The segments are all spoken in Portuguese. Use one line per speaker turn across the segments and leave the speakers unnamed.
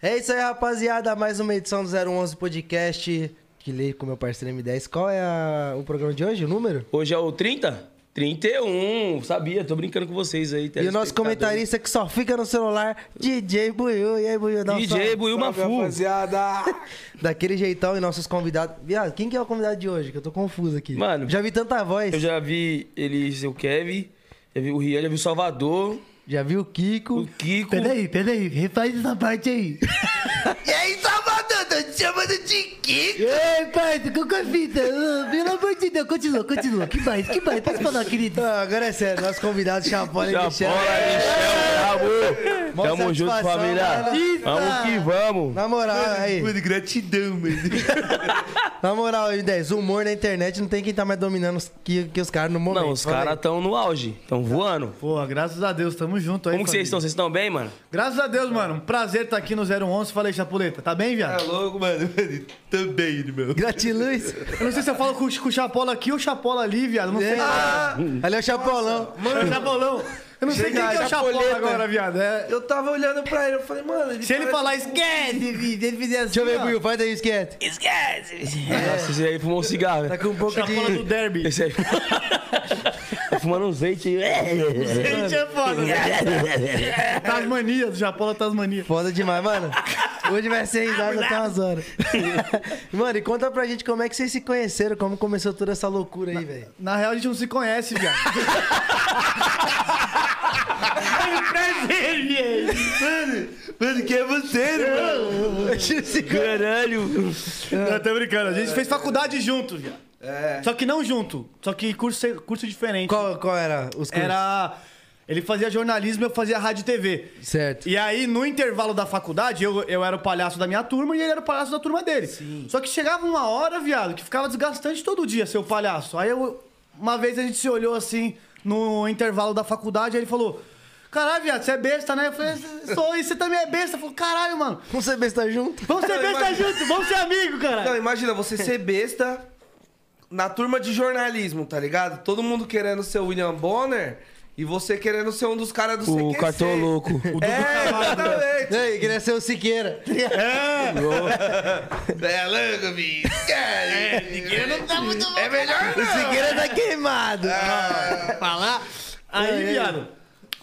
É isso aí, rapaziada. Mais uma edição do 011 Podcast. Que leio com meu parceiro M10. Qual é a- o programa de hoje? O número?
Hoje é o 30? 31, sabia? Tô brincando com vocês
E
aí,
o nosso
telespectadores.
comentarista que só fica no celular, DJ Buiu. E aí, Buiu? dá um
DJ
salve.
Buiu
Salve,
Mafu.
rapaziada!
Daquele jeitão e nossos convidados. Viado, quem que é o convidado de hoje? Que eu tô confuso aqui.
Mano,
já vi tanta voz.
Eu já vi ele, seu Kevin, já vi o Rian, já vi o Salvador.
Já vi o Kiko.
O Kiko.
Peraí, peraí, refaz essa parte aí.
E aí, Salvador, tô te chamando de Kiko.
Ei, parça, com a fita? Ah, Pelo amor de Deus, continua, continua. Que mais, que mais? Posso falar, querido?
Ah, agora é sério, nosso convidado Chapola e
Chapola,
Michel.
Michel, bravo.
Mó
Tamo junto,
satisfação,
família.
mano.
Vamos que vamos.
Na moral, aí.
gratidão, mano.
Na moral, M10, o humor na internet não tem quem tá mais dominando os- que, que os caras no momento.
Não, os
Fala aí.
caras estão no auge, estão voando.
Porra, graças a Deus, tamo junto aí.
Como que
família.
vocês estão? Vocês estão bem, mano?
Graças a Deus, mano. Um prazer estar aqui no 011. Falei, Chapuleta, tá bem,
Tá
viado?
louco, mano? Mano, Também, irmão.
Gratiluz.
Eu não sei se eu falo com, o- com o Chapola aqui ou Chapola ali, viado. Eu Não sei.
Ah, ali é o Chapolão.
Mano, Chapolin. Eu não sei quem que é o Chapola
Chapoleta.
agora, viado. É-
Eu tava olhando pra ele, eu falei, mano, ele
Se ele
parece-
falar, esquece, se ele fizer assim.
Deixa eu ver,
ó,
Buiu, faz aí, esquete.
Nossa, esse aí fumou um cigarro.
É. Tá
né?
com um pouco
Chapola do
de...
derby.
Esse aí. tá fumando um zeite.
Gente, é foda. né? Tasmania, do Chapola é Tasmania.
Foda demais, mano. Hoje vai ser risada até umas horas. mano, e conta pra gente como é que vocês se conheceram, como começou toda essa loucura aí, velho.
Na real, a gente não se conhece, viado.
Mano, quem é você, irmão?
Caralho.
Não, tô brincando. A gente fez faculdade juntos, já.
É.
Só que não junto. Só que curso, curso diferente.
Qual, qual era os cursos?
Era... Ele fazia jornalismo, eu fazia rádio e TV.
Certo.
E aí, no intervalo da faculdade, eu, eu era o palhaço da minha turma e ele era o palhaço da turma dele. Só que chegava uma hora, viado, que ficava desgastante todo dia ser o palhaço. Aí, eu- uma vez a gente se olhou assim, no intervalo da faculdade, aí ele falou... Caralho, viado, você é besta, né? Eu falei, sou, e você também é besta. Falou, caralho, mano.
Vamos saber se tá junto?
Vamos ser besta junto, vamos ser amigo, caralho.
Não, imagina, você ser besta na turma de jornalismo, tá ligado? Todo mundo querendo ser o William Bonner e você querendo ser um dos caras do
O
CQC.
cartoloco.
É, exatamente.
Ei, queria ser o Siqueira.
É louco, bicho. É, ninguém não tá muito bom. É melhor
O Siqueira tá queimado.
É.
falar. Aí, viado,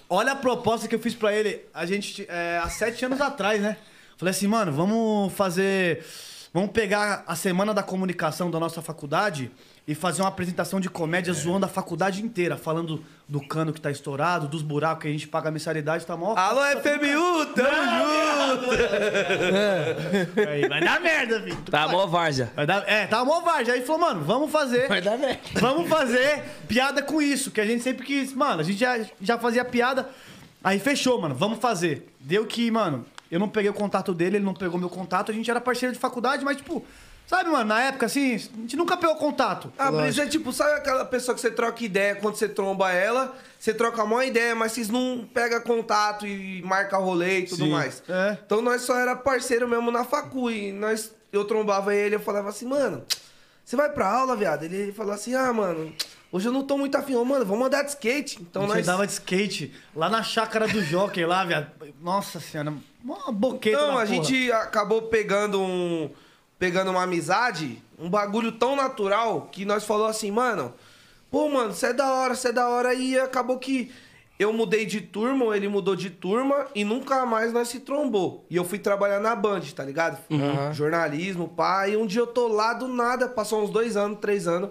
olha a proposta que eu fiz pra ele, a gente, é, há sete anos atrás, né? Falei assim, mano, vamos fazer. Vamos pegar a semana da comunicação da nossa faculdade e fazer uma apresentação de
É.
comédia zoando a faculdade inteira, falando do cano que tá estourado, dos buracos que a gente paga mensalidade, tá mó. Ah,
Alô, FMU, tamo junto.
Aí, vai dar merda, filho.
Tá mó várzea.
Vai dar, é, tá mó vargem. Aí falou, mano, vamos fazer.
Vai dar merda.
Vamos fazer piada com isso, que a gente sempre quis. Mano, a gente já, já fazia piada. Aí fechou, mano, vamos fazer. Deu que, mano, eu não peguei o contato dele, ele não pegou meu contato. A gente era parceiro de faculdade, mas, tipo, sabe, mano, na época assim, a gente nunca pegou contato.
A brisa é tipo, sabe aquela pessoa que você troca ideia quando você tromba ela? Você troca a maior ideia, mas vocês não pegam contato e marca rolê e tudo mais.
é.
Então nós só era parceiro mesmo na facu. E nós, eu trombava ele, eu falava assim, mano, você vai pra aula, viado? Ele falava assim, ah, mano, hoje eu não tô muito afim, Ô, mano, vamos andar de skate.
A
Então
gente
nós.
andava de skate lá na chácara do Jockey, lá, viado. Nossa senhora, uma boqueta.
Então,
da porra.
a gente acabou pegando um. Pegando uma amizade, um bagulho tão natural que nós falou assim, mano. Pô, mano, você é da hora, você é da hora. E acabou que eu mudei de turma, ele mudou de turma e nunca mais nós se trombou. E eu fui trabalhar na Band, tá ligado? Jornalismo, pá. E um dia eu tô lá do nada, passou uns dois anos, três anos.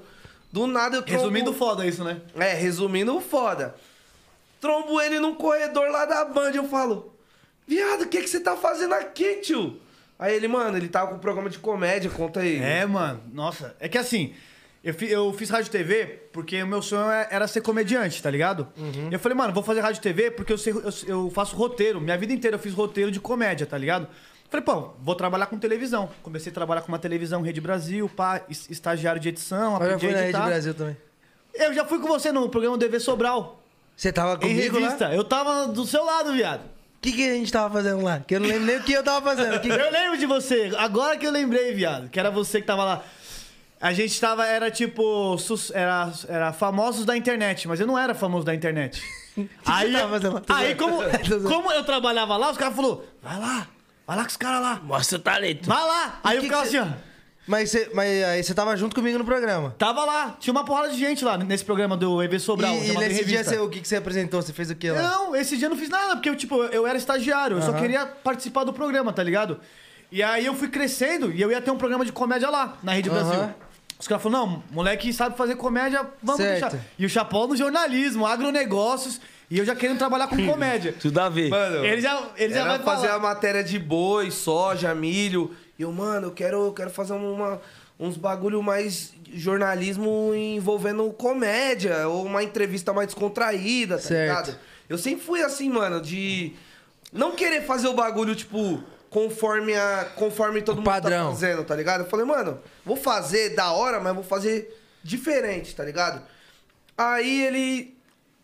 Do nada eu trombo...
Resumindo, foda isso, né?
É, resumindo, foda. Trombo ele num corredor lá da Band, eu falo, viado, o que, que você tá fazendo aqui, tio? Aí ele, mano, ele tava com um programa de comédia, conta aí.
É, mano. Nossa, é que assim, eu, fi- eu fiz rádio e TV porque o meu sonho é- era ser comediante, tá ligado?
Uhum.
E eu falei, mano, vou fazer rádio e TV porque eu, sei- eu- eu faço roteiro. Minha vida inteira eu fiz roteiro de comédia, tá ligado? Falei, pô, vou trabalhar com televisão. Comecei a trabalhar com uma televisão, Rede Brasil, pá, es- estagiário de edição,
Eu já
aprendi
fui
a tá
na Rede
editar.
Brasil também.
Eu já fui com você no programa DV Sobral,
Você tava
em
comigo lá?
revista. Eu tava do seu lado, viado.
O que, que a gente tava fazendo lá? Que eu não lembro nem o que eu tava fazendo. Que-
Eu lembro de você. Agora que eu lembrei, viado. Que era você que tava lá. A gente tava, era tipo. sus- Era, era famosos da internet, mas eu não era famoso da internet. aí,
tava fazendo lá?
aí como,
Tô zoando.
como eu trabalhava lá, os caras falaram: vai lá, Vai lá com os caras lá.
Mostra o talento.
Vai lá! Aí
que
o cara
que
assim,
cê-
ó.
Mas, você, mas aí você tava junto comigo no programa.
Tava lá, tinha uma porrada de gente lá nesse programa do EB Sobral.
e e
chamado
nesse dia,
Revista.
você- o que, que você apresentou? Você fez o que lá?
Não, esse dia eu não fiz nada, porque eu, tipo, eu- eu era estagiário, eu só queria participar do programa, tá ligado? E aí eu fui crescendo e eu ia ter um programa de comédia lá, na Rede
Aham.
Brasil. Os caras falaram, não, moleque sabe fazer comédia, vamos
Certo.
deixar. E o Chapol no jornalismo, agronegócios, e eu já querendo trabalhar com comédia.
Tudo a ver.
Mano,
Ele já, ele já
Era
vai
fazer
falar.
a matéria de boi, soja, milho. E eu, mano, eu quero, eu quero fazer uma, uns bagulho mais jornalismo envolvendo comédia, ou uma entrevista mais descontraída, tá
Certo.
ligado? Eu sempre fui assim, mano, de não querer fazer o bagulho, tipo, conforme, a, conforme todo mundo
padrão.
tá fazendo, tá ligado? Eu falei, mano, vou fazer da hora, mas vou fazer diferente, tá ligado? Aí ele.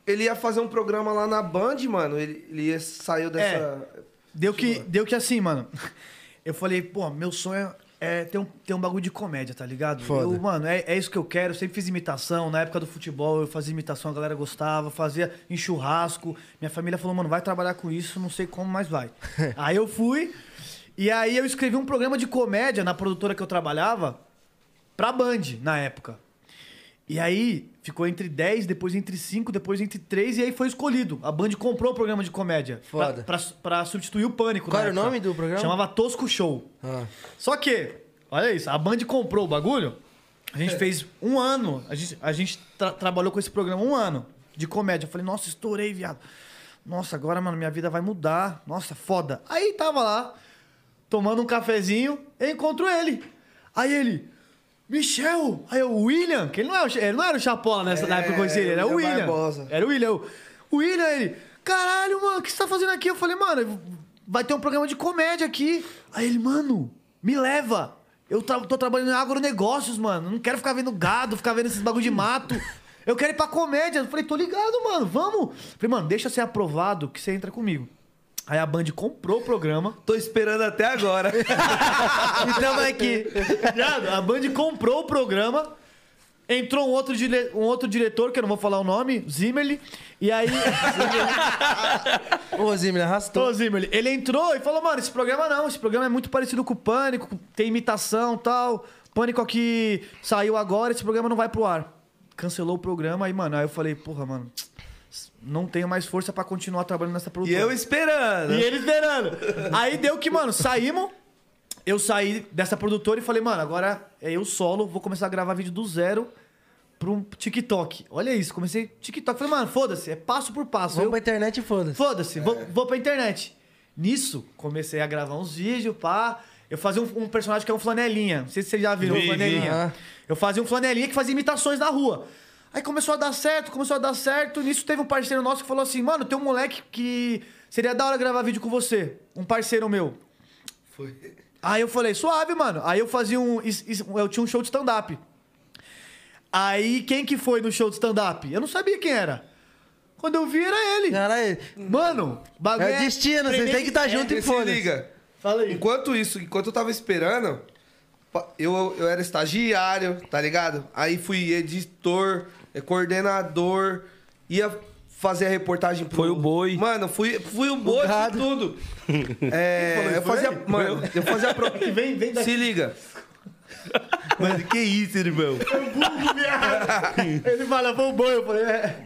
Ele ia fazer um programa lá na Band, mano. Ele, ele ia- saiu dessa.
É.
Deu que, deu que assim, mano. Eu falei, pô, meu sonho é ter um, ter um bagulho de comédia, tá ligado?
Foda.
Eu, mano, é, é isso que eu quero. Eu sempre fiz imitação. Na época do futebol, eu fazia imitação, a galera gostava, fazia em churrasco. Minha família falou, mano, vai trabalhar com isso, não sei como, mas vai. aí eu fui. E aí eu escrevi um programa de comédia na produtora que eu trabalhava pra Band, na época. E aí ficou entre 10, depois entre 5, depois entre 3, e aí foi escolhido. A Band comprou o programa de comédia.
Foda.
Pra, pra, pra substituir o Pânico.
Qual
na
era o
época.
nome do programa?
Chamava Tosco Show.
Ah.
Só que, olha isso, a Band comprou o bagulho. A
É.
gente fez um ano. A gente, a gente tra- trabalhou com esse programa um ano de comédia. Eu falei, nossa, estourei, viado. Nossa, agora, mano, minha vida vai mudar. Nossa, foda. Aí tava lá, tomando um cafezinho, eu encontro ele. Aí ele. Michel! Aí o William, que ele não, é o Cha- ele não era o Chapola nessa na época que eu conheci ele, era
É,
o William.
Barbosa.
Era o William. eu- O William, ele, caralho, mano, o que você tá fazendo aqui? Eu falei, mano, vai ter um programa de comédia aqui. Aí ele, mano, me leva. Eu tra- tô trabalhando em agronegócios, mano. Não quero ficar vendo gado, ficar vendo esses bagulho de mato. Eu quero ir pra comédia. Eu falei, tô ligado, mano, vamos. Falei, mano, deixa ser aprovado que você entra comigo. Aí a Band comprou o programa.
Tô esperando até agora.
Então vai aqui. Viado, A Band comprou o programa. Entrou um outro, dire- um outro diretor, que eu não vou falar o nome, Zimmerli. E aí.
Ô, Zimmer, arrastou.
Ô, Zimmerli. Ele entrou e falou: mano, esse programa não, esse programa é muito parecido com o Pânico, tem imitação e tal. Pânico aqui saiu agora, esse programa não vai pro ar. Cancelou o programa, aí, mano, aí eu falei: porra, mano, não tenho mais força pra continuar trabalhando nessa
e
produtora.
eu esperando.
E ele esperando. Aí deu que, mano, saímos. Eu saí dessa produtora e falei, mano, agora é eu solo, vou começar a gravar vídeo do zero pra um TikTok. Olha isso, comecei TikTok. Falei, mano, foda-se, é passo por passo.
Vamos
Eu,
pra internet e foda-se.
Foda-se, vou, vou pra internet. Nisso, comecei a gravar uns vídeos, pá. Eu fazia um, um personagem que é um flanelinha. Não sei se vocês já viram um
Vi,
flanelinha.
vi. Aham.
Eu fazia um flanelinha que fazia imitações na rua. Aí começou a dar certo, começou a dar certo. Nisso teve um parceiro nosso que falou assim: Mano, tem um moleque que seria da hora gravar vídeo com você. Um parceiro meu. Aí eu falei: Suave, mano. Aí eu fazia um. is- is- Eu tinha um show de stand-up. Aí quem que foi no show de stand-up? Eu não sabia quem era. Quando eu vi, era ele.
Caralho,
Mano, bagulho.
é o destino, vocês têm que
tá
estar junto e
se
foda-se.
liga.
Fala aí.
Enquanto isso, enquanto eu tava esperando, pa- eu, eu era estagiário, tá ligado? Aí fui editor, eh, coordenador, ia fazer a reportagem pro...
Foi o boi.
Mano, fui, fui o boi de
gado.
tudo. É, eu fazia... Mano, eu fazia... Pro...
Vem, vem daqui.
Se liga.
Mano, que isso, irmão?
Ele fala, vou bom. Eu falei, é.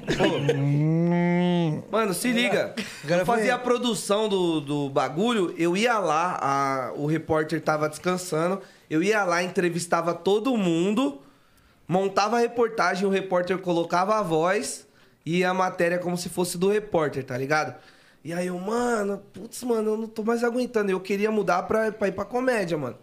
Mano, se liga.
Agora
eu fazia
foi-
a produção do, do bagulho, eu ia lá, a- o repórter tava descansando, eu ia lá, entrevistava todo mundo, montava a reportagem, o repórter colocava a voz e a matéria como se fosse do repórter, tá ligado? E aí eu, mano, putz, mano, eu não tô mais aguentando. Eu queria mudar pra, pra ir pra comédia, mano.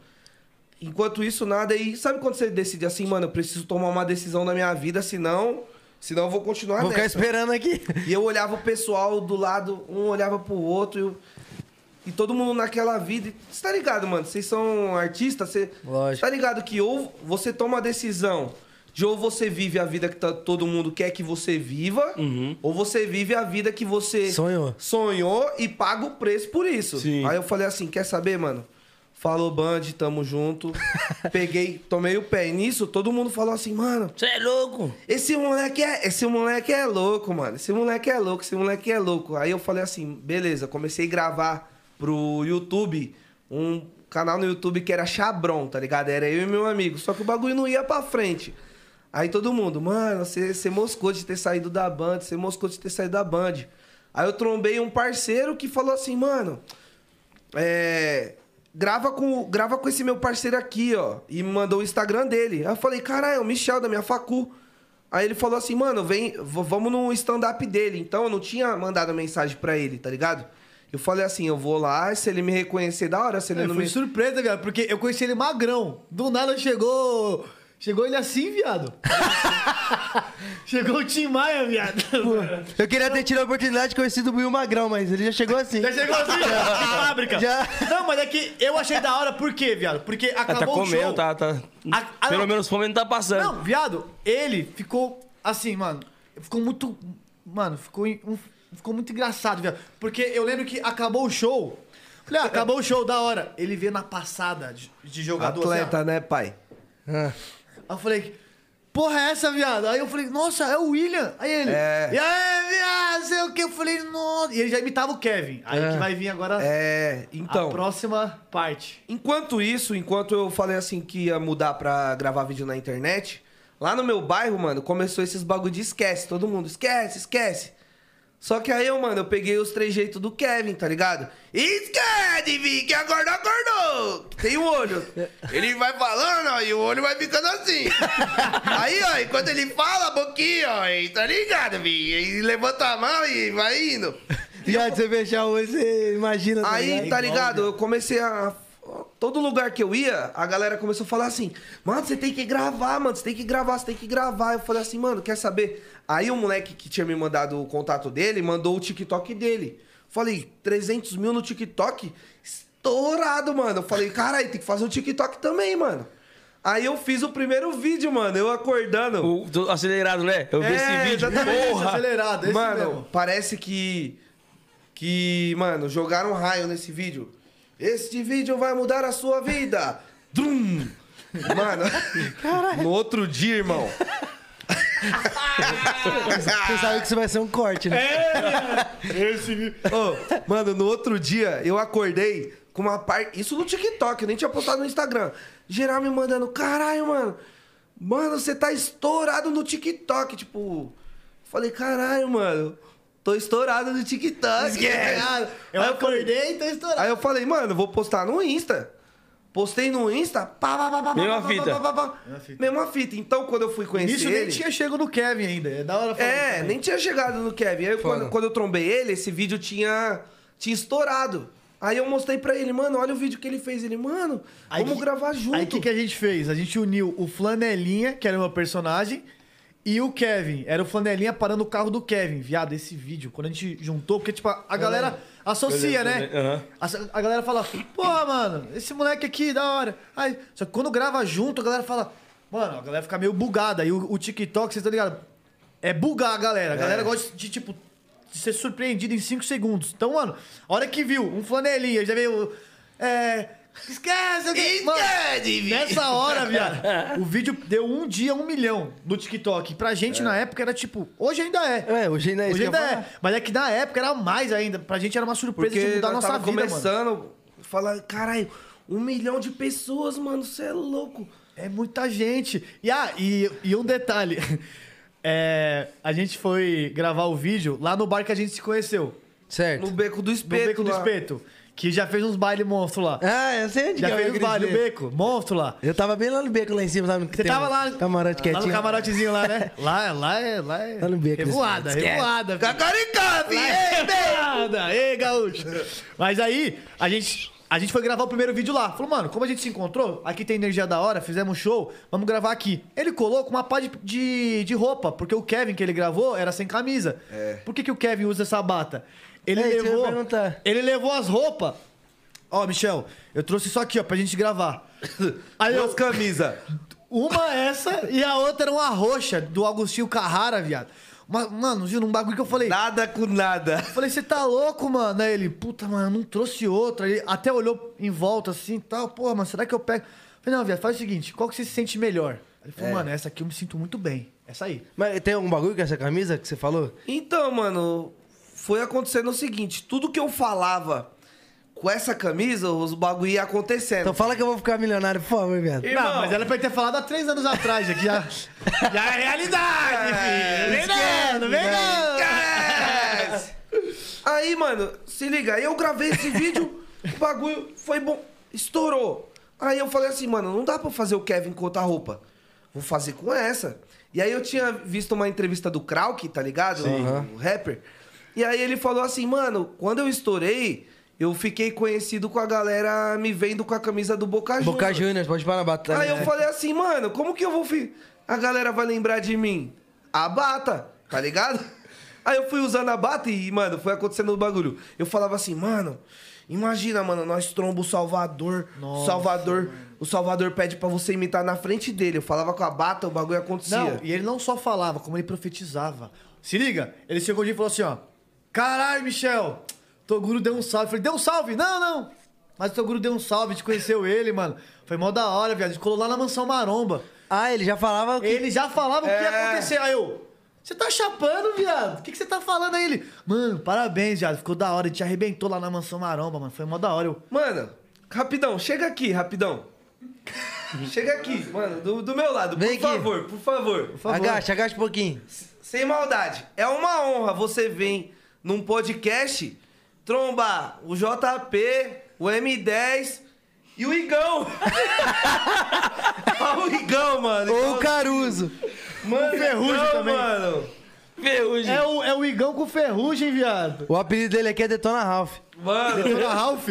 Enquanto isso, nada. E sabe quando você decide assim, mano, eu preciso tomar uma decisão na minha vida, senão. Senão eu vou continuar
Vou ficar
nessa.
esperando aqui.
E eu olhava o pessoal do lado, um olhava pro outro, e, eu- e todo mundo naquela vida. Você tá ligado, mano? Vocês são artistas, você.
Lógico.
Tá ligado que ou você toma a decisão de ou você vive a vida que tá- todo mundo quer que você viva, ou você vive a vida que você
Uhum. Sonhou.
sonhou e paga o preço por isso.
Sim.
Aí eu falei assim: quer saber, mano? Falou, Band, tamo junto. Peguei, tomei o pé. E nisso, todo mundo falou assim, mano.
Você é louco.
Esse moleque é, esse moleque é louco, mano. Esse moleque é louco, esse moleque é louco. Aí eu falei assim, beleza, comecei a gravar pro YouTube um canal no YouTube que era Chabron, tá ligado? Era eu e meu amigo. Só que o bagulho não ia pra frente. Aí todo mundo, mano, você você moscou de ter saído da Band, você moscou de ter saído da Band. Aí eu trombei um parceiro que falou assim, mano, é, grava com, grava com esse meu parceiro aqui, ó. E me mandou o Instagram dele. Aí eu falei, caralho, é o Michel da minha facu. Aí ele falou assim, mano, vem, v- vamos no stand-up dele. Então eu não tinha mandado mensagem pra ele, tá ligado? Eu falei assim, eu vou lá, se ele me reconhecer, da hora, se ele
né,
É,
não
foi
me...
surpresa, viado, porque eu conheci ele magrão. Do nada chegou. Chegou ele assim, viado. chegou o Tim Maia, viado.
Eu queria ter tido a oportunidade de conhecer o Will Magrão, mas ele já chegou assim.
Já chegou assim, viado, de fábrica.
Já.
Não, mas é que eu achei da hora, por quê, viado? Porque
Ah,
acabou
tá
o show.
comendo, tá, tá.
A- a-
Pelo menos fome não tá passando.
Não, viado, ele ficou assim, mano. Ficou muito. Mano, ficou, em- um- ficou muito engraçado, viado. Porque eu lembro que acabou o show. Falei, ah, acabou o show, da hora. Ele vê na passada de, de jogador. assim, ó.
Atleta, né, pai? Ah.
Aí eu falei, porra, é essa, viado? Aí eu falei, nossa, é o William. Aí ele,
É.
e aí, viado, sei o que. Eu falei, nossa. E ele já imitava o Kevin. Aí que vai vir agora
É, então...
a próxima parte.
Enquanto isso, enquanto eu falei assim que ia mudar pra gravar vídeo na internet, lá no meu bairro, mano, começou esses bagulho de esquece, todo mundo esquece, esquece. Só que aí, eu, mano, eu peguei os três jeitos do Kevin, tá ligado? Esquece, Vi, que acordou, acordou! Tem o olho.
Ele vai falando, ó, e o olho vai ficando assim. Aí, ó, enquanto ele fala, a boquinha, ó, e tá ligado, Vi? E levanta a mão e vai indo.
Já você fechar o olho, você imagina. tá
Aí,
ligado?
tá ligado? Eu comecei a. Todo lugar que eu ia, a galera começou a falar assim: Mano, você tem que gravar, mano, você tem que gravar, você tem que gravar. Eu falei assim, mano, quer saber? Aí o moleque que tinha me mandado o contato dele mandou o TikTok dele. Falei, 300 mil no TikTok? Estourado, mano. Eu falei, caralho, tem que fazer um TikTok também, mano. Aí eu fiz o primeiro vídeo, mano, eu acordando.
O- tô acelerado, né? Eu vi
É,
esse vídeo.
exatamente,
Porra!
Acelerado, é esse
mano,
mesmo.
parece que. Que, mano, jogaram raio nesse vídeo. Este vídeo vai mudar a sua vida! Drum! Mano, no outro dia, irmão.
Você sabe que isso vai ser um corte, né?
É, Ô, mano, no outro dia eu acordei com uma parte. Isso no TikTok, eu nem tinha postado no Instagram. Geral me mandando, caralho, mano. Mano, você tá estourado no TikTok. Tipo, falei, caralho, mano. Tô estourado no TikTok. tá
Caralho, Eu acordei e tô estourado.
Aí eu falei, mano, eu vou postar no Insta. Postei no Insta, pá, pá, pá, pá,
Mesma
pá, pá,
fita.
pá, pá, pá, pá.
Mesma fita.
Mesma fita. Então, quando eu fui conhecer
Isso
ele...
nem tinha chego no Kevin ainda. É da hora falar isso
É,
também.
nem tinha chegado no Kevin. Aí, quando, quando eu trombei ele, esse vídeo tinha, tinha estourado. Aí eu mostrei pra ele, mano, olha o vídeo que ele fez. Ele, mano,
Aí
vamos
que-
gravar junto.
Aí o que, que a gente fez? A gente uniu o Flanelinha, que era o meu personagem, e o Kevin. Era o Flanelinha parando o carro do Kevin. Viado, esse vídeo, quando a gente juntou, porque, tipo, a, a galera
Ah,
associa,
É,
Eu
né?
lembro também, aham.
A, a galera fala, pô, mano, esse moleque aqui, da hora. Aí, só que quando grava junto, a galera fala, mano, a galera fica meio bugada. E o, o TikTok, vocês estão ligados? É bugar a galera. A galera gosta de, tipo, de ser surpreendido em 5 segundos. Então, mano, a hora que viu um flanelinha, já veio. É. Esquece! eu que- Mano,
Esquece, Vi.
Nessa hora, viado, o vídeo deu um dia, um milhão no TikTok. Pra gente, na época, era tipo. Hoje ainda é.
É, hoje ainda é isso
Hoje
que eu
ainda
ia
é.
falar.
Mas é que na época era mais ainda. Pra gente era uma surpresa
Porque
de mudar
nós
nossa
tava
vida, mano.
começando, falando, caralho, um milhão de pessoas, mano, você é louco.
É muita gente. E, ah, e, e um detalhe. É, a gente foi gravar o vídeo lá no bar que a gente se conheceu.
Certo.
No Beco do
No
Espeto.
Beco do
lá.
Espeto. Que já fez uns baile monstro lá.
Ah, eu sei onde
já
que é
fez
o
uns baile, o
Beco.
Beco, monstro lá.
Eu tava bem lá no beco lá em cima, sabe?
Você
um
tava lá,
Camarote
lá
quietinho.
no camarotezinho lá, né? Lá, lá é... Lá é
Lá no beco,
revoada,
esquece.
revoada. filho.
Cacaricá, Vi! Ei,
Nada, ei, gaúcho. Mas aí, a gente, a gente foi gravar o primeiro vídeo lá. Falou, mano, como a gente se encontrou, aqui tem energia da hora, fizemos um show, vamos gravar aqui. Ele colou com uma pá de, de, de roupa, porque o Kevin que ele gravou era sem camisa.
É.
Por que, que o Kevin usa essa bata? Ele
É, isso eu ia
levou.
perguntar.
Ele levou as roupas. Ó, Michel, eu trouxe isso aqui, ó, pra gente gravar. Aí eu,
Duas camisas.
uma é essa e a outra era uma roxa do Agostinho Carrara, viado. Mas, mano, viu, num bagulho que eu falei.
Nada com nada.
Eu Falei, você tá louco, mano? Aí ele, puta, mano, eu não trouxe outra. Ele até olhou em volta assim e tal. Porra, mano, será que eu pego? Eu Falei, não, viado, faz o seguinte, qual que você se sente melhor? Ele falou, mano, essa aqui eu me sinto muito bem. Essa É aí.
Mas tem algum bagulho com essa camisa que você falou?
Então, mano, foi acontecendo o seguinte: tudo que eu falava com essa camisa, os bagulho ia acontecendo.
Então fala que eu vou ficar milionário, por favor, viado.
Não, mas era pra ele ter falado há três anos atrás, já que já, já é realidade,
É,
filho. Vem não, vem não.
Yes! Aí, mano, se liga, aí eu gravei esse vídeo, o bagulho foi bom, estourou. Aí eu falei assim, mano, não dá pra fazer o Kevin com outra roupa. Vou fazer com essa. E aí eu tinha visto uma entrevista do Krauk, tá ligado? O, o rapper. E aí ele falou assim, mano, quando eu estourei, eu fiquei conhecido com a galera me vendo com a camisa do Boca Juniors.
Boca Juniors, pode parar na batalha.
Aí eu
né?
falei assim, mano, como que eu vou. Fi... A galera vai lembrar de mim? A bata, tá ligado? Aí eu fui usando a bata e, mano, foi acontecendo o bagulho. Eu falava assim, mano, imagina, mano, nós tromba o Salvador. o Salvador. O Salvador pede pra você imitar na frente dele. Eu falava com a bata, o bagulho acontecia.
Não, e ele não só falava, como ele profetizava. Se liga, ele chegou um dia e falou assim, ó. Caralho, Michel, Toguro deu um salve. Eu Falei, deu um salve? Não, não. Mas o Toguro deu um salve, a gente conheceu ele, mano. Foi mó da hora, viado. A gente colou lá na Mansão Maromba.
Ah, ele já falava que...
Ele já falava o que ia acontecer. Aí eu, você tá chapando, viado? O que, que você tá falando aí? Ele, mano, parabéns, viado. Ficou da hora. A gente arrebentou lá na Mansão Maromba, mano. Foi mó da hora. Eu,
Mano, rapidão, chega aqui, rapidão. chega aqui, mano, do, do meu lado,
Vem
por
aqui.
favor, por favor.
Por favor. Agacha, agacha um pouquinho.
Sem maldade, é uma honra você vir num podcast trombar o JP, o M10 e o Igão. Olha o Igão, mano. então.
Ou o Caruso.
mano,
o Ferrugem
Igão,
também.
Mano.
Ferrugem.
é, o, é o Igão com ferrugem, viado.
O apelido dele aqui é Detona Ralph.
Mano,
Doutora Ralph.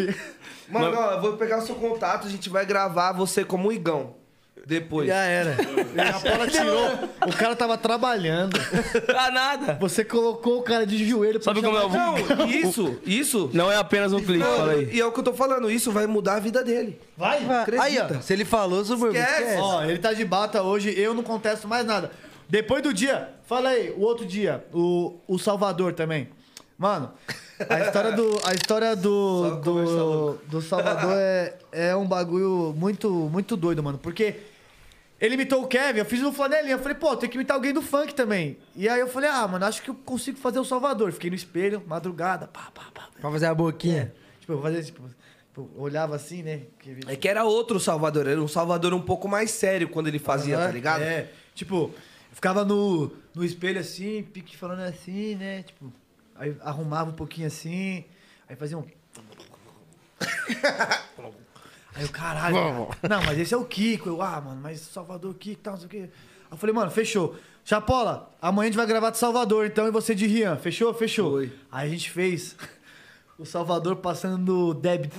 mano, ó, eu vou pegar o seu contato, a gente vai gravar você como Igão depois.
Já era.
A bola tirou. O cara tava trabalhando.
Ah,
Pra nada.
Você colocou o cara de joelho pra
Sabe como é
chamar-
o
Não, isso, isso.
Não é apenas um clique, fala aí.
E é o que eu tô falando, isso vai mudar a vida dele.
Vai?
Aí, ó. Se ele falou, Suburban,
Esquece.
esquece.
Ó, ele tá de bata hoje, eu não contesto mais nada. Depois do dia, fala aí, o outro dia, o, o Salvador também. Mano, a história do. A história do. Do, do Salvador é, é um bagulho muito, muito doido, mano. Porque ele imitou o Kevin, eu fiz no flanelinha. Eu falei, pô, tem que imitar alguém do funk também. E aí eu falei, ah, mano, acho que eu consigo fazer o Salvador. Fiquei no espelho, madrugada, pá, pá, pá.
Pra fazer a boquinha.
Tipo, eu vou fazer, tipo, tipo, eu olhava assim, né? Porque-
É que era outro Salvador, era um Salvador um pouco mais sério quando ele fazia, tá ligado?
É, tipo, eu ficava no, no espelho assim, pique falando assim, né? Tipo, aí arrumava um pouquinho assim, aí fazia um. Aí eu, caralho. Não, mas esse é o Kiko. Eu, ah, mano, mas Salvador, Kiko, tal, não sei o quê. Aí eu falei, mano, fechou. Chapola, amanhã a gente vai gravar de Salvador, então, e você de Rian. Fechou? Fechou. Aí a gente fez o Salvador passando no débito.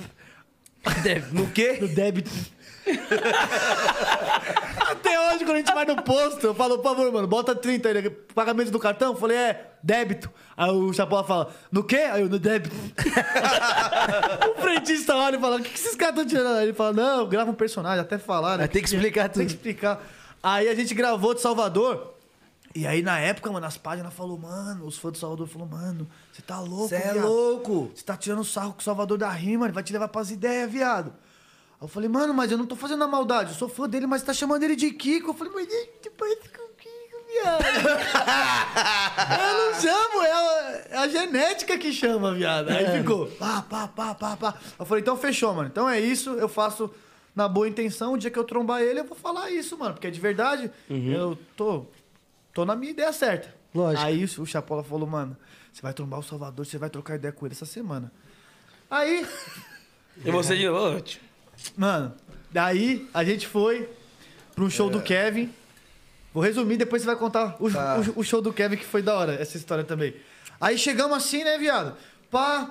No quê?
No débito. Até hoje, quando a gente vai no posto, eu falo, por favor, mano, bota 30 aí. né? Pagamento do cartão? Eu falei, é, débito. Aí o Chapola fala, no quê? Aí eu, no débito. o frentista olha e fala, o que, que esses caras estão tirando? Aí ele fala, não, grava um personagem, até falar, né?
Mas tem que explicar
Tem que
tudo.
explicar. Aí a gente gravou de Salvador. E aí, na época, mano, as páginas falou, mano, os fãs do Salvador falou, mano, você tá louco,
Cê é
viado.
louco.
Você tá tirando sarro com o Salvador da rima, ele vai te levar pras ideias, viado. Aí eu falei, mano, mas eu não tô fazendo na maldade, eu sou fã dele, mas você tá chamando ele de Kiko. Eu falei, mas ele te parece com o Kiko, viado. eu não chamo, é a, é a genética que chama, viado. Aí ficou, pá, pá, pá, pá, pá. Eu falei, então fechou, mano. Então é isso, eu faço na boa intenção, o dia que eu trombar ele, eu vou falar isso, mano. Porque é de verdade, eu tô, tô na minha ideia certa.
Lógico.
Aí o Chapola falou, mano, você vai trombar o Salvador, você vai trocar ideia com ele essa semana. Aí,
E você de novo? Ô, tio.
Mano, daí a gente foi pra um show do Kevin. Vou resumir, depois você vai contar o, o- o show do Kevin, que foi da hora, essa história também. Aí chegamos assim, né, viado? Pá,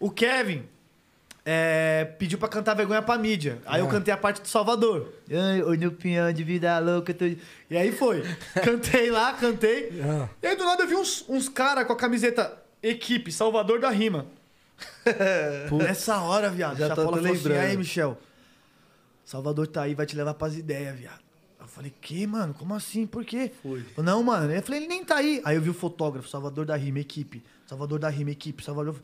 o Kevin é, pediu pra cantar vergonha pra mídia. Aí eu cantei a parte do Salvador. Ai, Oi, meu pinhão de vida louca. eu tô- E aí foi. Cantei lá, cantei.
Ah.
E aí do nada eu vi uns, uns caras com a camiseta Equipe Salvador da Rima. Nessa hora, viado.
Já tô-
Chapola
tô
falou assim,
lembrando.
aí, Michel, Salvador tá aí, vai te levar pras ideias, viado. Eu falei, que, mano? Como assim? Por quê? Não, mano. Eu falei, ele nem tá aí. Aí eu vi o fotógrafo, Salvador da Rima, equipe. Salvador da Rima, equipe. Salvador...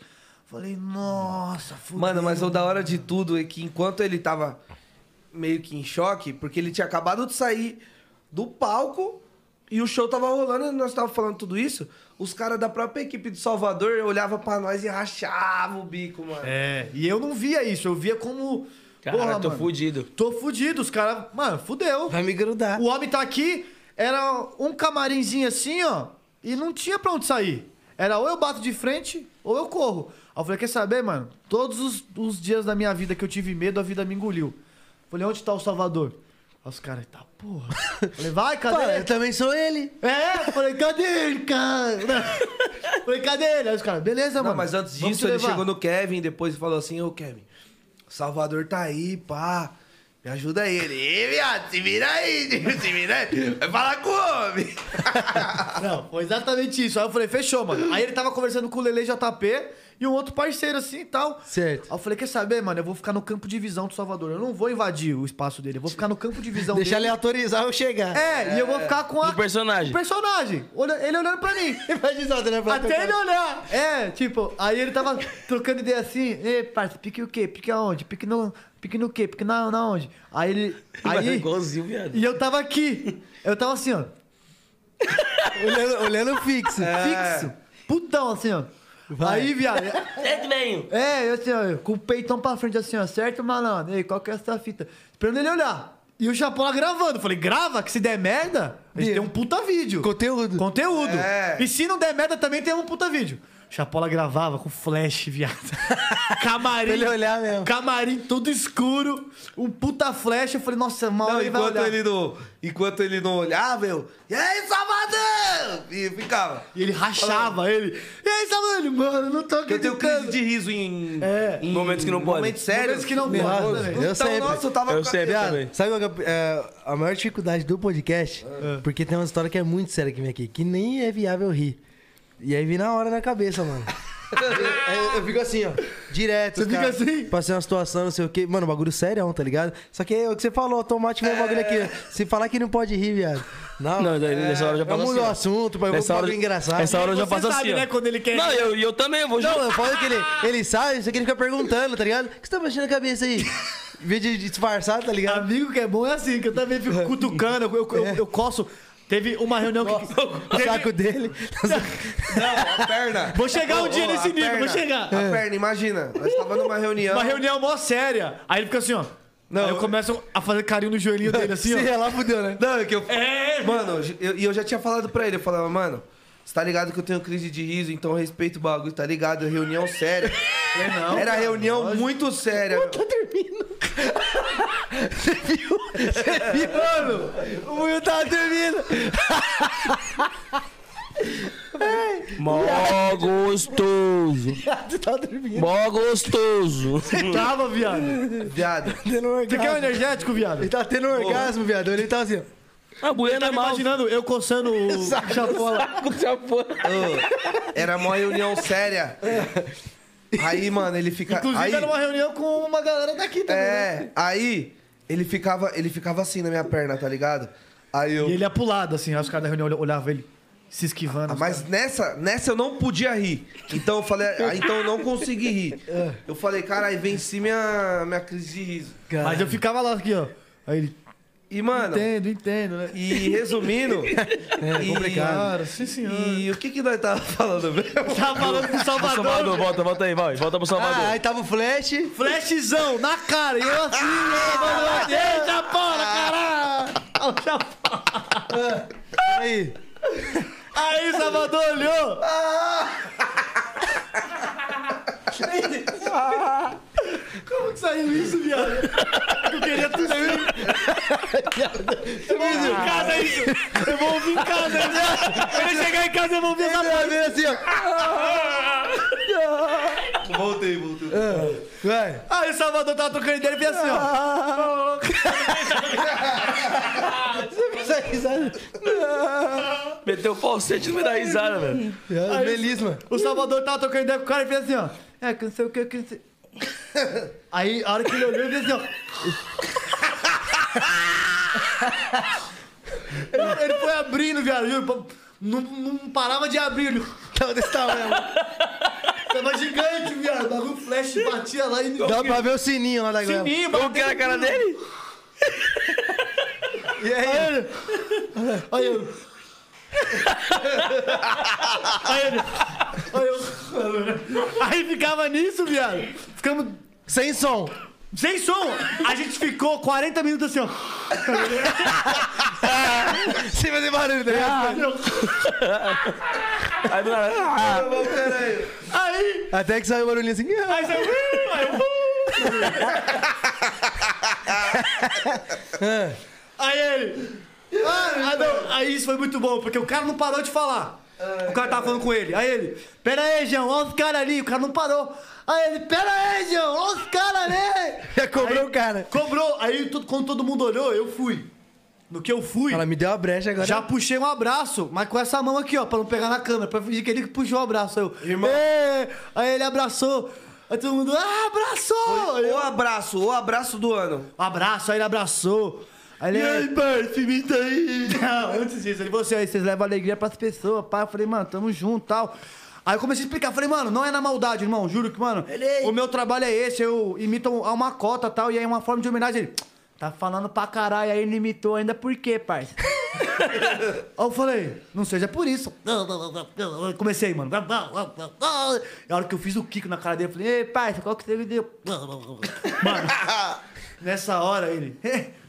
Falei, nossa, fudeu.
Mano, mas o da hora de tudo é que enquanto ele tava meio que em choque, porque ele tinha acabado de sair do palco E o show tava rolando, e nós tava falando tudo isso. Os caras da própria equipe de Salvador olhavam pra nós e rachavam o bico, mano.
É, e eu não via isso, eu via como.
Caralho, tô
mano,
fudido.
Tô fudido, os caras. Mano, fudeu.
Vai me grudar.
O homem tá aqui, era um camarinzinho assim, ó, e não tinha pra onde sair. Era ou eu bato de frente ou eu corro. Aí eu falei, quer saber, mano? Todos os, os dias da minha vida que eu tive medo, a vida me engoliu. Falei, onde tá o Salvador? Aí os caras, tá porra. Falei, vai, cadê?
Pô, eu também sou ele.
É, eu falei, cadê ele, cara? Eu Falei, cadê ele? Aí os caras, beleza,
Não,
mano.
mas antes
vamos
disso,
te
ele
levar.
chegou no Kevin depois e falou assim, ô Kevin, Salvador tá aí, pá. Me ajuda aí. Ele,
Ih, viado, se vira aí, se vira aí. Vai falar com o homem.
Não, foi exatamente isso. Aí eu falei, fechou, mano. Aí ele tava conversando com o Lele JP e um outro parceiro assim e tal.
Certo.
Aí eu falei, quer saber, mano? Eu vou ficar no campo de visão do Salvador. Eu não vou invadir o espaço dele. Eu vou ficar no campo de visão
Deixa ele
dele.
autorizar eu chegar.
É, e eu vou ficar com a.
Do personagem.
O personagem. Olha- Ele olhando pra mim.
Imagina, né? Vai
Até
tocar.
ele olhar. É, tipo, aí ele tava trocando ideia assim, e parça, pique o quê? Pique aonde? Pique no, pique no quê? Pique na, na onde? Aí ele.
Mas é
Aí,
igualzinho, viado.
e eu tava aqui. Eu tava assim, ó.
olhando, olhando fixo.
Fixo. Putão, assim, ó.
É. Vai.
Aí, viado.
É que venho.
É, eu assim, ó, com o peitão pra frente, assim, ó, certo, malandro? Ei, qual que é essa fita? Esperando ele olhar. E o Chapola gravando. Eu Falei, grava, que se der merda, a gente
Meu.
tem um puta vídeo.
Conteúdo.
Conteúdo.
É.
E se não der merda, também tem um puta vídeo. Chapola gravava com flash, viado. Camarim.
Pra ele olhar mesmo.
Camarim todo escuro. Um puta flash. Eu falei, nossa, mal
não,
ele vai
enquanto
olhar.
ele não, enquanto ele não olhava, eu, e aí, Salvador? E ficava.
E ele rachava ele. E aí, Salvador? Ele, Mano, eu não tô
Eu tenho crise
acreditando.
de riso em,
É.
em
Momentos que não podem.
Momentos sérios.
Momentos que não
Meu
podem,
Deus.
né, velho?
Eu
Então,
sempre.
nossa, eu tava
Eu
com a
sempre
cabeça-
também.
Sabe qual que é é, a maior dificuldade do podcast? Porque tem uma história que é muito séria que vem aqui, que nem é viável rir. E aí vem na hora na cabeça, mano. Eu, eu- eu fico assim, ó. Direto.
Você
os
fica assim?
Passei uma situação, não sei o quê. Mano, o bagulho sério, tá ligado? Só que é o que você falou, automático vem o bagulho aqui. ó. Se falar que não pode rir, viado. Não,
Não, daí nessa hora eu já
eu
passo
mudo o
assim.
assunto, pai. Eu vou
Nessa
pro
hora-
bagulho engraçado.
Essa hora eu já
É, Você
passo
sabe,
assim. ó.
né, quando ele quer-
Não, eu, eu também, eu vou
Não,
junto.
eu falo que ele, ele sai, isso aqui ele fica perguntando, tá ligado? O que você tá mexendo na cabeça aí? Em vez de disfarçar, tá ligado? É.
Amigo que é bom é assim, que eu também fico cutucando, eu, eu, eu, eu coço. Teve uma reunião que.
O saco dele.
Não, a perna.
Vou chegar um
Ô,
dia
ô,
nesse
a
nível, vou
perna.
chegar.
A
É.
perna, imagina. Nós tava numa reunião.
Uma reunião mó séria. Aí ele fica assim, ó.
Não,
Não, aí eu
eu-
começo a fazer carinho no joelhinho dele, assim,
Se
ó.
relar, fudeu, né?
Não, é que eu.
É,
Mano, e eu, eu já tinha falado pra ele, eu falava, mano, você tá ligado que eu tenho crise de riso, então respeita o bagulho, tá ligado? Reunião séria. Era reunião muito séria.
Mano, o Will tava dormindo.
Mó gostoso.
Tu tava tá dormindo.
Mó gostoso.
Tava, viado.
Viado.
Tendo um
Você quer um
orgasmo.
energético, viado?
Ele tá tendo um orgasmo, viado. Ele tá assim, ó.
A buena é
Tá me
mal.
imaginando eu coçando o chapola.
Saco de apoio.
Ô, era uma reunião séria. Aí, mano, ele fica.
Inclusive,
aí,
era uma reunião com uma galera daqui também. né?
É, aí ele ficava, ele ficava assim na minha perna, tá ligado? Aí eu.
E ele apulado, assim, aí os caras da reunião olhavam ele se esquivando.
Ah, mas nessa, nessa eu não podia rir. Então eu falei, ah, então eu não consegui rir. Eu falei, caralho, venci minha, minha crise de riso.
Mas eu ficava lá aqui, ó. Aí ele,
E, mano,
entendo, entendo, né?
e resumindo. É
Cara, sim, senhor.
E o que que nós tava falando mesmo?
Tava Tá falando com o
Pro
Salvador.
Salvador, volta, volta aí, vai. Volta pro Salvador.
Ah, aí tava o Flash.
Flashzão na cara. E eu assim, eu falando, eita porra, caralho. Aí o Chapo-
Aí.
Aí o Salvador olhou. Como que saiu isso, viado? Eu queria tudo isso. Eu vou ouvir em casa isso. Eu vou ouvir em casa isso. Quando eu chegar em casa, eu vou ouvir essa
Ele
porra.
tava vendo assim, ó.
Voltei, voltei.
Ah, Vai.
Aí o Salvador tava trocando ideia e fez assim, ó.
Sai, risada.
Meteu o falsete no meio da risada, velho.
É, Belisma.
O Salvador tava trocando ideia com o cara e fez assim, ó. É, que não sei o que, que não sei... Aí, a hora que ele olhou, ele fez assim, ó. ele, ele foi abrindo, viado. juro, Não, não parava de abrir. Ele...
Tava desse tamanho.
Tava gigante, viado. O bagulho flash batia Tá lá e...
Dá pra ver o sininho lá da galera.
Sininho,
Como que era a cara dele?
E aí?
Aí eu... Aí, ele- aí eu- aí ficava nisso, viado. Ficamos
Sem som.
sem som. A gente ficou 40 minutos assim, ó.
Sem fazer barulho, tá ligado?
Ah, meu.
Aí do nada. ah,
Aí,
Até que saiu o barulhinho assim.
aí saiu. "Uh", Aí, eu, "Uh".
Ah,
Aí ele. Ah, ah, não. Aí isso foi muito bom, porque o cara não parou de falar. O cara tava falando com ele. Aí ele, pera aí, João, olha os caras ali. O cara não parou. Aí ele, pera aí, João, olha os caras ali.
Já cobrou
Aí-
o cara.
Cobrou. Aí todo- quando todo mundo olhou, eu fui. No que eu fui,
Ela me deu a brecha agora.
já puxei um abraço, mas com essa mão aqui, ó, pra não pegar na câmera, pra fingir que ele que puxou o abraço. Aí eu,
Irmão.
"Ê!" Aí ele abraçou. Aí todo mundo, ah, abraçou! Aí eu, Um
O abraço, o abraço do ano.
abraço, aí ele abraçou. Aí ele, e aí, Bart, me tá aí. Não, antes disso, ele falou assim, aí vocês levam alegria pras pessoas, pá. Eu falei, mano, tamo junto e tal. Aí eu comecei a explicar, falei, mano, não é na maldade, irmão, juro que, mano, o meu trabalho é esse, eu imito um- a uma cota e tal, e aí é uma forma de homenagem. Ele, tá falando pra caralho, aí ele imitou ainda por quê, parça? Aí eu falei, não seja por isso. Eu Comecei, mano. E a hora que eu fiz o kick na cara dele, eu falei, ei, parça, qual que você me deu? Mano, nessa hora ele.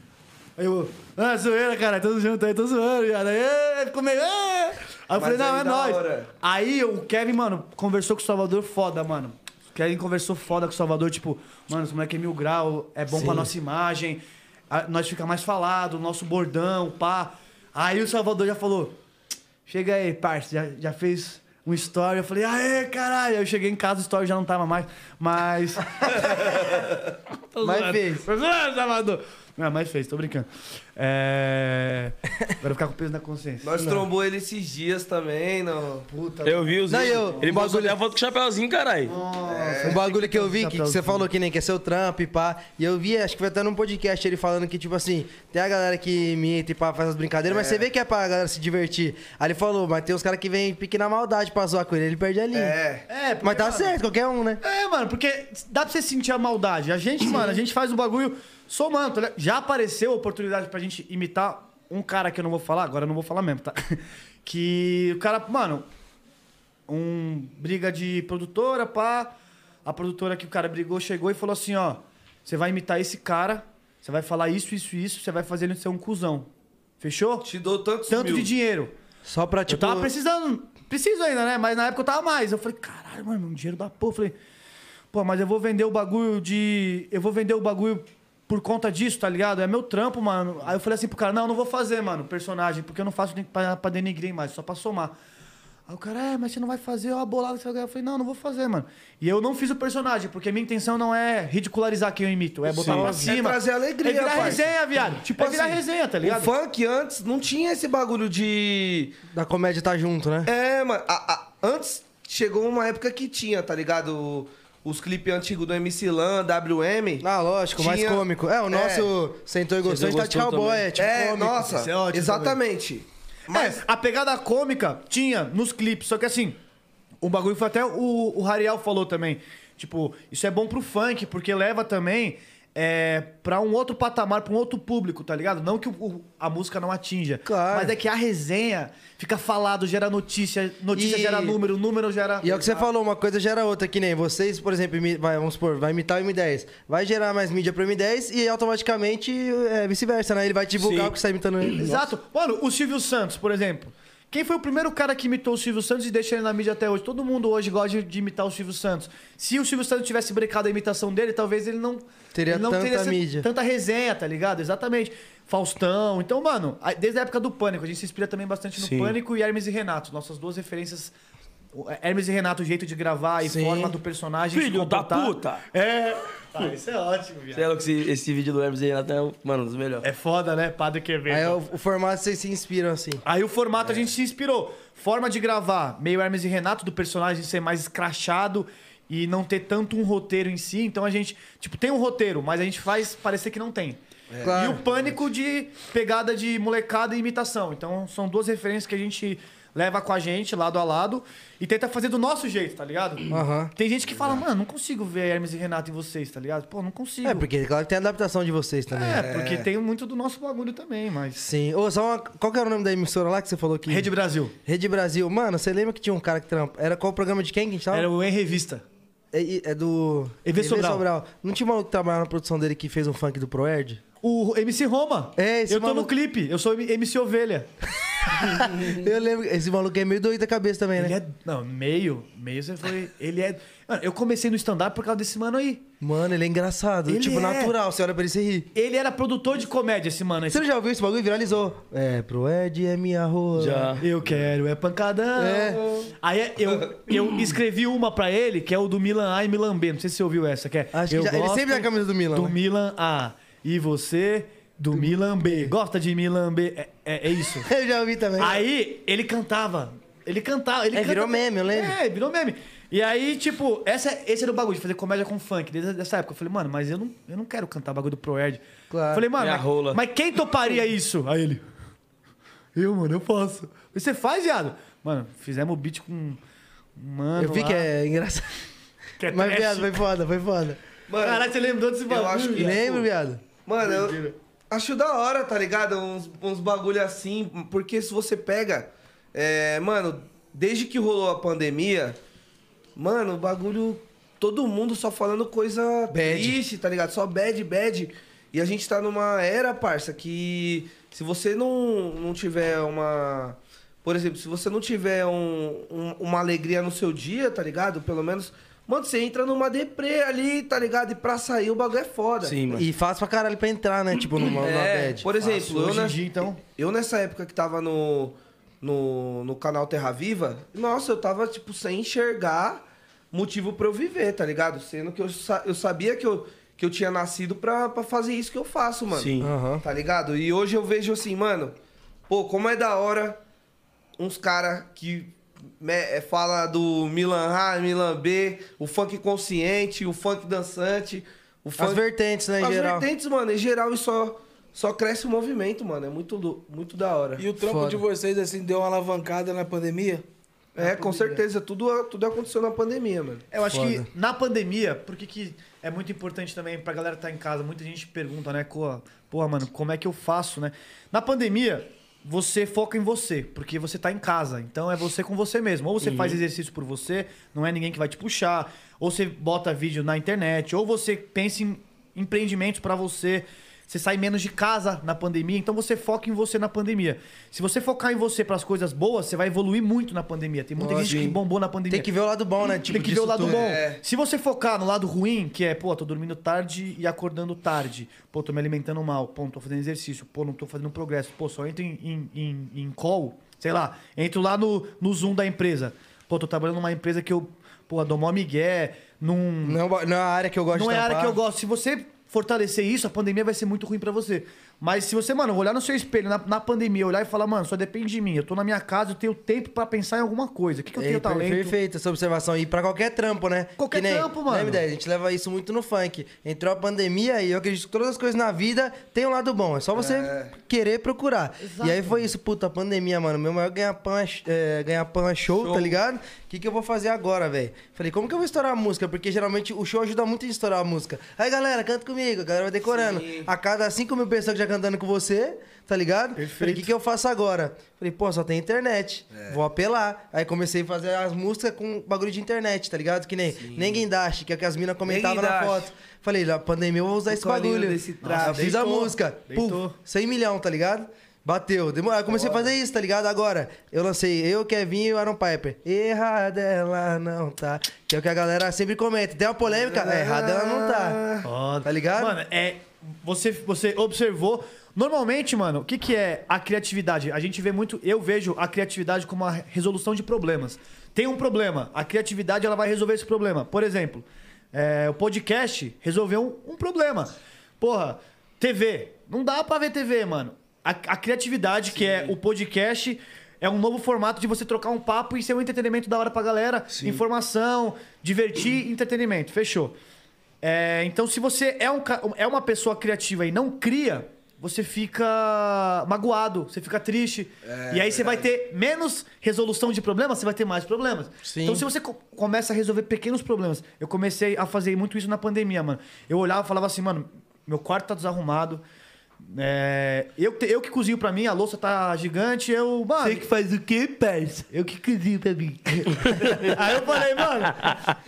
Aí eu, ah, zoeira, cara, tamo junto aí, tô zoando, viado. Aí "É", ele ficou meio. "É". Aí eu falei, não,
aí
é
da
nóis.
hora.
Aí o Kevin, mano, conversou com o Salvador foda, mano. O Kevin conversou foda com o Salvador, tipo, mano, esse moleque é mil grau, é bom pra nossa imagem, a- nós fica mais falado, nosso bordão, pá. Aí o Salvador já falou, chega aí, parça, já, já fez um story. Eu falei, aê, caralho. Aí eu cheguei em casa, o story já não tava mais, mas... mas fez. Ah, Salvador. Não, mas fez, tô brincando. É... Agora eu ficar com peso na consciência.
Nós trombou ele esses dias também, não.
Puta
Eu vi os
Não,
vídeos.
eu-
Ele
um
botou a foto com o chapéuzinho, caralho. É.
Um bagulho que eu vi, que, que você
Chapéuzinho.
falou que nem que é seu trampo e pá. E eu vi, acho que foi até num podcast ele falando que, tipo assim, tem a galera que imita e pá, faz as brincadeiras, mas você vê que é pra galera se divertir. Aí ele falou, mas tem uns caras que vêm pique na maldade pra zoar com ele, ele perde a linha.
É.
É, porque,
Mas tá
mano,
certo, qualquer um, né?
É, mano, porque dá pra você sentir a maldade. A gente, mano, a gente faz o bagulho somando. tá ligado? Já apareceu a oportunidade pra gente imitar um cara que eu não vou falar, agora eu não vou falar mesmo, tá? Que o cara, mano, um briga de produtora, pá. A produtora que o cara brigou chegou e falou assim, ó, você vai imitar esse cara, você vai falar isso, isso, isso, você vai fazer ele ser um cuzão. Fechou?
Te dou tantos
Tanto
mil.
de dinheiro.
Só pra, tipo.
Eu tava precisando, preciso ainda, né? Mas na época eu tava mais. Eu falei, caralho, mano, um dinheiro da porra. Eu falei, pô, mas eu vou vender o bagulho de. Eu vou vender o bagulho por conta disso, tá ligado? É meu trampo, mano. Aí eu falei assim pro cara, não, eu não vou fazer, mano, personagem, porque eu não faço nem pra, pra denigrir mais, só pra somar. Aí o cara, é, mas você não vai fazer, ó, a bolada que você vai ganhar. Eu falei, não, não vou fazer, mano. E eu não fiz o personagem, porque a minha intenção não é ridicularizar quem eu imito, é botar pra
Sim.
cima.
É trazer alegria,
É virar
parça.
resenha, viado. Tipo, é virar
assim,
resenha, tá
O
ligado?
funk antes não tinha esse bagulho de.
Da comédia tá junto, né?
É, mano. a- a- antes chegou uma época que tinha, tá ligado? Os clipes antigos do MC Lan, WM.
Ah, lógico, mais
Tinha-
cômico. É, o nosso sentou e gostou, a gente tá de
gostou
cowboy,
também.
é tipo
é,
cômico.
nossa.
Isso é ótimo É,
exatamente. Mas.
A pegada cômica tinha nos clipes, só que assim, o bagulho foi até o, o Hariel falou também. Tipo, isso é bom pro funk, porque leva também é, pra um outro patamar, pra um outro público, tá ligado? Não que o- o- a música não atinja.
Claro.
Mas é que a resenha fica falado, gera notícia, notícia
E-
gera número, número gera.
E é o que você falou, uma coisa gera outra, que nem vocês, por exemplo, imi- vai, vamos supor, vai imitar o M10. Vai gerar mais mídia pro M10 e automaticamente é, vice-versa, né? Ele vai divulgar
Sim.
o que você tá imitando ele.
Exato. Mano, o Silvio Santos, por exemplo. Quem foi o primeiro cara que imitou o Silvio Santos e deixa ele na mídia até hoje? Todo mundo hoje gosta de- de imitar o Silvio Santos. Se o Silvio Santos tivesse brecado a imitação dele, talvez ele não
Teria
ele não
tanta
essa-
mídia.
tanta resenha, tá ligado? Exatamente. Faustão. Então, mano, a- desde a época do Pânico, a gente se inspira também bastante no
Sim.
Pânico e Hermes e Renato, nossas duas referências. O- Hermes e Renato, o jeito de gravar e
Sim.
forma do personagem. se
Filho da
comportar.
puta!
É. Ah, isso é ótimo,
Você é
viado.
louco, esse, esse vídeo do Hermes aí, até, mano, um dos melhores.
É foda, né? Padre Quevedo.
Aí é o, o formato vocês se inspiram, assim.
Aí o formato a
É.
gente se inspirou. Forma de gravar, meio Hermes e Renato, do personagem ser mais escrachado e não ter tanto um roteiro em si. Então a gente, tipo, tem um roteiro, mas a gente faz parecer que não tem.
Claro.
E o pânico de pegada de molecada e imitação. Então são duas referências que a gente leva com a gente lado a lado e tenta fazer do nosso jeito, tá ligado?
Aham.
Tem gente que fala, mano, não consigo ver Hermes e Renato em vocês, tá ligado? Pô, não consigo.
É, porque claro que tem a adaptação de vocês também.
É, porque tem muito do nosso bagulho também, mas.
Sim. Ô, só uma... Qual que era o nome da emissora lá que você falou que.
Rede Brasil.
Rede Brasil. Mano, você lembra que tinha um cara que trampa? Era qual o programa de quem que a gente tava?
Era o Em Revista.
É, é do.
EV Sobral.
Não tinha um maluco que trabalhava na produção dele que fez um funk do Proerd?
O MC Roma.
É, esse
Eu tô
maluco-
no clipe, eu sou MC Ovelha.
Eu lembro. Esse maluco é meio doido da cabeça também, né?
Ele é. Não, meio. Meio você foi. Ele é. Mano, eu comecei no stand-up por causa desse mano aí.
Mano, ele é engraçado.
Ele
tipo,
é.
natural. Você olha pra ele e você ri.
Ele era produtor de comédia, esse mano. Esse...
Você não já ouviu esse bagulho? Viralizou. É, Proerd é minha rola.
Já.
Eu quero, é pancadão.
É.
Aí eu, eu escrevi uma pra ele, que é o do Milan A e Milan B. Não sei se você ouviu essa, que é.
Acho que
eu
já- ele
gosto
sempre é a camisa do Milan,
Do
né?
Milan A. E você, do, Milan B. Gosta de Milan B. É, é- é isso.
Eu já ouvi também.
Aí ele cantava. Ele cantava. Ele
É,
canta-
virou meme, eu lembro.
É, virou meme. E aí, tipo, essa, esse era o bagulho de fazer comédia com funk. Desde essa época eu falei, mano, mas eu não, eu não quero cantar bagulho do Proerd.
Claro. É
Falei, mano,
Minha
mas,
rola.
mas quem toparia isso? Aí ele, eu, mano, eu faço. Você faz, viado? Mano, fizemos o beat com um mano.
eu vi
lá,
que é engraçado.
que é
Mas,
trash.
viado, foi foda, foi foda.
Mano,
Caralho, você lembrou desse bagulho?
acho que- é
Lembro, viado.
Mano, eu acho da hora, tá ligado? Uns, uns bagulho assim, porque se você pega. é, mano, desde que rolou a pandemia, mano, o bagulho. Todo mundo só falando coisa
Bad.
triste, tá ligado? Só bad, bad. E a gente tá numa era, parça, que se você não, não tiver uma. Por exemplo, se você não tiver um- um- uma alegria no seu dia, tá ligado? Pelo menos. Mano, você entra numa deprê ali, tá ligado? E pra sair o bagulho é foda.
Sim, mano.
E fácil pra caralho pra entrar, né? Tipo, numa, numa
É,
bad.
Por exemplo, eu,
Hoje em
ne-
dia, então.
eu nessa época que tava no, no, no canal Terra Viva, nossa, eu tava, tipo, sem enxergar motivo pra eu viver, tá ligado? Sendo que eu, sa- eu sabia que eu, que eu tinha nascido pra, pra fazer isso que eu faço, mano.
Sim.
Aham.
Tá ligado? E hoje eu vejo assim, mano, pô, como é da hora uns cara que me- é, fala do Milan A, Milan B, o funk consciente, o funk dançante, o funk...
As vertentes, né, em
As
geral.
vertentes, mano, em geral, e só, só cresce o movimento, mano. É muito, lou- muito da hora.
E o trampo
Foda.
de vocês, assim, deu uma alavancada na pandemia?
É, com certeza. Tudo, tudo aconteceu na pandemia, mano.
Eu acho
Foda.
que na pandemia, porque que é muito importante também pra galera que tá em casa, muita gente pergunta, né, co- porra, mano, como é que eu faço, né? Na pandemia, você foca em você, porque você tá em casa, então é você com você mesmo. Ou você faz exercício por você, não é ninguém que vai te puxar, ou você bota vídeo na internet, ou você pensa em empreendimentos pra você. Você sai menos de casa na pandemia, então você foca em você na pandemia. Se você focar em você pras coisas boas, você vai evoluir muito na pandemia. Tem muita gente que bombou na pandemia.
Tem que ver o lado bom, né? Tipo,
Tem que ver
disso
o lado
tudo.
bom.
É.
Se você focar no lado ruim, que é, pô, tô dormindo tarde e acordando tarde. Pô, tô me alimentando mal. Pô, não tô fazendo exercício. Pô, não tô fazendo progresso. Pô, só entro em, em, em, em call, sei lá. Entro lá no, no Zoom da empresa. Pô, tô trabalhando numa empresa que eu, pô, dou mó migué. Num,
Não, é uma- não é a área que eu gosto
não
de
é a área que
trampar.
eu gosto. Se você fortalecer isso, a pandemia vai ser muito ruim pra você. Mas se você, mano, olhar no seu espelho na, na pandemia, olhar e falar, mano, só depende de mim. Eu tô na minha casa, eu tenho tempo pra pensar em alguma coisa. O que, que eu
É,
tenho
per-
talento?
Perfeito essa observação. E pra qualquer trampo, né?
Qualquer
Que nem-
trampo, mano.
Lembra, ideia? A gente leva isso muito no funk. Entrou a pandemia e eu acredito que todas as coisas na vida tem um lado bom. É só você querer procurar.
Exato.
E aí foi isso, puta, a pandemia, mano. Meu maior ganha-pão é, sh- é, ganha-pão é show, tá ligado? O que, que eu vou fazer agora, velho? Falei, como que eu vou estourar a música? Porque geralmente o show ajuda muito a estourar a música. Aí, galera, canta comigo. A galera vai decorando. A cada 5 mil pessoas que já cantando com você, tá ligado? Falei, o que, que eu faço agora? Falei, pô, só tem internet. Vou apelar. Aí comecei a fazer as músicas com bagulho de internet, tá ligado? Que nem ninguém dash, que é o que as minas comentavam na
Ninguém Dash.
foto. Falei, na pandemia eu vou usar esse
colinho
bagulho.
desse
Nossa,
trago.
eu fiz a
Deitou.
música.
Deitou.
Pum, 100 milhão, tá ligado? Bateu. Demorou. Eu comecei a fazer isso, tá ligado? Agora, eu lancei eu, Kevin e o Aaron Piper. Errada ela não tá. Que é o que a galera sempre comenta. Tem uma polêmica? É, errada ela não tá.
Foda.
Tá ligado?
Mano, é. Você, você observou. Normalmente, mano, o que, que é a criatividade? A gente vê muito. Eu vejo a criatividade como uma resolução de problemas. Tem um problema, a criatividade ela vai resolver esse problema. Por exemplo, é, o podcast resolveu um, um problema. Porra, TV. Não dá pra ver TV, mano. A, a criatividade, que é o podcast, é um novo formato de você trocar um papo e ser um entretenimento da hora pra galera. Informação, divertir, entretenimento. Fechou. É, então, se você é, um, ca- é uma pessoa criativa e não cria, você fica magoado, você fica triste.
É,
e aí você vai ter menos resolução de problemas, você vai ter mais problemas.
Sim.
Então se você co- começa a resolver pequenos problemas, eu comecei a fazer muito isso na pandemia, mano. Eu olhava e falava assim, mano, meu quarto tá desarrumado. é, eu, te- eu que cozinho pra mim, a louça tá gigante, eu. Mano,
faz o quê, parça?
eu que cozinho pra mim. Aí eu falei, mano,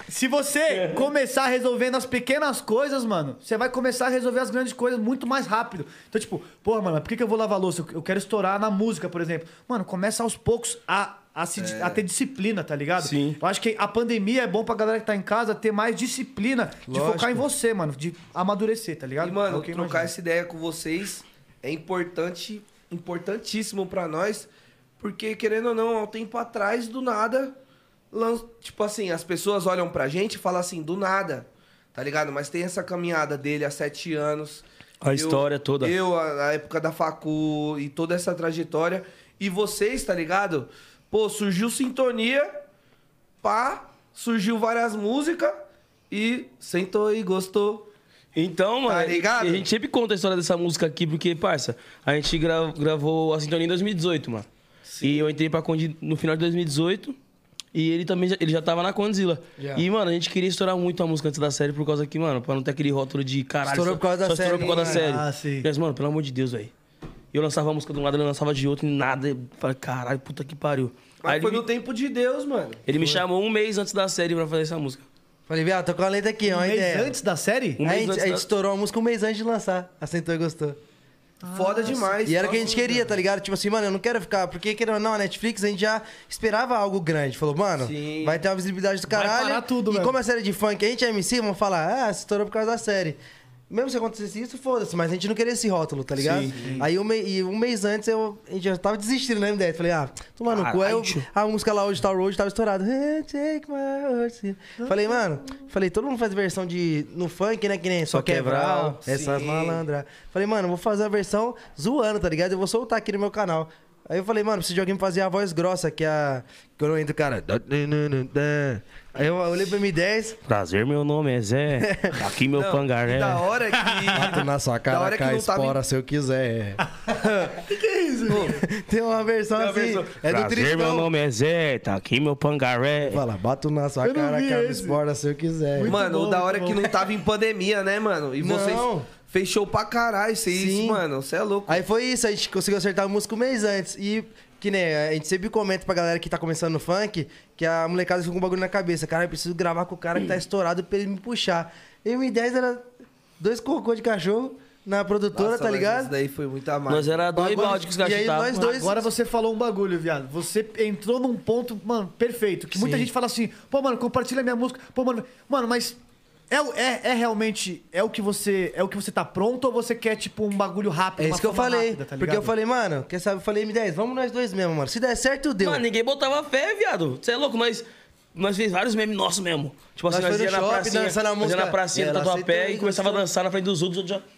se você começar resolvendo as pequenas coisas, mano, você vai começar a resolver as grandes coisas muito mais rápido. Então, tipo, porra, mano, por que, que eu vou lavar louça? Eu- Eu quero estourar na música, por exemplo. Mano, começa aos poucos a, a, se di- a ter disciplina, tá ligado?
Sim.
Eu acho que a pandemia é bom pra galera que tá em casa ter mais disciplina de focar em você, mano, de amadurecer, tá ligado?
E,
É
mano,
o que eu
trocar
imagino.
essa ideia com vocês é importante, importantíssimo pra nós, porque, querendo ou não, há um tempo atrás, do nada, lan- tipo assim, as pessoas olham pra gente e falam assim, do nada, tá ligado? Mas tem essa caminhada dele há sete anos.
A história toda.
Eu, a, a época da facu e toda essa trajetória. E vocês, tá ligado? Pô, surgiu sintonia, pá, surgiu várias músicas e sentou e gostou.
Então,
Tá
mano,
ligado?
a gente sempre conta a história dessa música aqui, porque, parça, a gente gra- gravou a sintonia em 2018, mano. E eu entrei pra Conde no final de 2018 e ele também já, ele já tava na Condzilla. E, mano, a gente queria estourar muito a música antes da série por causa que, mano, pra não ter aquele rótulo de caralho.
Estourou
só-
por causa da
só estourou
série, né?
por causa
hein,
da
mano?
série.
Ah, sim.
Mas, mano, pelo amor de Deus, velho. Eu lançava a música de um lado, ele lançava de outro, e nada. Eu falei, caralho, puta que pariu.
Mas
Aí
foi
ele,
no
me,
tempo de Deus, mano.
ele me chamou um mês antes da série pra fazer essa música.
Falei, viado, tô com a letra aqui, ó,
Um
uma
mês
ideia.
antes da série?
Um
Aí a
mês
gente,
antes
a gente
da-
estourou a música um mês antes de lançar. Assentou e gostou.
Ah,
Foda demais.
E era o que a gente queria, tá ligado? Tipo assim, mano, eu não quero ficar. Porque querendo ou não, a Netflix a gente já esperava algo grande. Falou, mano,
Sim.
vai ter uma visibilidade do caralho.
parar tudo,
e
velho.
como a série de funk, a gente é MC, vamos falar, ah, se estourou por causa da série. Mesmo se acontecesse isso, foda-se, mas a gente não queria esse rótulo, tá ligado? Aí um, me- e um mês antes eu, a gente já tava desistindo, né, MDF? Falei, ah, toma no cu. Aí eu-
Caralho.
a música lá, hoje Star Road, tava estourada. Eh, Take my horse. Falei, mano, falei, todo mundo faz versão de. no funk, né? Que nem só, quebrar, essas
Sim.
malandras. André. Falei, mano, vou fazer a versão zoando, tá ligado? Eu vou soltar aqui no meu canal. Aí eu falei, mano, preciso de alguém fazer a voz grossa, que é a. Que eu não entro, cara. Aí eu olhei pro M10,
Prazer, meu nome é Zé. Aqui meu
É.
pangaré.
Da hora que.
bato na sua
Da
cara,
hora que
cai
tá
não tava em-
espora se eu
É
quiser. É Tem uma versão assim. É do Tristão.
é Zé, tá aqui meu pangaré.
Fala, bato na sua cara, cai espora é se eu quiser.
mano,
bom,
da
muito
hora
bom.
que não tava em pandemia, né, mano? E
Não.
vocês fechou pra caralho, vocês,
Sim.
mano. Você é louco.
Aí foi isso, a gente conseguiu acertar a música um mês antes. E, que nem, a gente sempre comenta pra galera que tá começando no funk, que a molecada fica com um bagulho na cabeça. Cara, eu preciso gravar com o cara que tá estourado pra ele me puxar. E o M10 era dois cocô de cachorro na produtora,
Nossa,
tá
mas
ligado?
Isso daí foi muita mais.
Nós era dois
Agora-
balde que os
e
caras
aí
chutavam.
nós dois-
Agora você falou um bagulho, viado. Você entrou num ponto, mano, perfeito. Que muita gente fala assim, pô, mano, compartilha minha música. Pô, mano, mano, mas é, o- é, é realmente é o que você é o que você tá pronto ou você quer tipo um bagulho rápido?
É
uma
isso que eu
fama
falei.
rápida, tá
porque eu
ligado?
falei, mano, quer saber? Eu falei, M10, vamos nós dois mesmo, mano. Se der certo, deu.
Mano, ninguém botava fé, viado. Você é louco, nós... Nós fez vários memes nossos mesmo. Tipo
Nós
assim, nós,
foi no
ia na
shopping,
pracinha,
dançando a
nós ia
música. assim
na pracinha,
Ela
do tatuapé
aceitou
e começava a
e gostou.
dançar na frente dos outros. os outros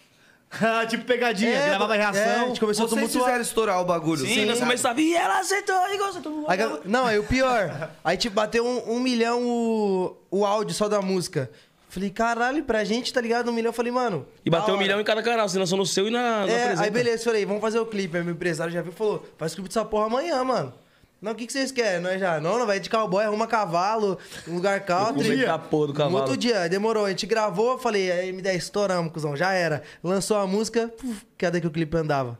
tipo, já...
Ah,
tipo pegadinha, gravava a reação.
é, a gente começou a
Vocês
tumultuar.
fizeram estourar o bagulho.
Sim,
vocês
nós
sabem.
começava... E ela aceitou e gostou.
Aí, gal- não, aí o pior. Aí, tipo, bateu um, um milhão o, o áudio só da música. Falei, caralho, pra gente, tá ligado? Um milhão. Eu falei, mano.
E
da
bateu um
hora.
milhão em cada canal. Você lançou no seu e na, na
É, aí
apresenta.
beleza, falei, vamos fazer o clipe. Aí meu empresário já viu e falou, faz o clipe dessa porra amanhã, mano. Não, o que, que vocês querem? Nós já, não, não, vai de cowboy, arruma cavalo, um lugar
Eu comi
country.
a porra do
No
cavalo.
um outro dia, aí demorou, a gente gravou, eu falei, aí me 10 estouramos, cuzão, já era. Lançou a música, puf, cadê que o clipe andava?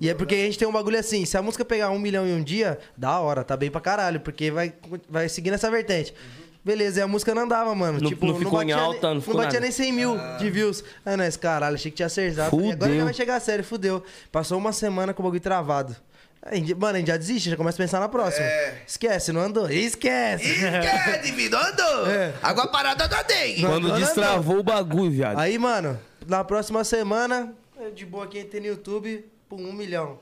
E é porque a gente tem um bagulho assim, se a música pegar um milhão em um dia, da hora, tá bem pra caralho, porque vai, vai seguindo essa vertente. Beleza, e a música não andava, mano.
Uhum. Não-
tipo,
não ficou em
batia nem-
alta, não ficou
Não batia
nada.
nem 100 mil de views. Ah, não, esse caralho, achei que tinha acertado. Falei, Agora já
Fudeu.
vai chegar a sério, fudeu. Passou uma semana com o bagulho travado. A gente- Mano, a gente já desiste, já começa a pensar na próxima.
É.
Esquece, não andou. Esquece!
Esquece, filho, É, andou.
É.
Água parada da dengue.
Quando
Não, não,
destravou o bagulho, viado.
Aí, mano, na próxima semana, eu de boa aqui entrei no YouTube, pum, um milhão.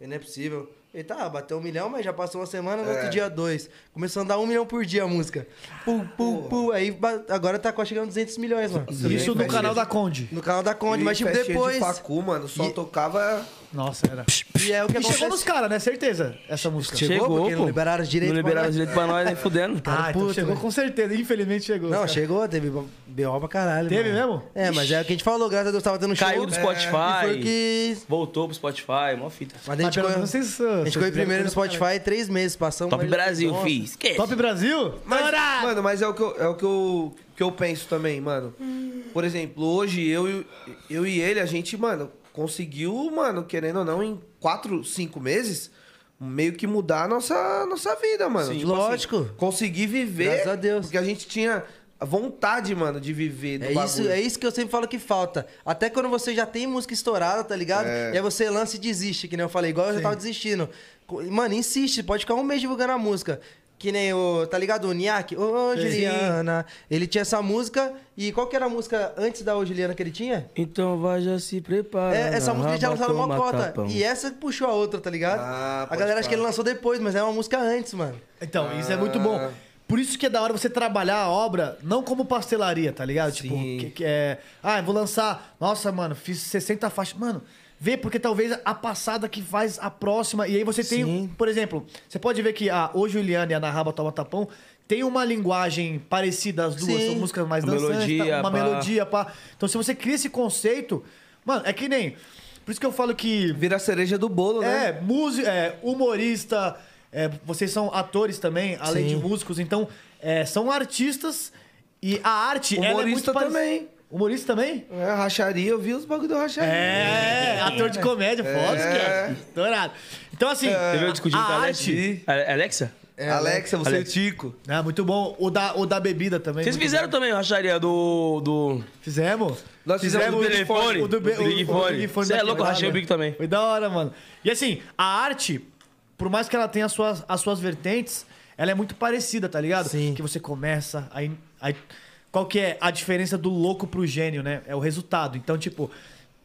Eu, Não é possível. Ele tá, bateu um milhão, mas já passou uma semana, no outro dia dois. Começou a andar um milhão por dia a música. Pum, pum, pum. Aí ba- agora tá quase chegando a 200 milhões, mano.
Isso no canal da Conde.
No canal da Conde,
E
mas tipo
festinha
depois.
De facu, mano, só
E-
tocava.
Nossa, era.
E é o que
E chegou
acontece.
nos caras, né? Certeza, essa música.
Chegou, porque não liberaram os direitos
Não
pra
liberaram
nós.
os direitos pra nós, nem fudendo.
Ah, então
puto,
chegou
né?
com certeza. Infelizmente chegou.
Não,
Cara.
chegou, teve BO pra caralho.
Teve
mano.
mesmo?
É, mas é o que a gente falou, graças a Deus tava tendo show.
Caiu do
é,
Spotify.
E foi o que.
Voltou pro Spotify, mó fita.
Mas a
Mas
gente
Ah, pelo
ficou,
menos vocês,
a gente ficou em
vocês
primeiro no
fizeram coisa
Spotify três meses, passamos.
Top
mas- é
Brasil,
Nossa.
fi. Esquece.
Top Brasil?
Mas,
Bora!
mano, mas é o, que eu, é o que, eu, que eu penso também, mano. Por exemplo, hoje eu, e- eu e ele, a gente, mano, conseguiu, mano, querendo ou não, em quatro, cinco meses, meio que mudar a nossa, nossa vida, mano.
Sim,
Tipo assim,
lógico.
conseguir viver.
Graças a Deus.
Porque a gente tinha a vontade, mano, de viver do
É
bagulho.
isso, é isso que eu sempre falo que falta. Até quando você já tem música estourada, tá ligado? E aí você lança e desiste, que nem eu falei, igual eu já tava desistindo. Co- Mano, insiste, pode ficar um mês divulgando a música. Que nem o, tá ligado? O Niak, ô Juliana. Ele tinha essa música e qual que era a música antes da Ô Juliana que ele tinha?
Então vai já se preparar.
É, essa música ele já lançou uma cota. E
é...
essa puxou a outra, tá ligado?
Ah,
a
pode
galera acha
pá.
que ele lançou depois, mas é uma música antes, mano.
Então, isso é muito bom. Por isso que é da hora você trabalhar a obra não como pastelaria, tá ligado? Tipo, que, que é. Ah, eu vou lançar. Nossa, mano, fiz 60 faixas. Mano, vê, porque talvez a passada que faz a próxima. E aí você tem, por exemplo, você pode ver que a O Juliana e a Narraba Toma Tapão tem uma linguagem parecida as duas.
Sim.
São músicas mais
Uma
dançantes, tá?
melodia,
uma
pá.
melodia, pá. Então, se você cria esse conceito. Mano, é que nem. Por isso que eu falo que.
Vira a cereja do bolo, né?
É, músico, é, humorista, é, vocês são atores também, além de músicos, então é, são artistas e a arte ela é muito
Humorista
parec-
também.
Humorista também?
É, racharia, eu vi os bagulho do racharia. É.
É, ator de comédia, foda, esquece. Estourado. Então, assim,
Você viu eu
a,
discutindo com a
a arte...
Alexa? A- Alexa?
Alexa, você É.
Alexa.
é tico.
Ah, muito bom. O da, o da bebida também.
Vocês
muito
fizeram também o racharia do... do...
bom. Fizemos?
Nós fizemos
do telefone.
O do, be-
Do
o-
Big
o
Fone.
Big Fone
Cê é
da
louco, eu
quebrada.
rachei o bico também.
né? Foi da hora, mano. E assim, a arte, por mais que ela tenha as suas, as suas vertentes, ela é muito parecida, tá ligado?
Sim.
Que você começa, aí, aí. Qual que é a diferença do louco pro gênio, né? É o resultado. Então, tipo,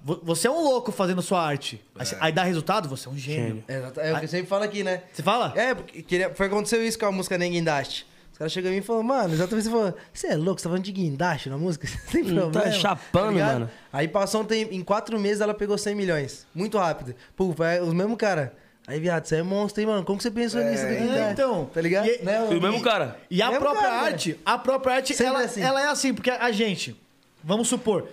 vo- você é um louco fazendo sua arte.
É.
Aí, cê- aí dá resultado, você é um gênio.
É, exato- é o
Ah.
que eu sempre falo aqui, né?
Você fala?
É, porque queria- foi aconteceu isso com a música Nem Guindaste. Os caras chegam em mim e falam, mano, exatamente você falou, você é louco, você tá falando de guindaste na música? Você tem
Hum,
problema.
tá chapando,
ligado?
mano.
Aí passou um tempo, em quatro meses ela pegou 100 milhões. Muito rápido. Pô, é o mesmo cara. Aí, viado, você é monstro, hein, mano? Como que você pensou nisso? do guindaste?
É. então.
Tá ligado?
E-
Né,
Foi o
mano?
mesmo cara.
E a
Mesmo
própria
cara, né?
arte, a própria arte,
Sempre
ela,
é assim.
ela é assim, porque a gente, vamos supor,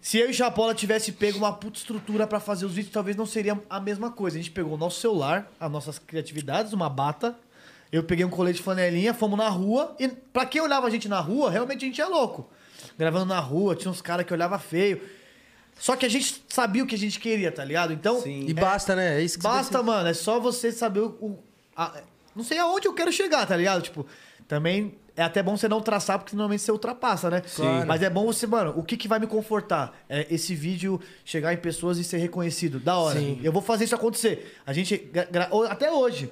se eu e Chapola tivesse pego uma puta estrutura pra fazer os vídeos, talvez não seria a mesma coisa. A gente pegou o nosso celular, as nossas criatividades, uma bata, eu peguei um colete de flanelinha, fomos na rua, e pra quem olhava a gente na rua, realmente a gente é louco. Gravando na rua, tinha uns caras que olhava feio. Só que a gente sabia o que a gente queria, tá ligado? Então,
E basta, né? É isso que você
Basta, mano, é só você saber o. o- a- não sei aonde eu quero chegar, tá ligado? Tipo, também é até bom você não traçar, porque normalmente você ultrapassa, né? Sim. Mas é bom você, mano, o que, que vai me confortar? É esse vídeo chegar em pessoas e ser reconhecido. Da hora. Eu vou fazer isso acontecer. A gente. gra- gra- ou- até hoje.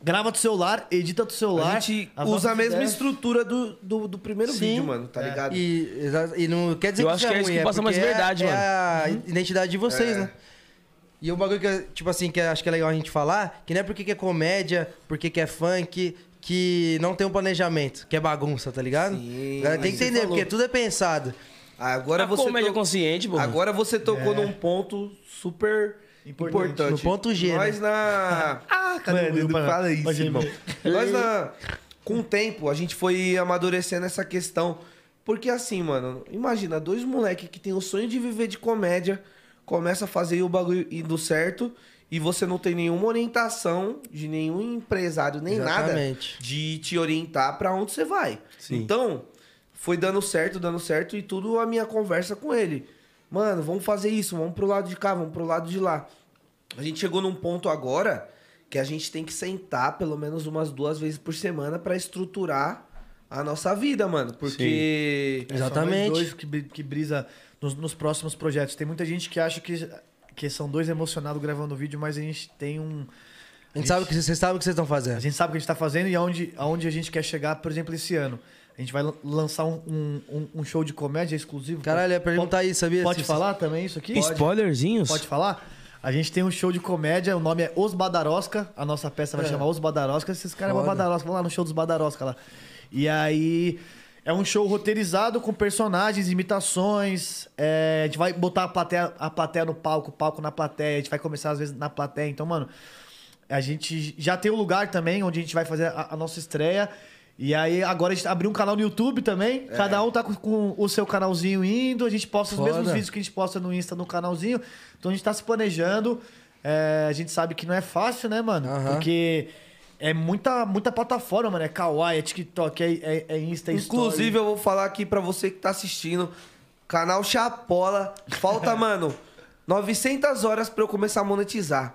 Grava do celular, edita do celular.
A gente
as
usa a
nossas
mesma
ideias.
estrutura do, do, do primeiro
Sim. É.
vídeo, mano, tá ligado?
E, exa- e não quer dizer
Eu
que
acho
isso
que é
é
isso
ruim,
que passa mais
porque é-
verdade,
é
mano.
a
Uhum.
identidade de vocês,
É.
né? E o bagulho que, eu- tipo assim, que eu acho que é legal a gente falar, que não é porque que é comédia, porque que é funk, que não tem um planejamento, que é bagunça, tá ligado?
Sim,
A galera tem que
você
entender,
falou.
porque tudo é pensado.
Agora
a
você
comédia
to-
consciente, pô.
Agora você tocou num ponto super
Importante.
importante.
É. No ponto G, né?
Nós na. Ah,
Mano,
Edu?
pra-
Fala
pra
isso,
gente-
irmão. Nós na. Com o tempo, a gente foi amadurecendo essa questão. Porque assim, mano, imagina, dois moleque que tem o sonho de viver de comédia, começa a fazer o bagulho indo certo, e você não tem nenhuma orientação de nenhum empresário, nem
Exatamente.
nada, de te orientar pra onde você vai. Então, foi dando certo, dando certo, e tudo a minha conversa com ele. Mano, vamos fazer isso, vamos pro lado de cá, vamos pro lado de lá. A gente chegou num ponto agora que a gente tem que sentar pelo menos umas duas vezes por semana pra estruturar a nossa vida, mano. Porque.
É só nós
Exatamente.
dois que, bri- que brisa nos, nos próximos projetos. Tem muita gente que acha que, que são dois emocionados gravando vídeo, mas a gente tem um.
A gente sabe o que vocês sabem o que vocês estão
A
fazendo.
gente sabe o que a gente está fazendo e aonde, aonde a gente quer chegar, por exemplo, esse ano. A gente vai lan- lançar um, um- um- um show de comédia exclusivo.
Caralho, eu ia
Pode-
perguntar isso, sabia?
Pode
Se-
falar também isso aqui?
Spoilerzinhos?
Pode falar? A gente tem um show de comédia, o nome é Os Badarosca. A nossa peça
É.
vai chamar Os Badarosca. Esses caras vão Badarosca, vão lá no show dos Badarosca lá. E aí. É um show roteirizado com personagens, imitações. é, a gente vai botar a plateia, a plateia no palco, o palco na plateia. A gente vai começar às vezes na plateia. Então, mano, a gente já tem um lugar também onde a gente vai fazer a, a nossa estreia. E aí agora a gente abriu um canal no YouTube também. Cada um tá com, com o seu canalzinho indo. A gente posta os mesmos vídeos que a gente posta no Insta, no canalzinho. Então a gente tá se planejando. É, a gente sabe que não é fácil, né, mano? Porque é muita, muita plataforma, mano. É Kawaii, é TikTok, é, é, é Insta, é
Inclusive, eu vou falar aqui pra você que tá assistindo. Canal Chapola. Falta, mano, 900 horas pra eu começar a monetizar.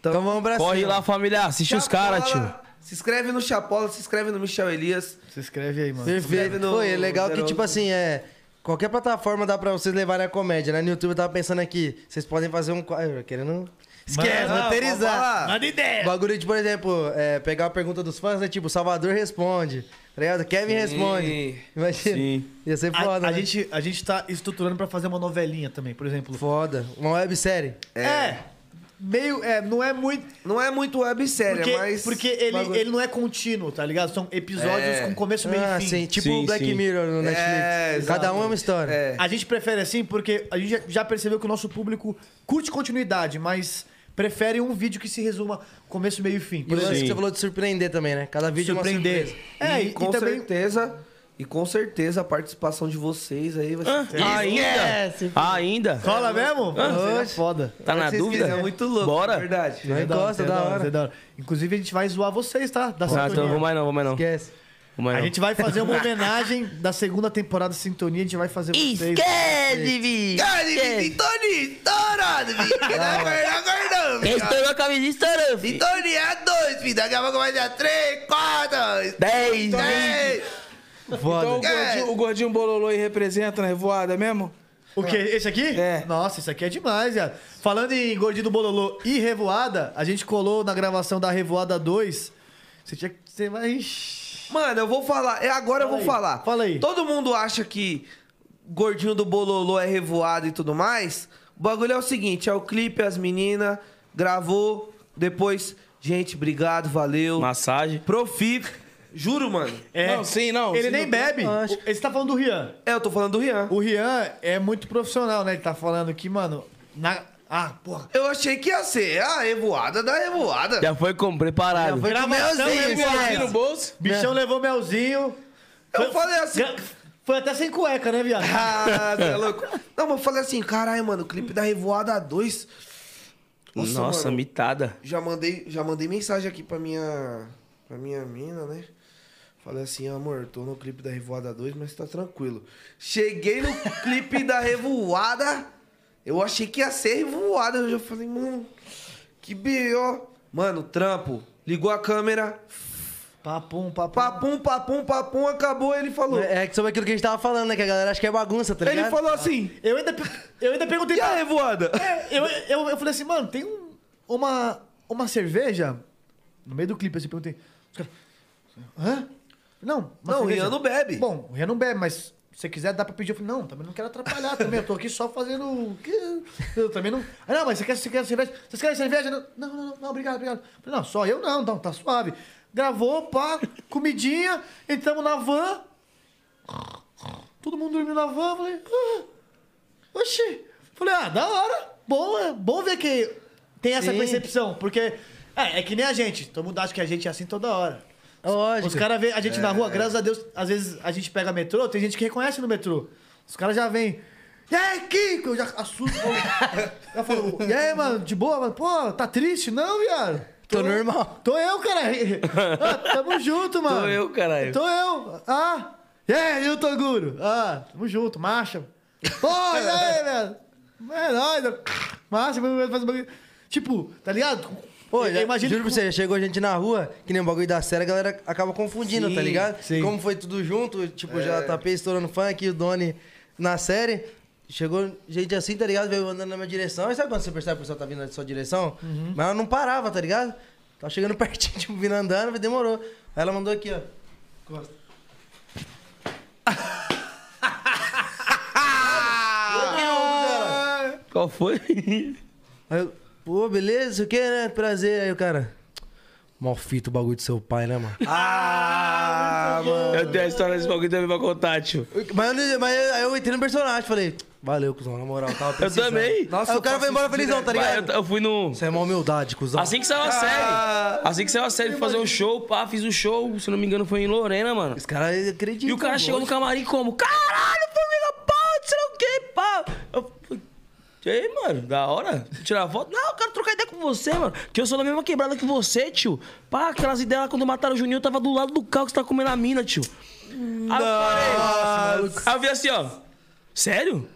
Então,
Então vamos pra
Corre
cima.
lá, família. Assiste os
Chapola,
caras, tio.
Se inscreve no Chapola, se inscreve no Michel Elias.
Se inscreve aí, mano.
Perfeito.
Escreve no-
Foi, é legal
no
que,
Zero um.
tipo
Oito.
assim, é. Qualquer plataforma dá pra vocês levarem a comédia, né? No YouTube eu tava pensando aqui, vocês podem fazer um. co- Eu Querendo. Esquece,
Mano,
roteirizar.
vamos lá.
Manda ideia!
Bagulho de, por exemplo, é, pegar a pergunta dos fãs, né? Tipo, Salvador responde. Tá ligado? Kevin responde. Imagina.
Sim.
Ia ser
A,
foda.
a
né?
gente, a gente tá estruturando pra fazer uma novelinha também, por exemplo.
Foda. Uma websérie.
É. Meio. É, não é muito.
Não é muito websérie,
Porque,
mas.
porque ele,
bagulho- É.
ele não é contínuo, tá ligado? São episódios com começo, meio
Ah,
e fim.
sim. Tipo
Sim,
o Black
sim.
Mirror no Netflix. Cada um é uma história.
É.
A gente prefere assim porque a gente já- já percebeu que o nosso público curte continuidade, mas prefere um vídeo que se resuma começo, meio e fim.
E o
Por
lance
exemplo,
que você falou de surpreender também, né? Cada vídeo é uma
surpreender.
surpresa.
É,
e,
e,
com
e também
certeza. E com certeza a participação de vocês aí vai ser.
Ah, Ainda? Ainda?
Rola mesmo?
é
Ah,
Mano, seria
oxe.
foda.
Tá na
Vocês
dúvida?
quiserem, É muito louco,
Bora.
é verdade.
Nós
Seria da hora,
gosta,
seria
da hora.
seria Inclusive, a gente vai zoar vocês, tá? Da
Ah, então
sintonia.
vamos mais não, vamos mais não.
Esquece.
Vamos mais
A
não.
gente vai fazer uma homenagem da segunda temporada de Sintonia, a gente vai fazer vocês.
Cara,
é?
Cara, é, Tony, estourado, filho. Que tá
Ah.
acordando, acordando,
Quem
filho.
estourou a camisa estourou,
E
filho.
Então,
Tony é dois, filho. Daqui a pouco vai dar três, quatro,
Dez,
dez.
Então o
Foda.
É.
gordinho, o gordinho bololô aí representa na revoada mesmo?
O que? Esse aqui?
É.
Nossa, isso aqui é demais, viado. Falando em Gordinho do Bololô e Revoada, a gente colou na gravação da Revoada 2. Você tinha que. Você vai. Ixi.
Mano, eu vou falar. É, agora eu vou
aí,
falar.
fala aí.
Todo mundo acha que gordinho do Bololô é revoado e tudo mais. O bagulho é o seguinte: é o clipe, as meninas, gravou, depois. Gente, obrigado, valeu.
Massagem.
Profi. Juro, mano.
É.
Não, sim, não,
Ele
sim,
nem
não-
bebe.
eu acho.
O- Esse tá falando do Rian.
Ah, É, eu tô falando do Rian.
O Rian é muito profissional, né? Ele tá falando que, mano. Na... Ah, porra.
Eu achei que ia ser a revoada da revoada.
Já foi como? Preparado.
Foi com
Gravação,
melzinho,
né,
esquece.
Aqui no bolso?
Bichão Né? levou melzinho.
Eu falei assim.
Gra- Foi até sem cueca, né, viado?
Ah, você é louco. Não, mas eu falei assim, caralho, mano, o clipe da Revoada 2.
Nossa,
mano,
mitada.
já mandei, já mandei mensagem aqui pra minha, pra minha mina, né? Falei assim, amor, tô no clipe da Revoada 2, mas tá tranquilo. Cheguei no clipe da Revoada, eu achei que ia ser Revoada. Eu já falei, mano, que B.O. Mano, trampo. Ligou a câmera,
Papum, papum.
papum, papum, papum, acabou. Ele falou.
É que sobre aquilo que a gente tava falando, né? Que a galera acha que é bagunça, tá ligado?
ele falou assim,
Eu ainda, pe- eu ainda perguntei
e a
pra
Revoada?
É, eu, eu, eu falei assim, mano, tem um, uma, uma cerveja? No meio do clipe, assim, perguntei. Os caras, Hã? Não, uma
Não, o
cerveja.
Rian não bebe.
Bom, o Rian não bebe, mas se você quiser, dá pra pedir. Eu falei, não, também não quero atrapalhar também. Eu tô aqui só fazendo. Eu também não. Ah, não, mas você quer, você quer cerveja? Vocês querem cerveja? Não, não, não, não, obrigado, obrigado. Eu Falei, não, só eu não, então, tá suave. Gravou, pá, comidinha, entramos na van. Todo mundo dormiu na van, eu falei. Ah, Oxi! Falei, ah, da hora. Bom, é bom ver que tem essa
Sim.
percepção, porque é, é que nem a gente. Todo mundo acha que a gente é assim toda hora.
Lógico. É.
Os caras veem a gente na rua, graças a Deus, às vezes a gente pega metrô, tem gente que reconhece no metrô. Os caras já vêm. E aí, Kiko? Eu já assusto. já falo, e aí, mano, de boa? Mano? Pô, tá triste? Não, viado.
Tô normal.
Tô eu, cara. Ah, tamo junto, mano.
Tô eu, caralho.
Tô Então eu. Ah. E aí, o Toguro? Ah, tamo junto, marcha. Pô, e aí, velho? É nóis. Marcha, vamos fazer um bagulho. Tipo, tá ligado?
Pô,
Eu
já-
imagino
juro
que-
pra você, já chegou gente na rua, que nem o bagulho da série, a galera acaba confundindo, tá ligado?
sim.
Como foi tudo junto, tipo,
É.
já tapei estourando funk, o Doni na série. Chegou gente assim, tá ligado? Veio andando na minha direção. E sabe quando você percebe que o pessoal tá vindo na sua direção?
Uhum.
Mas ela não parava, tá ligado? Tava chegando pertinho, tipo, vindo andando, demorou. Aí ela mandou aqui, ó. Costa. Olha que louco
Ah!
dela.
Qual foi?
Aí eu, Pô, beleza, o que, né? Prazer. Aí o cara. Malfita o bagulho do seu pai, né, mano?
Ah, Eu tenho a história desse bagulho também pra contar, tio.
Mas, eu, mas eu, aí eu entrei no personagem, falei, valeu, cuzão, na moral, tava
Eu
precisando.
também.
aí o cara foi embora felizão, tá
Vai, eu,
ligado?
eu fui no.
Isso é uma humildade, cuzão. Ah.
Assim que saiu a série. Assim que saiu a série, fui fazer um show, pá, fiz o show, se não me engano, foi em Lorena, mano.
Os caras acreditam.
E o cara chegou no camarim como? Caralho, família, pá, não sei lá o que, pá. Eu falei, e aí, mano, da hora? Tirar foto? Não, eu quero trocar ideia com você, mano. Que eu sou da mesma quebrada que você, tio. Pá, aquelas ideias lá quando mataram o Juninho, eu tava do lado do carro que você tava comendo a mina, tio. Aí eu parei. Aí eu vi assim, ó. Sério?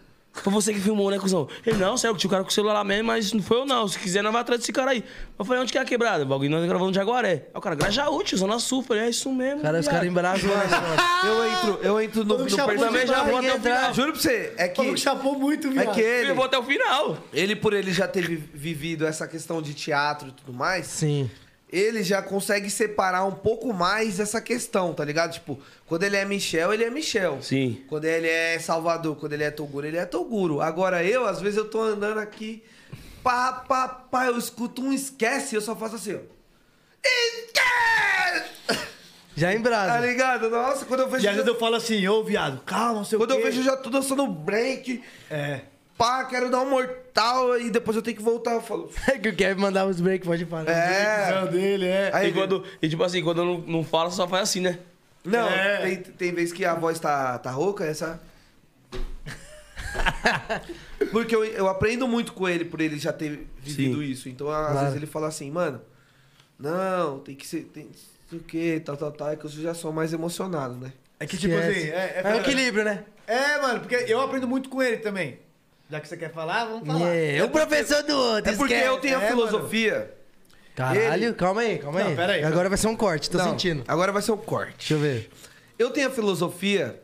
Foi você que filmou, né, cuzão? Ele, não, sério, que tinha o cara com o celular lá mesmo, mas não foi eu não. Se quiser, nós vai atrás desse cara aí. Eu falei, onde que é a quebrada? O bagulho nós gravamos de Jaguaré. Aí o cara, Grajaú, tio, Zona Sul. Eu Falei, é isso mesmo.
Cara, os
viado.
caras embrasam, mano.
Eu entro, eu entro no, no
chapou
personagem.
Também já vou até o final.
Juro pra você, é que.
O maluco chapou muito,
É
viado.
que
Eu
ele,
vou até o final.
ele, por ele já ter vi- vivido essa questão de teatro e tudo mais,
Sim.
ele já consegue separar um pouco mais essa questão, tá ligado? Tipo, quando ele é Michel, ele é Michel.
Sim.
Quando ele é Salvador, quando ele é Toguro, ele é Toguro. Agora eu, às vezes eu tô andando aqui, pá, pá, pá, eu escuto um esquece, eu só faço assim, ó. Esquece!
Já
Tá
embrasa.
ligado? Nossa, quando eu vejo.
E às vezes eu falo assim, ô, viado, calma, não sei
Quando
o
eu
quê.
vejo já tô dançando break,
É.
pá, quero dar um mortal e depois eu tenho que voltar. Eu falo,
É que o Kevin mandava os break, pode parar.
é.
É. dele, é.
Aí,
e, quando, e tipo assim, quando eu não, não falo, só faz assim, né?
Não,
É.
tem, tem vez que a voz tá, tá rouca, essa. Porque eu, eu aprendo muito com ele por ele já ter vivido
Sim.
isso. Então, às
Claro.
vezes ele fala assim, mano, não, tem que ser. Tem, o que, tal, tal, tal, é que eu já sou mais emocionado, né?
É que tipo assim, é,
é,
é,
um equilíbrio, né?
É, mano, porque eu aprendo muito com ele também. Já que você quer falar, vamos falar.
É, um professor do outro.
É porque eu tenho a
É, mano.
filosofia.
Caralho,
Ele-
calma aí, calma
Não,
aí.
pera aí.
Agora vai ser um corte, tô
Não,
sentindo.
Agora vai ser um corte.
Deixa eu ver.
Eu tenho a filosofia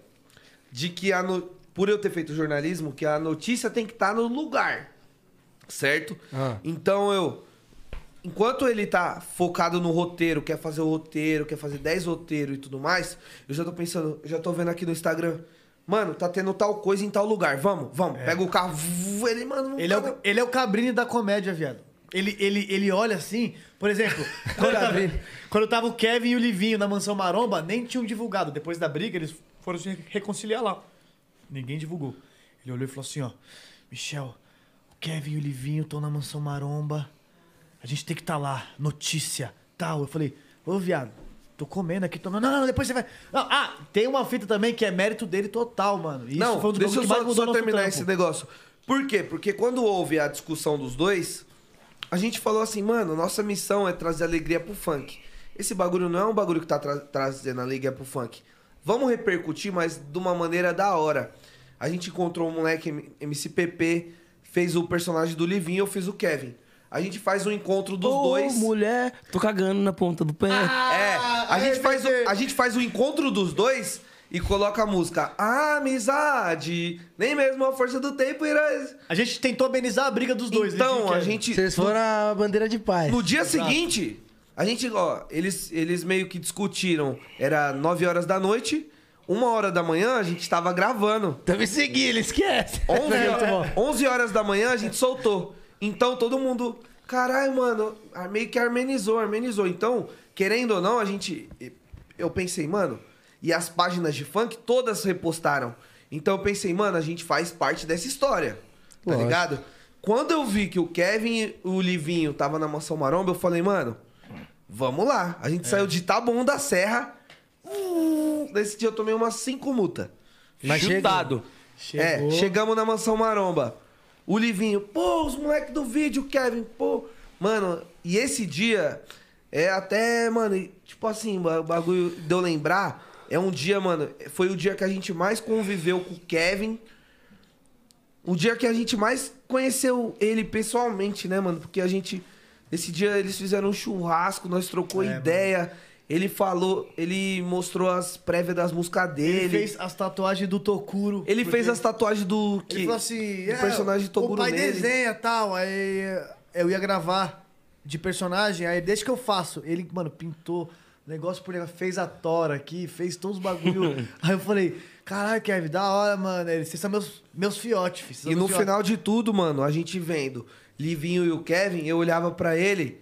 de que a no- por eu ter feito jornalismo, que a notícia tem que estar no lugar. Certo?
Ah.
Então eu. Enquanto ele tá focado no roteiro, quer fazer o roteiro, quer fazer 10 roteiros e tudo mais, eu já tô pensando, eu já tô vendo aqui no Instagram. Mano, tá tendo tal coisa em tal lugar. Vamos, vamos.
É.
Pega o carro. vu, Ele, mano, não
Ele é,
tá-
o, ele é o Cabrini da comédia, viado. Ele, ele, ele olha assim, por exemplo, quando, tava,
Cabrini.
quando tava o Kevin e o Livinho na mansão Maromba, nem tinham divulgado. Depois da briga, eles foram se reconciliar lá. Ninguém divulgou. Ele olhou e falou assim, ó, Michel, o Kevin e o Livinho estão na mansão Maromba. A gente tem que estar lá. Notícia, tal. Eu falei, ô viado, tô comendo aqui, tô. Não, não, não, depois você vai. Não, ah, tem uma fita também que é mérito dele total, mano. Isso
não,
foi um dos bagulho
deixa
que
eu só,
mais mudou
só
nosso
terminar
trampo.
esse negócio. Por quê? Porque quando houve a discussão dos dois, a gente falou assim, mano, nossa missão é trazer alegria pro funk. Esse bagulho não é um bagulho que tá tra- trazendo alegria pro funk. Vamos repercutir, mas de uma maneira da hora. A gente encontrou um moleque M- MCPP, fez o personagem do Livinho, eu fiz o Kevin. A gente faz um encontro dos
Ô,
dois.
mulher, tô cagando na ponta do pé.
É,
Ah,
a, gente faz o, a gente faz o encontro dos dois e coloca a música Amizade, nem mesmo a força do tempo irá...
A gente tentou amenizar a briga dos dois.
Então,
Livinho e
a
é?
Kevin.
gente...
Vocês foram a bandeira de paz.
No dia seguinte, a gente, ó, eles, eles meio que discutiram. Era 9 horas da noite, uma hora da manhã a gente tava gravando.
Então me seguir, ele esquece. É
11,
Muito bom.
horas- 11 horas da manhã a gente soltou. Então todo mundo, caralho, mano, ah, meio que armenizou, armenizou. Então, querendo ou não, a gente. Eu pensei, mano, e as páginas de funk todas repostaram. Então eu pensei, mano, a gente faz parte dessa história. Tá
Lógico.
ligado? Quando eu vi que o Kevin e o Livinho tava na Mansão Maromba, eu falei, mano, vamos lá. A gente saiu de Taboão da Serra. Uh, Nesse dia eu tomei umas cinco multas.
Mas
Chutado.
É, chegamos na mansão Maromba. O Livinho, pô, os moleques do vídeo, Kevin, pô. Mano, e esse dia é até, mano, e, tipo assim, o bagulho de eu lembrar. É um dia, mano, foi o dia que a gente mais conviveu com o Kevin. O dia que a gente mais conheceu ele pessoalmente, né, mano? Porque a gente. Esse dia eles fizeram um churrasco, nós trocou ideia. Ele falou, ele mostrou as prévias das músicas dele.
Ele fez as tatuagens do Tokuro.
Ele
porque
fez as tatuagens do que
Ele falou assim:
do
é,
personagem do Toguro
O pai
nele.
desenha tal. Aí eu ia gravar de personagem. Aí deixa que eu faço. Ele, mano, pintou negócio por negócio. Fez a Tora aqui, fez todos os bagulho. aí eu falei: Caralho, Kevin, da hora, mano. Eles vocês são meus, meus fiotes, filho. Vocês são
E no
meus fiotes."
final de tudo, mano, a gente vendo Livinho e o Kevin, eu olhava pra ele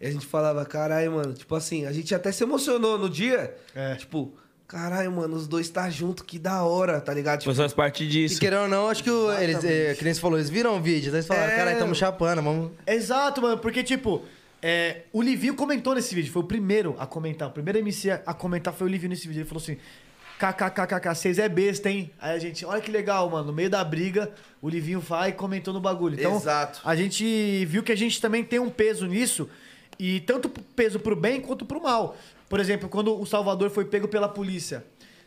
e a gente falava, caralho, mano, tipo assim, a gente até se emocionou no dia.
É.
Tipo, caralho, mano, os dois tá junto, que da hora, tá ligado? Tipo,
Mas faz parte
Se
disso.
queiram ou não, acho que o, eles, é, que nem você falou, eles viram o vídeo, então eles falaram,
É.
caralho, tamo chapando, vamos.
Exato, mano, porque, tipo, é, o Livinho comentou nesse vídeo, foi o primeiro a comentar, o primeiro MC a a comentar foi o Livinho nesse vídeo. Ele falou assim: kkkk, vocês é besta, hein? Aí a gente, olha que legal, mano, no meio da briga, o Livinho vai e comentou no bagulho. Então,
Exato.
a gente viu que a gente também tem um peso nisso, e tanto p- peso pro bem quanto pro mal. Por exemplo, quando o Salvador foi pego pela polícia.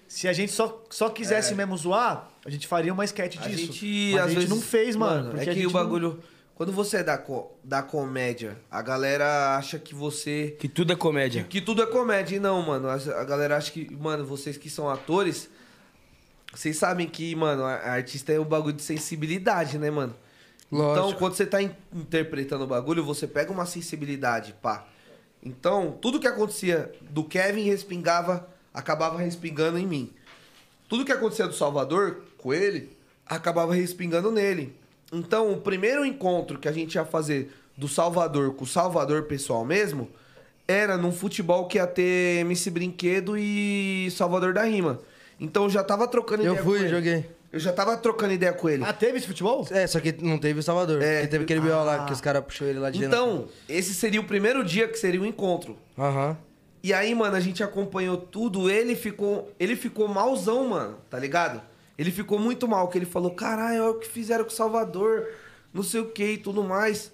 Se a gente só, só quisesse mesmo zoar, a gente faria uma sketch
É. a
disso.
gente,
Mas
às
a gente
vezes,
não fez, mano. porque
é
a
que
gente
o
não-
bagulho. Quando você é da, co- da comédia, a galera acha que você.
Que tudo é comédia.
Que tudo é comédia. E não, mano. A, a galera acha que, mano, vocês que são atores, vocês sabem que, mano, a, a artista é um bagulho de sensibilidade, né, mano? Então,
Lógico.
quando você tá in- interpretando o bagulho, você pega uma sensibilidade, pá. Então, tudo que acontecia do Kevin respingava, acabava respingando em mim. Tudo que acontecia do Salvador com ele, acabava respingando nele. Então, o primeiro encontro que a gente ia fazer do Salvador com o Salvador pessoal mesmo, era num futebol que ia ter MC Brinquedo e Salvador da Rima. Então, eu já tava trocando
Eu
ideia com
fui,
ele.
joguei.
Eu já tava trocando ideia com ele.
Ah, teve esse futebol?
É, só que não teve o Salvador.
É.
Porque teve aquele B.O. lá que os caras puxou ele lá de dentro.
Então, esse seria o primeiro dia que seria o encontro.
Aham.
E aí, mano, a gente acompanhou tudo, ele ficou, ele ficou malzão, mano, tá ligado? Ele ficou muito mal, que ele falou, caralho, olha o que fizeram com o Salvador, não sei o que e tudo mais.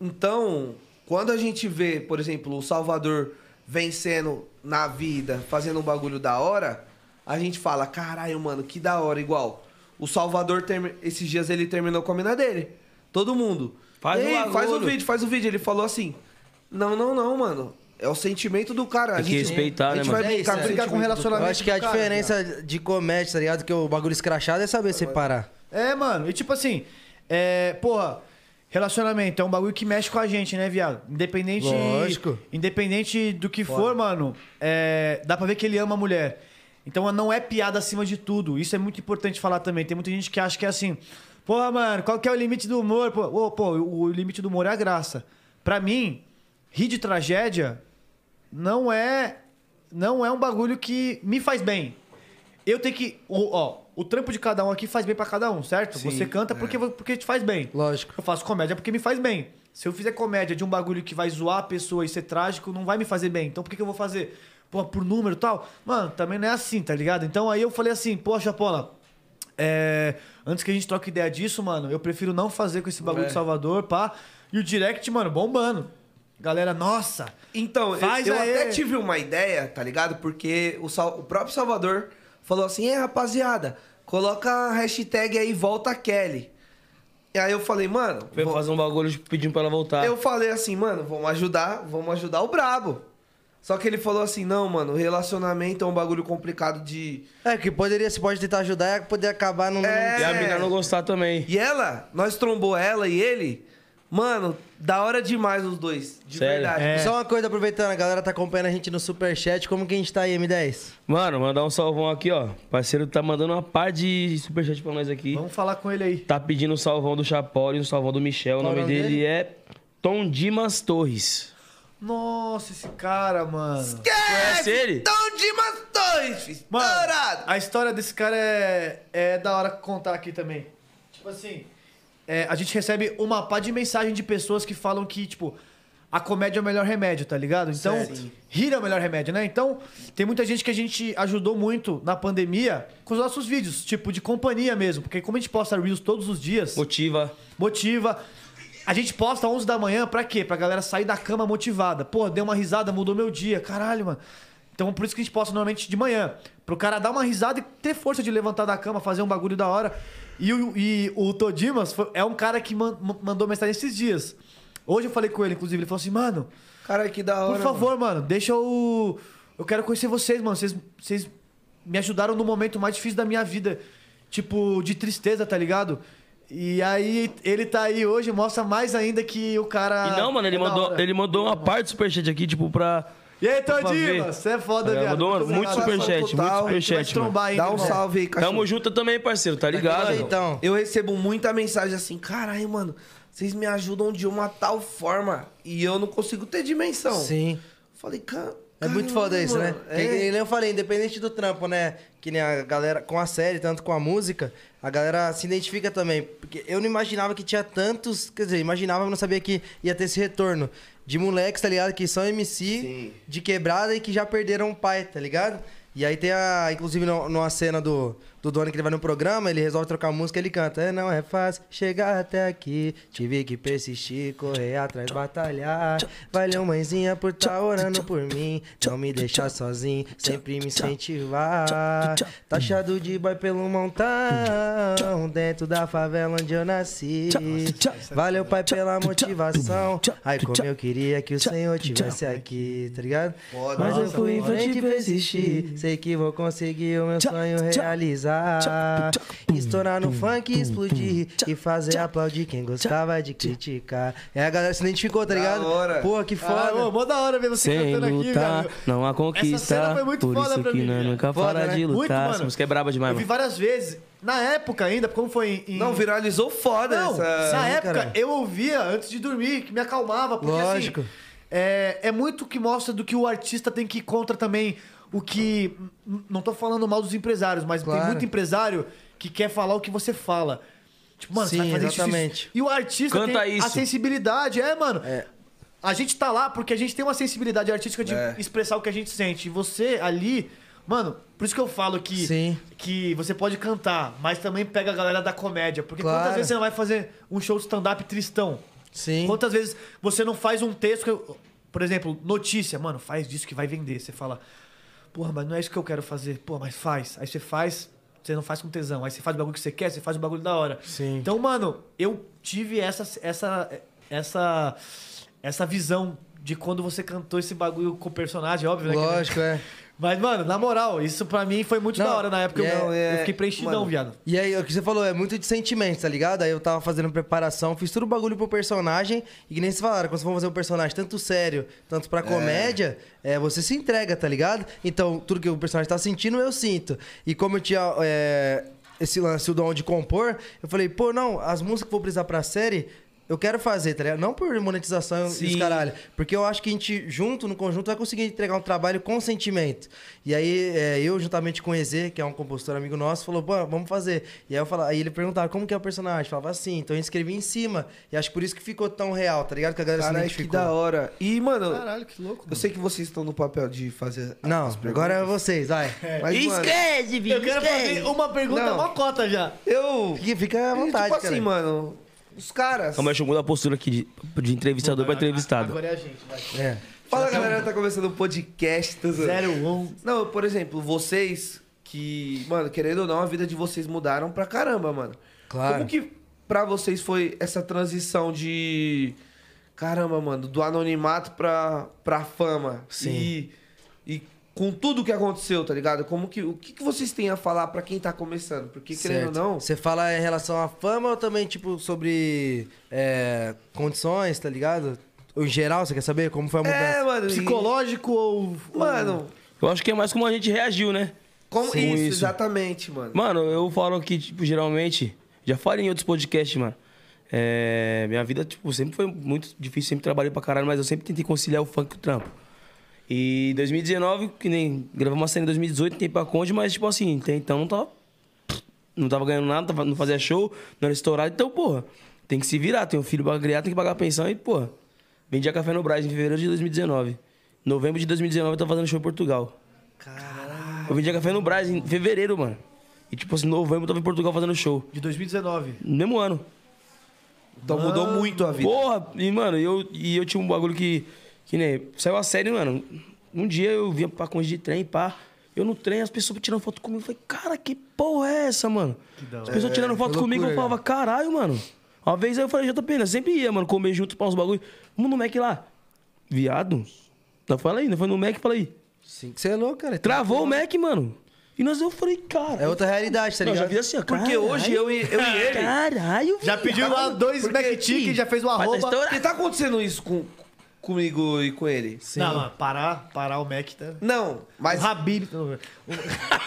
Então, quando a gente vê, por exemplo, o Salvador vencendo na vida, fazendo um bagulho da hora, a gente fala, caralho, mano, que da hora, igual. O Salvador, termi- esses dias ele terminou com a mina dele. Todo mundo.
Faz
E aí,
o
faz o
bagulho.
vídeo, faz o vídeo. Ele falou assim, não, não, não, mano. É o sentimento do cara.
Tem que respeitar,
a gente
né,
vai
mano?
brincar,
É isso, é.
brincar
Brincar
com um
com
relacionamento.
Eu acho que a
do cara,
diferença de comédia, tá ligado? Que o bagulho escrachado é saber separar.
É, mano. E tipo assim, é, porra, relacionamento é um bagulho que mexe com a gente, né, viado? Independente.
Lógico.
Independente do que for, mano, é, dá pra ver que ele ama a mulher. Então não é piada acima de tudo. Isso é muito importante falar também. Tem muita gente que acha que é assim, porra, mano, qual que é o limite do humor? Pô, ô, pô, o limite do humor é a graça. Pra mim, rir de tragédia não é não é um bagulho que me faz bem. Eu tenho que, o- ó, o trampo de cada um aqui faz bem pra cada um, certo? Você canta porque porque te faz bem.
Lógico.
Eu faço comédia porque me faz bem. Se eu fizer comédia de um bagulho que vai zoar a pessoa e ser trágico, não vai me fazer bem. Então por que, que eu vou fazer? Pô, por número e tal? Mano, também não é assim, tá ligado? Então aí eu falei assim, poxa, Paula, é, antes que a gente troque ideia disso, mano, eu prefiro não fazer com esse bagulho de Salvador, pá. E o direct, mano, bombando. Galera, nossa.
Então, eu-
Faz
eu,
aí.
até tive uma ideia, tá ligado? Porque o, Sal- o próprio Salvador falou assim: é, rapaziada, coloca a hashtag aí volta Kelly. E aí eu falei, mano.
Foi
vou-
fazer um bagulho pedindo pra ela
Ah.
voltar.
Eu falei assim, mano, vamos ajudar, vamos ajudar o brabo. Só que ele falou assim: não, mano, relacionamento é um bagulho complicado de.
É, que poderia, se pode tentar ajudar, é poder acabar num.
É.
E a mina não gostar também.
E ela, nós trombou ela e ele. Mano, da hora demais os dois. De
Sério?
verdade.
É.
Só uma coisa, aproveitando, a galera tá acompanhando a gente no Superchat, como que a gente tá aí, M10?
Mano, mandar um salvão aqui, ó. Parceiro tá mandando uma par de superchat pra nós aqui.
Vamos falar com ele aí.
Tá pedindo um salvão do Chapoli e um salvão do Michel. O
Qual
nome
o nome
dele,
dele?
é Tom Dimas Torres.
Nossa, esse cara, mano.
Conhece ele?
Então, Dimas dois,
Mano,
estourado.
a história desse cara é, é da hora contar aqui também. Tipo assim, é, a gente recebe uma pá de mensagem de pessoas que falam que, tipo, a comédia é o melhor remédio, tá ligado? Então, rir é o melhor remédio, né? Então, tem muita gente que a gente ajudou muito na pandemia com os nossos vídeos, tipo, de companhia mesmo. Porque como a gente posta Reels todos os dias
Motiva.
motiva. A gente posta 11 da manhã pra quê? Pra galera sair da cama motivada. Pô, deu uma risada, mudou meu dia. Caralho, mano. Então por isso que a gente posta normalmente de manhã. Pro cara dar uma risada e ter força de levantar da cama, fazer um bagulho da hora. E o, e o Todimas foi- é um cara que man- mandou mensagem esses dias. Hoje eu falei com ele, inclusive, ele falou assim, mano,
Cara, que da hora.
por favor, mano, deixa eu. Eu quero conhecer vocês, mano. Vocês, vocês me ajudaram no momento mais difícil da minha vida. Tipo, de tristeza, tá ligado? E aí ele tá aí hoje, mostra mais ainda que o cara.
E não, mano, ele
é da
mandou,
hora.
ele mandou uma parte do superchat aqui, tipo, pra
E aí,
pra ver.
Todinho? Você é foda,
É,
viado.
mandou, mano, muito
obrigado.
superchat, muito
A gente vai
superchat,
te trombar ainda,
Dá um
irmão.
salve aí, cachorro.
Tamo junto também, parceiro, tá ligado?
Então,
Eu recebo muita mensagem assim, caralho, mano, vocês me ajudam de uma tal forma e eu não consigo ter dimensão.
sim.
Falei, cara.
É muito foda isso, né?
É.
Que, que nem eu falei, independente do trampo, né? Que nem a galera, com a série, tanto com a música, a galera se identifica também. Porque eu não imaginava que tinha tantos. Quer dizer, imaginava, mas não sabia que ia ter esse retorno. De moleques, tá ligado? Que são MC de quebrada e que já perderam o pai, tá ligado? E aí tem a. Inclusive, no- numa cena do, do Dono que ele vai no programa, ele resolve trocar música ele canta. É, não é fácil chegar até aqui. Tive que persistir, correr atrás, batalhar. Valeu, mãezinha, por tá orando por mim. Não me deixar sozinho, sempre me incentivar. Taxado de boy pelo montão, dentro da favela onde eu nasci. Valeu, pai, pela motivação. Ai, como eu queria que o senhor tivesse aqui, tá ligado? Mas eu fui infantil e
Uhum.
persistir. Sei que vou conseguir o meu sonho realizar. Estourar no funk e explodir. E fazer aplaudir quem gostava de criticar. É, a galera se identificou, tá ligado?
hora.
Porra, que
Ah, ô,
foda.
mó da hora ver você
Sem
cantando aqui,
lutar,
velho.
não há conquista.
Essa cena foi muito
por
foda
isso
pra
que
mim,
não-
velho.
nunca
Foda,
para
né?
de
Muito,
lutar.
mano.
Essa música é braba demais,
Eu vi
mano.
várias vezes. Na época ainda, como foi em... em-
Não, viralizou foda
Não,
essa.
na época
cara.
eu ouvia antes de dormir, que me acalmava. Porque,
Lógico.
Assim, é, é muito que mostra do que o artista tem que ir contra também. O que. n- Não tô falando mal dos empresários, mas
Claro.
tem muito empresário que quer falar o que você fala. Tipo, mano, você
Sim,
vai fazer isso, isso,
exatamente.
isso. E o artista
Canta
tem a
isso.
sensibilidade. É, mano. A gente tá lá porque a gente tem uma sensibilidade artística de
É.
expressar o que a gente sente. E você ali. Mano, por isso que eu falo que,
Sim.
que você pode cantar, mas também pega a galera da comédia. Porque
Claro.
quantas vezes você não vai fazer um show de stand-up tristão?
Sim.
Quantas vezes você não faz um texto, que- por exemplo, notícia, mano, faz disso que vai vender. Você fala, porra, mas não é isso que eu quero fazer. Pô, mas faz. Aí você faz, você não faz com tesão. Aí você faz o bagulho que você quer, você faz o bagulho da hora.
Sim.
Então, mano, eu tive essa essa essa essa visão de quando você cantou esse bagulho com o personagem, óbvio, né?
Lógico, é.
Mas, mano, na moral, isso pra mim foi muito
Não,
da hora na época.
é-
eu,
é-
eu fiquei preenchidão,
mano.
viado.
E aí, o que você falou, é muito de sentimento, tá ligado? Aí eu tava fazendo preparação, fiz tudo o bagulho pro personagem, e que nem vocês falaram, quando você for fazer um personagem tanto sério, tanto pra comédia, é, você se entrega, tá ligado? Então, tudo que o personagem tá sentindo, eu sinto. E como eu tinha é, esse lance, o dom de compor, eu falei, pô, não, as músicas que eu vou precisar pra série, eu quero fazer, tá ligado? Não por monetização e os
Sim.
caralho. Porque eu acho que a gente, junto, no conjunto, vai conseguir entregar um trabalho com sentimento. E aí, é, eu, juntamente com o Eze, que é um compositor amigo nosso, falou, pô, vamos fazer. E aí, eu falava, aí ele perguntava, como que é o personagem? Eu falava assim, então eu escrevi em cima. E acho que por isso que ficou tão real, tá ligado? Que a galera se
Caralho, é que
identificou.
da hora. E, mano,
Caralho, que louco.
eu sei que vocês estão no papel de fazer. as
Não,
perguntas,
agora é vocês, vai.
Mas, mano,
Eu quero fazer uma pergunta,
Não.
uma cota já.
eu.
Fica, fica à
Tipo
vontade,
assim,
cara.
mano. Os caras.
Calma, deixa eu mudar a postura aqui de, de entrevistador pra entrevistado.
Agora é a gente, vai.
É.
Fala, galera, tá começando o podcast. tá zoando?
Zero um.
Não, por exemplo, vocês que, mano, querendo ou não, a vida de vocês mudaram pra caramba, mano.
Claro.
Como que pra vocês foi essa transição de. Caramba, mano, do anonimato pra, pra fama? Sim. E, e com tudo que aconteceu, tá ligado? Como que. O que, que vocês têm a falar pra quem tá começando? Porque, querendo ou
Certo.
não.
Você fala em relação à fama ou também, tipo, sobre é, condições, tá ligado? Em geral, você quer saber como foi a mudança?
É, mano. e-
Psicológico ou.
Mano,
Eu acho que é mais como a gente reagiu, né?
como
Com
isso, exatamente, mano.
Mano, eu falo que, tipo, geralmente. Já falei em outros podcasts, mano. É, minha vida, tipo, sempre foi muito difícil, sempre trabalhei pra caralho, mas eu sempre tentei conciliar o funk e o trampo. E 2019, que nem gravamos uma cena em 2018, tentei pra Conde, mas, tipo assim, até então não tava. Não tava ganhando nada, tava- não fazia show, não era estourado, então, porra, tem que se virar, tem um filho pra criar, tem que pagar a pensão e, porra. Vendia café no Brás em fevereiro de 2019. Novembro de 2019 eu tava fazendo show em Portugal. Eu vendia café no Brás em fevereiro, mano. E tipo assim, novembro eu tava em Portugal fazendo show.
De 2019.
No mesmo ano.
Então mudou muito a vida.
Porra, e mano, eu, e eu tinha um bagulho que. Que nem. Saiu a série, mano. Um dia eu vinha pra Conde de trem, pá. Eu no trem, as pessoas tirando foto comigo. Eu falei, cara, que porra é essa, mano? As pessoas
É,
É,
tirando foto comigo, eu falava, caralho, mano. Uma vez eu falei, JP, nós sempre ia, mano, comer junto pra uns bagulho. Vamos no Mac lá. Viado. Não fala aí, não foi no Mac, fala aí.
Sim, que você é louco, cara.
Travou o Mac, mano. E nós eu falei, cara.
É outra realidade, tá
Não, eu já
ligado?
vi assim, ó.
Porque
caralho.
hoje eu e, eu e ele.
Caralho,
Já
viado.
pediu lá dois
Porque,
McTick,
tio,
já fez o
vai tá
arroba.
estourado.
Porque tá acontecendo isso com. comigo e com ele.
Sim. Não, mas parar, parar o Mac tá.
Não, mas.
O Habib.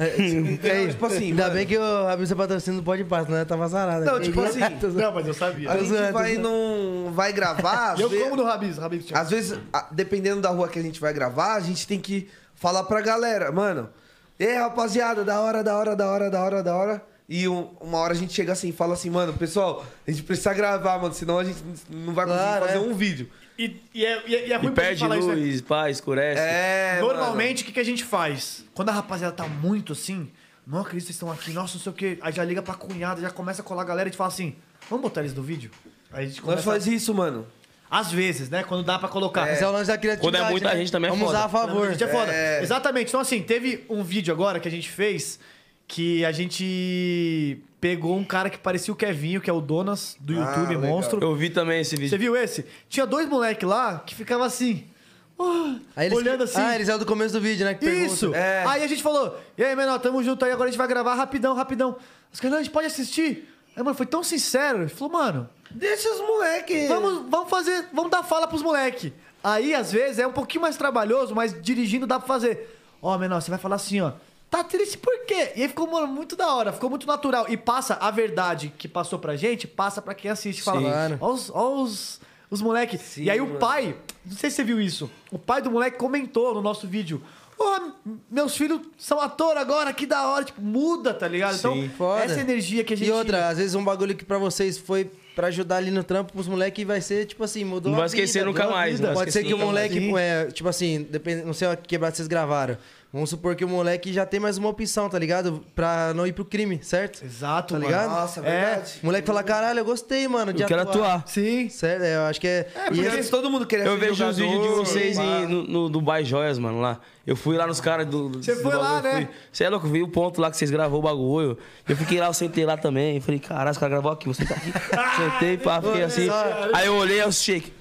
É,
tipo assim,
Ainda
mano.
bem que o Rabinho patrocínio não pode passar, né? Tava zarado.
Não,
aqui.
tipo assim,
Não, mas eu sabia.
a gente
zoando,
vai
tô
num. Vai gravar. às
Eu
ve-
como do Habib, Habib. tinha-
Às vezes, a- dependendo da rua que a gente vai gravar, a gente tem que falar pra galera, mano. Ei, rapaziada, da hora, da hora, da hora, da hora, da hora. E um- uma hora a gente chega assim e fala assim, mano, pessoal, a gente precisa gravar, mano, senão a gente não vai conseguir
Claro,
fazer
é.
um vídeo.
E, e é, e é- e é ruim
E
pra gente
perde
falar isso, né?
luz, pá, escurece.
É.
Normalmente, o que, que a gente faz? Quando a rapaziada tá muito assim, não acredito que vocês estão aqui, nossa, não sei o quê. Aí já liga pra cunhada, já começa a colar a galera e fala assim, vamos botar eles no vídeo? Aí a gente
Mano,
começa...
nós faz isso, mano.
Às vezes, né? Quando dá pra colocar.
Esse é o lance da criatividade.
Quando é muita
né?
gente também é
Vamos
foda.
usar a favor.
A gente é foda. Exatamente. Então, assim, teve um vídeo agora que a gente fez que a gente pegou um cara que parecia o Kevinho, que é o Donas do
Ah,
YouTube
legal.
Monstro.
Eu vi também esse vídeo.
Você viu esse? Tinha dois moleque lá que ficava assim. ah,
Aí eles-
olhando assim.
Ah, eles é do começo do vídeo, né? que pergunta.
Isso!
É.
Aí a gente falou, e aí, menor, tamo junto aí, agora a gente vai gravar rapidão, rapidão. Os caras, não, a gente pode assistir? Aí, mano, foi tão sincero. Ele falou, mano,
Deixa os moleques.
vamos, vamos fazer, vamos dar fala pros moleque. Aí, às vezes, é um pouquinho mais trabalhoso, mas dirigindo dá pra fazer. Ó, menor, você vai falar assim, ó. Tá triste por quê? E aí ficou, mano, muito da hora, ficou muito natural. E passa a verdade que passou pra gente, passa pra quem assiste. Fala,
Claro.
ó os, ó os, os moleque. E aí o pai, não sei se você viu isso, o pai do moleque comentou no nosso vídeo. Ô, meus filhos são ator agora, que da hora. Tipo, muda, tá ligado? então,
Foda.
essa energia que a gente...
E outra, às vezes um bagulho que pra vocês foi pra ajudar ali no trampo pros moleques vai ser, tipo assim, mudou
Não vai
a vida,
esquecer
mudou
nunca
a
mais,
vida.
não vai
Pode ser
esquecer
que o
nunca mais.
moleque, é, tipo assim, depende, não sei a que quebrada vocês gravaram. Vamos supor que o moleque já tem mais uma opção, tá ligado? Pra não ir pro crime, certo?
Exato,
Tá
mano.
ligado?
Nossa,
É.
verdade.
O moleque fala, caralho, eu gostei, mano, de
Eu quero atuar.
Sim.
Certo? É, eu acho que é...
É,
e
porque-
esse-
Antes todo mundo queria
Eu
ser
vejo os
jogador,
vídeos de vocês
pá.
em- no, no Dubai Joias, mano, lá. Eu fui lá nos caras do. do-
Você
do
foi
bagulho,
lá,
eu
né?
fui. Você é louco, vi o ponto lá que vocês gravou o bagulho. Eu fiquei lá, eu sentei lá também. Eu Falei, caralho, os caras gravou aqui, você tá aqui. Sentei, pá, fiquei assim. Aí eu olhei, aí eu shake.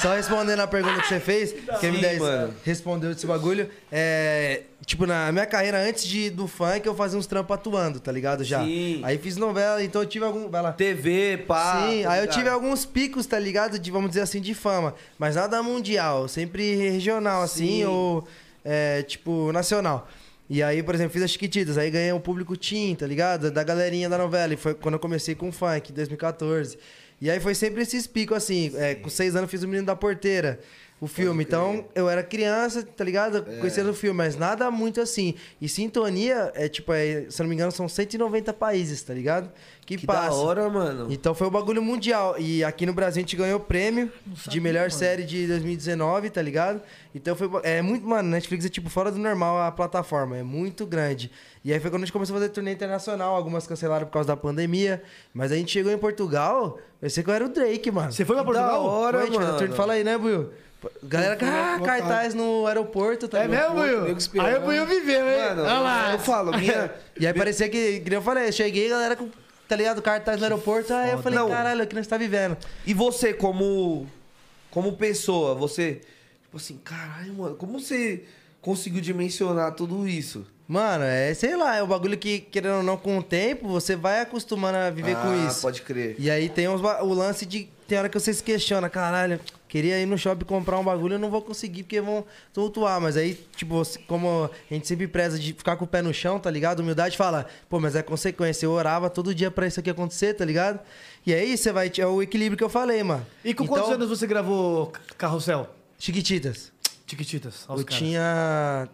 Só respondendo a pergunta que você fez, que a M10
mano.
respondeu desse bagulho. É, tipo, na minha carreira, antes de, do funk, eu fazia uns trampos atuando, tá ligado? Já.
Sim.
Aí fiz novela, então eu tive algum. Vai lá.
TV, pá.
Sim,
tá
aí eu
ligado?
tive alguns picos, tá ligado? De, vamos dizer assim, de fama. Mas nada mundial, sempre regional, assim, ou é, tipo, nacional. E aí, por exemplo, fiz as Chiquititas, aí ganhei o público teen, tá ligado? Da galerinha da novela. E foi quando eu comecei com funk, 2014. E aí foi sempre esses picos, assim. é, com seis anos fiz o Menino da Porteira. O filme, então eu era criança, tá ligado?
É.
Conhecendo o filme, mas nada muito assim. E sintonia, é tipo, é, se eu não me engano, são 190 países, tá ligado? Que,
Que
passa.
da hora, mano.
Então foi o bagulho mundial. E aqui no Brasil a gente ganhou o prêmio de melhor série de 2019, tá ligado? Então foi. ba- É muito. Mano, Netflix é tipo fora do normal a plataforma. É muito grande. E aí foi quando a gente começou a fazer turnê internacional. Algumas cancelaram por causa da pandemia. Mas a gente chegou em Portugal. Pensei que eu era o Drake, mano.
Você foi pra Portugal?
Da hora,
Foi, a gente fez a turnê-
mano.
Fala aí, né, Buiu? Galera, ah, cartaz no aeroporto, tá
É mesmo, Will?
nego
Aí
esperando.
o Will viveu, hein?
né? Mano,
Olha lá.
eu falo, minha,
E aí parecia que, que nem eu falei, eu cheguei, galera, com, tá ligado? Cartaz no aeroporto. Aí eu falei,
Não.
caralho, o que nós tá vivendo?
E você, como como pessoa, você, tipo assim, caralho, mano, como você conseguiu dimensionar tudo isso?
Mano, é, sei lá, é o bagulho que, querendo ou não, com o tempo, você vai acostumando a viver
ah,
com isso.
pode crer.
E aí tem uns ba- o lance de. Tem hora que você se questiona, caralho, queria ir no shopping comprar um bagulho, eu não vou conseguir porque vão tumultuar. Mas aí, tipo, você- como a gente sempre preza de ficar com o pé no chão, tá ligado? Humildade fala, pô, mas é consequência. Eu orava todo dia pra isso aqui acontecer, tá ligado? E aí você vai. É o equilíbrio que eu falei, mano.
E com
Então,
quantos anos você gravou Ca- Carrossel?
Chiquititas.
Tiquititas,
eu tinha.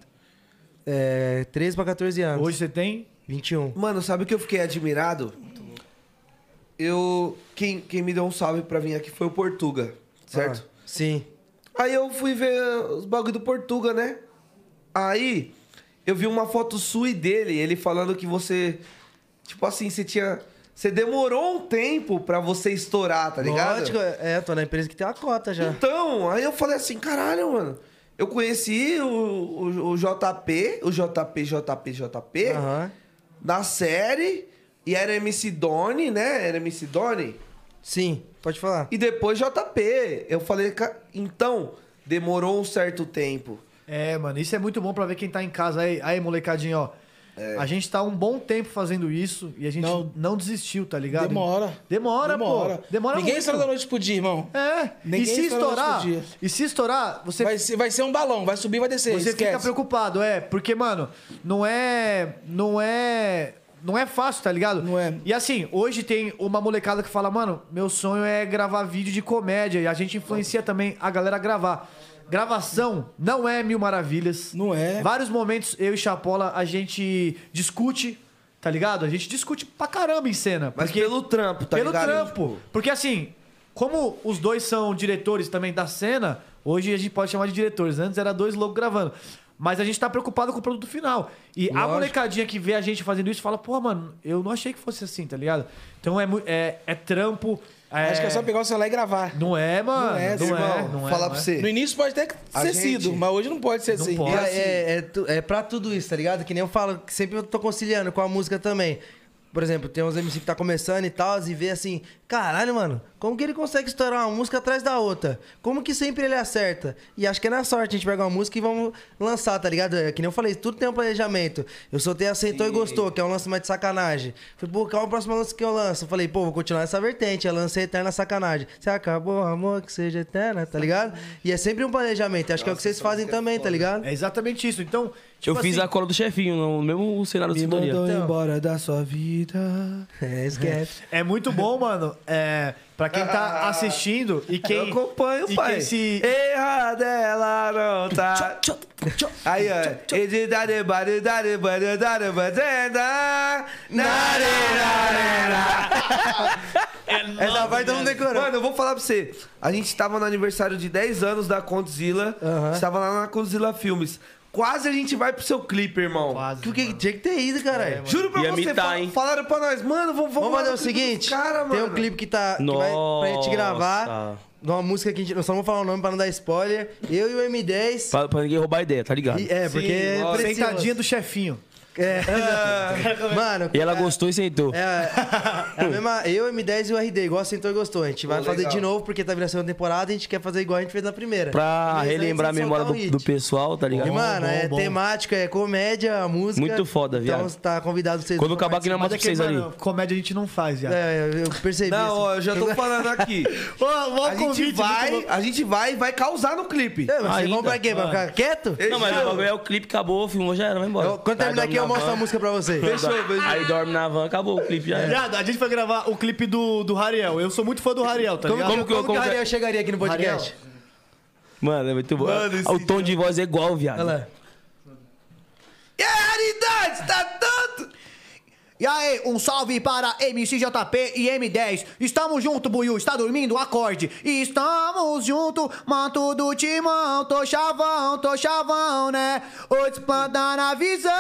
É, 13 pra 14 anos.
Hoje você tem?
21.
Mano, sabe o que eu fiquei admirado? Eu quem, quem me deu um salve pra vir aqui foi o Portuga, certo?
Ah, sim.
Aí eu fui ver os bagulho do Portuga, né? Aí eu vi uma foto sua e dele, ele falando que você. Tipo assim, você tinha. Você demorou um tempo pra você estourar, tá ligado?
Lógico, é, eu tô na empresa que tem uma cota já.
Então, aí eu falei assim, caralho, mano. Eu conheci o, o, o JP, o JP, JP, JP,
Aham.
na série, e era MC Doni, né? Era MC Doni.
Sim, pode falar.
E depois JP. Eu falei, "Ca- então, demorou um certo tempo.
É, mano, isso é muito bom pra ver quem tá em casa. Aí, aí molecadinho, ó. A gente tá um bom tempo fazendo isso e a gente não,
Não.
desistiu, tá ligado?
Demora.
Demora,
Demora.
pô. Demora
Ninguém
muito.
saiu da noite pro dia, irmão.
É.
Ninguém
e se
estoura no
estourar,
nosso dia.
e se estourar, você
Vai, ser- vai ser um balão, vai subir, vai descer.
você
esquece.
fica preocupado, é, porque, mano, não é. Não é. Não é fácil, tá ligado?
Não é.
E assim, hoje tem uma molecada que fala, mano, meu sonho é gravar vídeo de comédia. E a gente influencia também a galera a gravar. Gravação não é mil maravilhas.
Não é.
Vários momentos, eu e Chapola, a gente discute, tá ligado? A gente discute pra caramba em cena.
Mas pelo trampo, tá
Pelo
ligado?
trampo. Porque assim, como os dois são diretores também da cena, hoje a gente pode chamar de diretores. Antes era dois loucos gravando. Mas a gente tá preocupado com o produto final. E a molecadinha que vê a gente fazendo isso fala, pô, mano, eu não achei que fosse assim, tá ligado? Então é, mu- é, é trampo. É...
Acho que é só pegar o celular e gravar.
Não é, mano. Não
Não
é,
é,
não
Irmão,
é, não é,
falar
não
pra
é.
você.
No início pode até
A
ser
gente-
sido, mas hoje não pode ser
Não
assim.
pode.
E
Olha,
é, é, é tu- é pra tudo isso, tá ligado? Que nem eu falo, que sempre eu tô conciliando com a música também. Por exemplo, tem uns MC que tá começando e tal, e vê assim, caralho, mano, como que ele consegue estourar uma música atrás da outra? Como que sempre ele acerta? E acho que é na sorte a gente pegar uma música e vamos lançar, tá ligado? É, que nem eu falei, tudo tem um planejamento. Eu soltei, aceitou e gostou, que é um lance mais de sacanagem. Falei, pô, qual é o próximo lance que eu lanço? Falei, pô, vou continuar nessa vertente, é lance eterna sacanagem. Se acabou, amor, que seja eterna, tá ligado? E é sempre um planejamento, acho que é o que vocês fazem também, tá ligado?
É exatamente isso. Então,
Eu
tipo
fiz
assim,
a cola do chefinho, no mesmo cenário da
Me
sintonia.
mandou
Então.
embora da sua vida.
É, esquece.
É muito bom, mano. É, pra quem tá assistindo e quem.
Eu acompanho,
e
pai.
Quem se,
Errada ela não tá. Aí, ó. Edi dare bare dare bare dare bare da- nare, nare, nare.
É
Essa vai um todo mundo decorando. Mano, eu vou falar pra você. A gente tava no aniversário de 10 anos da Condzilla. Estava lá na Condzilla Filmes. Quase a gente vai pro seu clipe, irmão.
Quase.
Que, que, tinha que ter ido, caralho.
Juro pra
É, Ia
você,
mitar,
fal-
hein?
falaram pra nós, mano, vamos, vamos,
Vamos
lá
fazer
no
o
clipe dos
seguinte:
cara,
tem
mano.
um clipe que tá. Que vai pra gente gravar.
Nossa.
De uma música que a gente. Nós só vamos falar o nome pra não dar spoiler. Eu e o M10.
Pra, pra ninguém roubar a ideia, tá ligado?
E-
E,
é, porque. é
lógico.
precioso.
Sentadinha do chefinho. Ah.
É. Mano,
ela gostou e sentou.
é, é a mesma. Eu, M10 e o RD, igual sentou e gostou. A gente vai fazer de novo, porque tá virando a segunda temporada e a gente quer fazer igual a gente fez na primeira.
pra
É. Mas antes
relembrar a
de
memória do,
soltar o
do
hit.
pessoal, tá ligado?
E, mano,
Bom, bom,
é
bom.
temática, é comédia, a música.
Muito foda,
Então
viado.
tá convidado vocês.
Quando
pra
acabar aqui na
Mas
moto
é
pra
que,
vocês ali.
mano, comédia a gente não faz, já.
É, eu percebi.
Não,
assim.
ó, eu já tô falando aqui.
Ó, ó,
A gente
convite,
vai,
muito então.
a gente vai, vai causar no clipe.
É, mas vocês vão
Ainda.
pra quê? Pra ficar quieto?
Não, mas o bagulho é o clipe, acabou, filmou, já era, vai embora.
Eu- quando terminar
Aí
aqui, eu
dorme na
mostro a
van.
música pra vocês.
Fechou, beijo.
Aí dorme na van, acabou o clipe, já
bom.
era.
Viado, a gente vai gravar o clipe do, do Rariel. Eu sou muito fã do Rariel, tá
Como,
ligado?
como,
que eu-
como que o
como que-
Ariel chegaria aqui no podcast?
Mano, é muito bom.
Mano, esse
o tom de voz é igual, viado.
Olha lá.
É
E a realidade tá tanto.
E aí, um salve para MCJP e M10. Estamos junto, Buiu. Está dormindo? Acorde. Estamos junto, manto do timão. Tô chavão, tô chavão, né? Hoje planta na visão.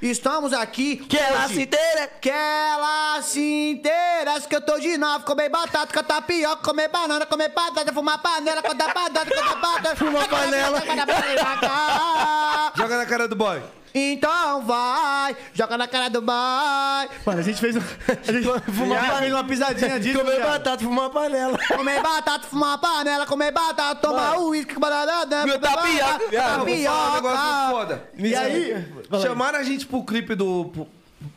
Estamos aqui. Que ela se inteira. Que ela se inteira. Acho que eu tô de novo. Comer batata, com tapioca, comer banana, comer batata, fumar panela, cantar batata, cantar batata. Fumar panela. é-
Joga na cara do boy.
Então vai, joga na cara do boy. Mano, a gente fez, um, a gente fez uma pisadinha disso.
Comer
cara.
batata, fumar panela.
comer batata, fumar panela, comer batata, tomar uísque, banana,
Meu tapioca,
Eu tá vou falar um negócio foda.
E aí,
Chamaram a gente pro clipe do. Pro,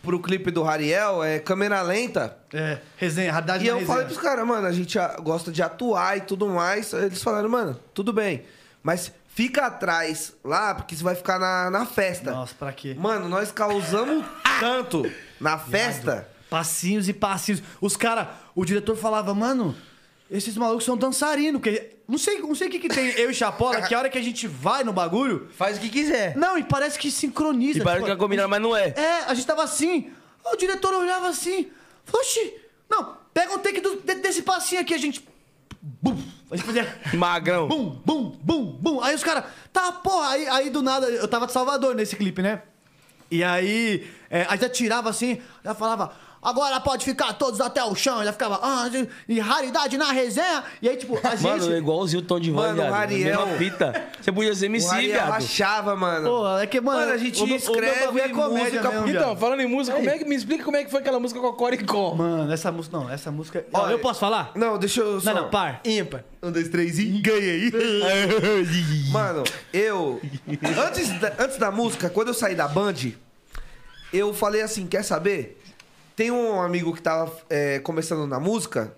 pro clipe do Rariel, é câmera lenta.
É, resenha, radar
E eu falei pros caras, mano, a gente ah, gosta de atuar e tudo mais. Eles falaram, mano, tudo bem. Mas fica atrás lá, porque você vai ficar na, na festa.
Nossa, pra quê?
Mano, nós causamos tanto na festa.
Passinhos e passinhos. Os caras, o diretor falava, mano, esses malucos são dançarinos. Porque... Não sei o não sei o que, que tem eu e Chapola, que a hora que a gente vai no bagulho.
Faz o que quiser.
Não, e parece que sincroniza.
E parece
tipo,
que é combinado, mas não é.
É, a gente tava assim. O diretor olhava assim. Oxi, não, pega um take do- de- desse passinho aqui, a gente. Bum! A gente fazia.
Magrão.
Bum, bum, bum, bum. Aí os caras. Tá, porra, aí, aí do nada. Eu tava de Salvador nesse clipe, né? E aí. é, a gente atirava assim, já falava. Agora pode ficar todos até o chão. Já ficava. Ah, e raridade na resenha. E aí, tipo, a gente.
Mano, é igualzinho o tom de voz,
Mano,
viado.
o Ariel-
Mesma fita. Você podia ser
o
MC,
Rariel
viado.
achava, mano.
Porra, é que, mano.
Mano, a gente
o meu- o meu
é
é
escreve
bagulho
música
mesmo, viado.
Então, falando em música, como é que, me explica como é que foi aquela música Cocoricó.
Mano, essa música. Não, essa música. é, Ó,
Olha,
eu posso falar?
Não, deixa eu só...
Não, não, par.
Ímpar.
Um, dois, três e ganhei. Mano, eu... Antes da, antes da música, quando eu saí da Band, eu falei assim, quer saber? Tem um amigo que tava é, começando na música,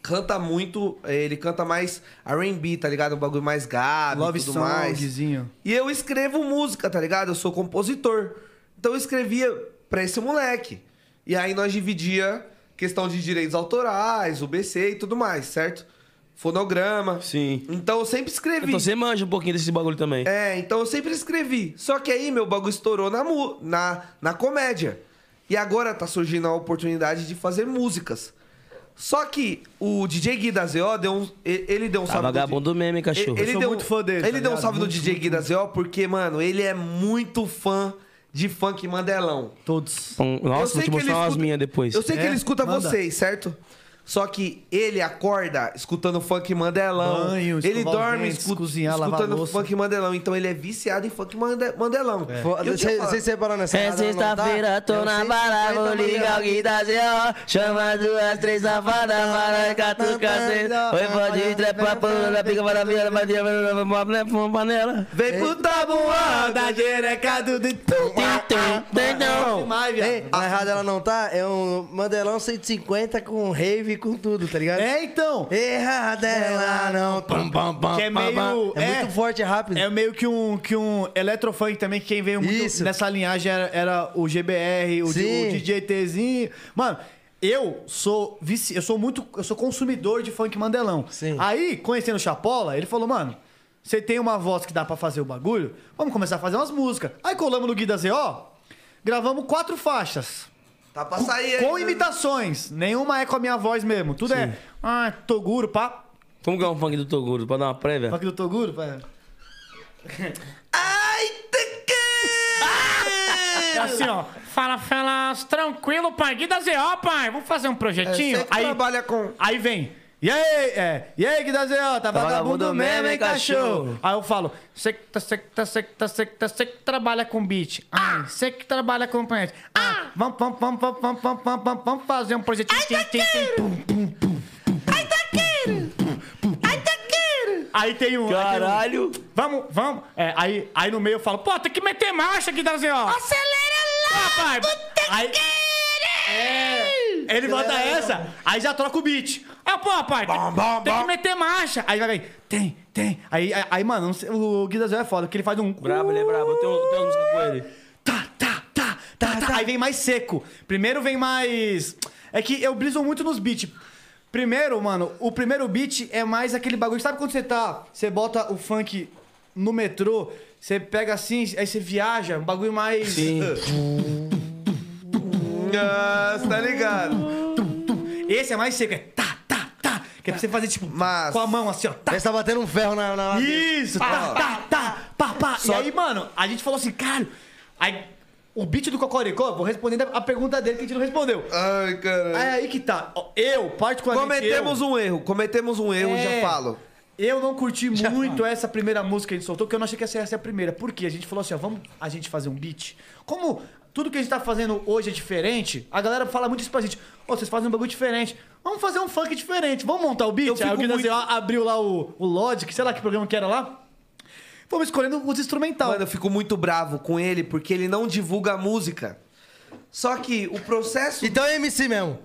canta muito, é, ele canta mais R&B, tá ligado? Um bagulho mais gabi
Love
e tudo mais.
songzinho.
E eu escrevo música, tá ligado? Eu sou compositor. Então eu escrevia pra esse moleque. E aí nós dividia questão de direitos autorais, UBC e tudo mais, certo? Fonograma.
Sim.
Então eu sempre escrevi.
Então você manja um pouquinho desse bagulho também.
É, então eu sempre escrevi. Só que aí meu bagulho estourou na, mu- na, na comédia. E agora tá surgindo a oportunidade de fazer músicas. Só que o DJ Gui da ZO deu um. e- Ele deu um
Tá
salve. no
vagabundo
Di-
mesmo, hein, cachorro?
Ele, ele
Eu sou
deu,
muito fã dele, tá
Ele deu um
ligado?
salve do
Muito,
DJ
muito,
Gui da ZO, porque, mano, ele é muito fã de funk mandelão.
Todos.
Então,
Eu
Nossa,
sei
vou te
que ele
mostrar umas
escuta-
minhas depois.
Eu sei que
É?
ele escuta
Manda.
vocês, certo? Só que ele acorda escutando funk mandelão.
Banho,
ele
escovar os
dorme
dentes,
escu-
cozinhar, lavar
escutando
louça. É.
funk mandelão. Então ele é viciado em funk mande- mandelão. Eu tinha falado-
Vocês separaram essa
É
parada, não tá?
sexta-feira, tô
Eu
na
sei
bala,
que
vou
vai dar
é
ligar o
maneira.
Gui da Zé, é, Chama duas, três safadas, para catuca, cê. Oi, pode trepar, pula na pica, para a vila, vai ter uma panela.
Vem pro tabuado.
da jereca do... de- Demais, viado.
Ei, na errada ela não tá? É um Mandelão 150 com rave com tudo, tá ligado?
É, então.
Errada ela não. Pam, pam, pam,
Que é
pam,
meio-
pam. é,
é.
muito forte, é rápido.
É meio que um, que um eletrofunk também, que quem veio muito
Isso.
nessa linhagem era, era o GBR, o,
Sim.
o DJ Tzinho. Mano, eu sou vici, eu sou muito, eu sou consumidor de funk mandelão.
Sim.
Aí, conhecendo o Chapola, ele falou, mano, você tem uma voz que dá pra fazer o bagulho? Vamos começar a fazer umas músicas. Aí colamos no Guida ZO, gravamos quatro faixas.
Tá pra sair aí.
com
né?
imitações. Nenhuma é com a minha voz mesmo. Tudo é. Ah, Toguro, pá.
Vamos ganhar um funk do Toguro pra dar uma prévia?
Funk do Toguro, pá.
Ai, tequê!
É assim, ó. Fala, felas, tranquilo, pai. Guida ZO, pai. Vamos fazer um projetinho?
Você que
aí-
trabalha com.
Aí vem. E aí, é, e aí, Guidazel, tá vagabundo mesmo, hein, cachorro? Aí eu falo,
Você que tá, você que tá, você que tá, você que tá, você que trabalha com beat. Ah, você que trabalha com punch. Ah, vamos, vamos, vamos, vamos, vamos, vamos, vamos, vamos, vamos fazer um projetinho. Ai, taqueiro! Ai, taqueiro! Ai, taqueiro!
aí tem um. aí tem um-
Caralho!
Vamos, vamos. É, aí, aí no meio eu falo, pô, tem que meter marcha, Guidazel. Acelera lá, pai. É,
Aí- ele bota essa, aí já troca o beat.
Ah, pô, pai, tem,
bom,
tem
bom.
que meter marcha.
Aí vai, vai, tem, tem. Aí, aí, aí, mano, não sei- o Guidazel é foda, porque ele faz um.
Brabo, ele é brabo. Eu tenho, tenho uma música com ele.
Tá, tá, tá, tá, tá. Aí vem mais seco. Primeiro vem mais. É que eu briso muito nos beats. Primeiro, mano, o primeiro beat é mais aquele bagulho. Sabe quando você tá. Você bota o funk no metrô, você pega assim, aí você viaja, um bagulho mais.
Sim.
Ah, cê tá ligado?
Esse é mais seco, é tá, tá, tá. Que é pra você fazer tipo.
Mas-
Com a mão assim, ó. Tá,
Parece que tá batendo um ferro na. na na-
Isso, tá, tá, tá, pá, pá. E aí, mano, a gente falou assim, caralho. Aí, o beat do Cocoricó, vou respondendo a pergunta dele que a gente não respondeu.
Ai,
Aí,
caralho.
aí que tá. Ó, Eu, particularmente.
Cometemos
eu,
um erro, cometemos um erro,
É.
já falo.
eu não curti muito essa primeira música que a gente soltou, porque eu não achei que essa ia ser a primeira. Por quê? A gente falou assim, ó, vamos a gente fazer um beat. Como tudo que a gente tá fazendo hoje é diferente, a galera fala muito isso pra gente. Ô, vocês fazem um bagulho diferente. Vamos fazer um funk diferente. Vamos montar o beat. Aí o Guido Zé, ó, abriu lá o, o Logic, sei lá que programa que era lá. Fomos escolhendo os instrumental.
Mano, eu fico muito bravo com ele porque ele não divulga a música. Só que o processo.
Então é MC mesmo.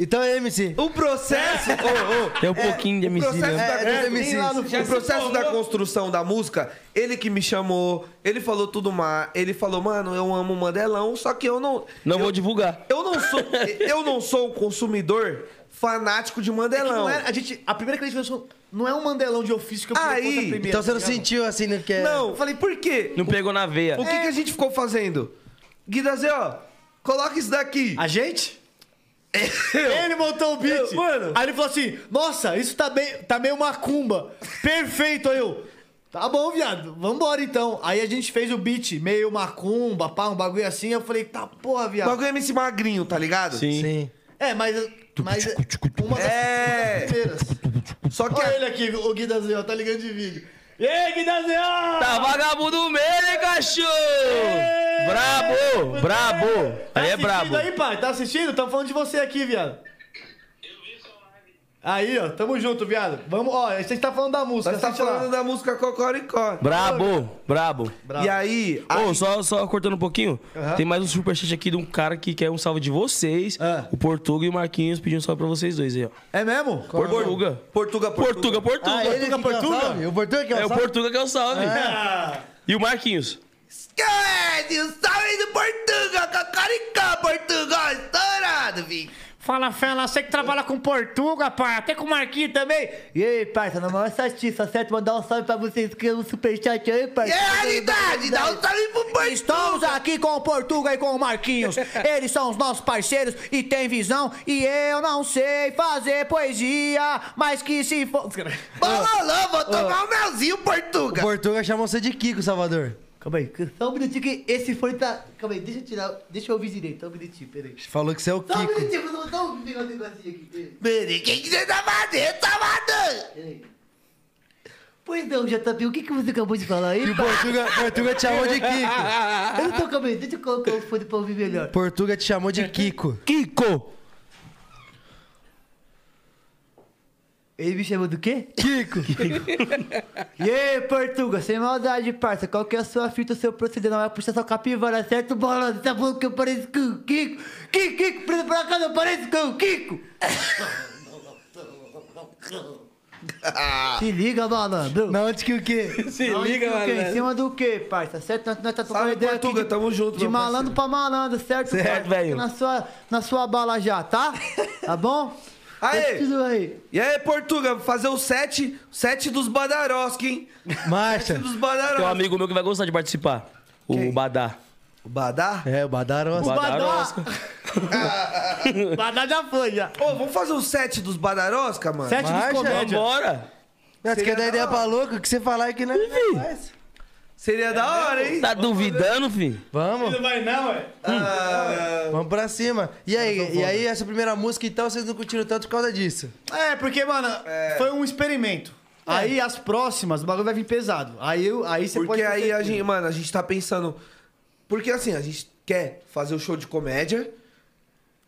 Então é MC.
O processo. Ô, ô,
Tem um pouquinho de
o
MC
processo
mesmo.
da-
É, é,
tem
MC.
lá no- o processo da construção da música, ele que me chamou, ele falou tudo mais, ele falou, mano, eu amo o Mandelão, só que eu não.
Não
eu,
vou divulgar.
Eu não sou. eu não sou um consumidor fanático de
É que
Mandelão.
não é- a, gente, a primeira que a gente fez não é um mandelão de ofício que eu queria
Aí,
pôr na primeira,
Então você não
tá ligado?
sentiu assim, né? Que é...
Não, eu falei, por quê?
Não pegou na veia.
O que, que a gente ficou fazendo? Guidazê, assim, ó, coloca isso daqui. É.
A gente? Ele montou o beat.
Eu, mano.
Aí ele falou assim: Nossa, isso tá, bem, tá meio macumba. Perfeito. Aí eu. Tá bom, viado. Vambora então. Aí a gente fez o beat meio macumba, pá, um bagulho assim. Eu falei: Tá porra,
O
viado.
bagulho é MC Magrinho, tá ligado?
Sim.
Sim.
É, mas. mas uma das
É.
primeiras.
Só que
Olha ele aqui, o Gui da Zé, tá ligando de vídeo. E aí, Gui da Zé?
Tá vagabundo mesmo, hein, cachorro? Brabo, brabo.
Tá
Aí é
assistindo
brabo.
aí, pai? Tá assistindo? Tamo falando de você aqui, viado. Aí, ó, tamo junto, viado. Vamos, ó, a gente tá falando da música.
Nós tá
assiste lá.
falando da música Cocoricó.
Brabo, brabo.
E aí,
Ô, só, só cortando um pouquinho, tem mais um superchat aqui de um cara que quer um salve de vocês.
Ah.
O Portuga e o Marquinhos pedindo um salve pra vocês dois aí, ó.
É mesmo?
Portuga.
Portuga,
Portuga, Portuga.
Ah, ele que quer o
Portuga?
salve? O Portuga que é o
É o
salve?
Portuga que é o salve. E o Marquinhos.
é
Esquece, o salve do Portugal, Cacaricá, Portugal, estourado, vi.
Fala, fela, você que trabalha com Portuga, pá, até com o Marquinho também.
E aí, parça, na maior satisfação, certo? Mandar um salve pra vocês que é um superchat aí,
E
parça.
é realidade, dá
Tá
um salve pro Portugal.
Estamos aqui com o Portuga e com o Marquinhos. Eles são os nossos parceiros e têm visão. E eu não sei fazer poesia, mas que se for.
Bololô, vou
Ah.
tomar um melzinho, Portuga.
O Portuga chamou você de Kiko, Salvador.
Calma aí, só um minutinho que esse foi pra. Calma aí, deixa eu tirar. Deixa eu ouvir direito, só um minutinho, peraí.
Falou que você é o
Só um
Kiko.
minutinho, vou só um negócio- negocinho aqui. peraí.
Mano, quem que você tá fazendo, Salvador?
Peraí. Pois não, JP, o que, que você acabou de falar aí?
E o Portuga, Portuga te chamou de Kiko.
Eu não tô calma aí, deixa eu colocar o fone pra ouvir melhor.
Portuga te chamou de Kiko.
Kiko.
Ele me chamou do quê? Kiko! e aí, Portuga, sem maldade, parça. Qual que é a sua fita, o seu proceder? Não vai puxar sua capivara, certo? Bola, tá falando que eu pareço com o Kiko? Kiko, Kiko, por por acaso eu pareço com o Kiko? Se liga, malandro.
Na onde que o quê?
Se
Não,
liga,
isso o quê? Em
mano.
cima do quê, parça? Certo? Nós,
é
nós tá trocando
Salve,
ideia aqui
Portuga,
de,
tamo junto,
De
meu
malandro pra malandro, certo?
Certo,
parça? Fica
velho.
Na sua, na sua bala já, tá? Tá bom?
Aê!
Deixa tudo aí.
E aí, Portuga, fazer o set, set dos Badaroski, hein?
Marcha.
Set dos
Tem um
Badaroski.
amigo meu que vai gostar de participar. O Badá.
O Badar?
É, o Badaró.
Badarosca.
Badá já foi, já.
Ô, vamos fazer o set dos Badarosca, mano?
Sete de
Marcha,
comédia.
Bora.
Não, Você quer dar é ideia pra louco? O que você falar aqui, né?
Seria da hora, hein?
Tá duvidando, filho?
Vamos, Ah,
Não vai não, é.
vamos pra cima. E aí, e aí essa primeira música, então, vocês não curtiram tanto por causa disso.
É, porque, mano, foi um experimento. Aí as próximas, o bagulho vai vir pesado. Aí, eu- aí você pode.
Porque
ter
aí a
certeza.
gente, mano, a gente tá pensando. Porque assim, a gente quer fazer o show de comédia,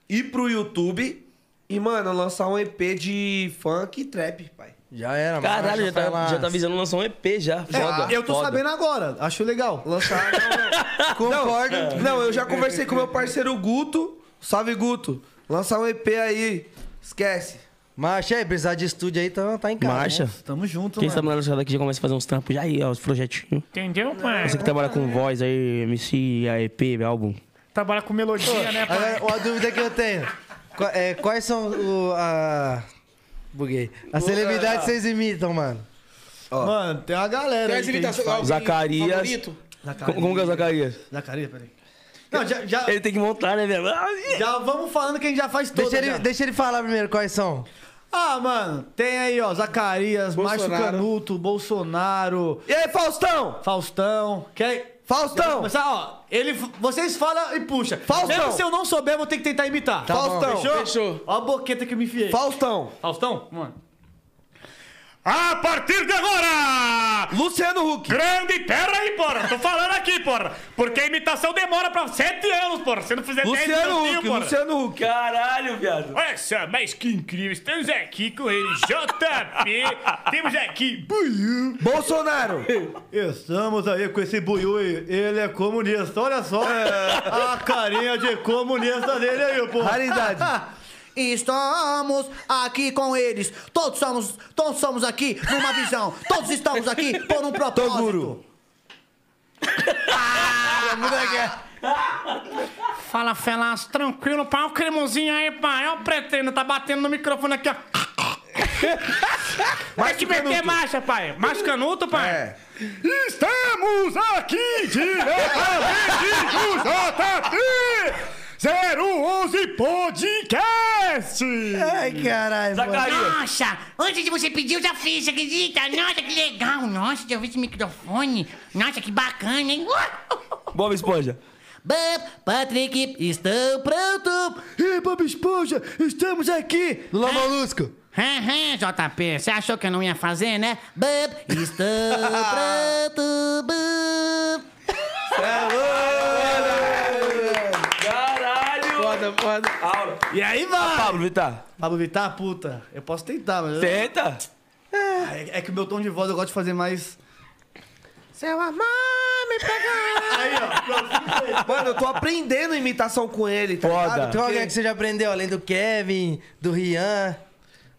ir pro YouTube e, mano, lançar um EP de funk e trap, pai.
Já
Ah,
era, marcha,
Caralho, já tá,
faz
já tá
lá.
visando lançar um EP já.
É,
Foda.
eu tô
foda.
sabendo agora, acho legal.
Lançar.
Concordo.
Não, não, eu já conversei com meu parceiro Guto. Salve, Guto. Lançar um EP aí. Esquece.
Marcha, aí, precisar de estúdio aí, então tá em casa.
Marcha.
Tamo junto,
Quem
né?
tá
mano.
sabe na hora daqui já começa a fazer uns trampos já aí, ó, os projetinhos.
Entendeu, pai?
Você que trabalha com voz aí, MC, EP, álbum.
Trabalha com melodia, né, pai?
Agora, uma dúvida que eu tenho. Qua- é, quais são o, a... Buguei. As celebridades que vocês imitam, mano?
Mano, tem uma galera.
Quer
aí que a gente
imitação?
faz.
Alguém
Zacarias.
favorito?
Zacarias.
Como, como que é o Zacarias?
Zacarias, peraí. Não, já, já,
Ele tem que montar, né, velho?
já vamos falando que a gente já faz toda.
Deixa ele,
já.
deixa ele falar primeiro quais são.
Ah, mano, tem aí, ó, Zacarias, Márcio
Bolsonaro.
Canuto, Bolsonaro,
E aí, Faustão?
Faustão. Quer... Quer
Faustão!
começar, ó, ele, vocês falam e puxa.
Faustão.
Mesmo se eu não souber, eu vou ter que tentar imitar.
Tá bom.
Faustão, fechou?
Fechou.
Ó a boqueta que eu me enfiei.
Faustão!
Faustão, mano.
A
Ah,
partir de agora!
Luciano Huck!
Grande terra aí, porra! Tô falando aqui, porra! Porque a imitação demora pra sete anos, porra! Se não fizer dez
Luciano
minutinhos,
Huck!
porra!
Luciano Huck!
Caralho, viado.
Olha só, mas que incrível! Estamos aqui com ele, JP! Temos aqui Buiu!
Bolsonaro!
Estamos aí com esse Buiu aí. Ele é comunista, olha só.
É.
a carinha de comunista dele aí, pô.
Raridade!
Estamos aqui com eles. Todos somos, todos somos aqui numa visão. Todos estamos aqui por um propósito.
Toguro!
Fala, Felas, tranquilo, pá,
um
o cremosinho aí, pá! É o pretrino, tá batendo no microfone aqui, ó! Vai te meter marcha, pai! Mais canuto, pai!
É.
Estamos aqui diretamente do JP 011 Podcast!
Ai, caralho.
Zacarias.
Nossa, antes de você pedir, eu já fiz, você acredita? Nossa, que legal, nossa, já vi esse microfone. Nossa, que bacana, hein? Uh!
Bob Esponja.
Bob, Patrick, estão pronto.
E Bob Esponja, estamos aqui.
Lula Molusco.
Aham, JP, você achou que eu não ia fazer, né?
Bob, estão pronto. Bob.
Caralho!
Foda, é foda.
Aura.
E aí vai!
Pablo, Vittar.
Pablo Vittar, puta, eu posso tentar, mas. eu-
Tenta.
Ah, É, é que o meu tom de voz eu gosto de fazer mais.
Seu amor me pegou.
Aí, ó. pronto.
Mano, eu tô aprendendo imitação com ele, tá
Foda.
ligado?
Tem
Porque-
alguém que você já aprendeu, além do Kevin, do Rian.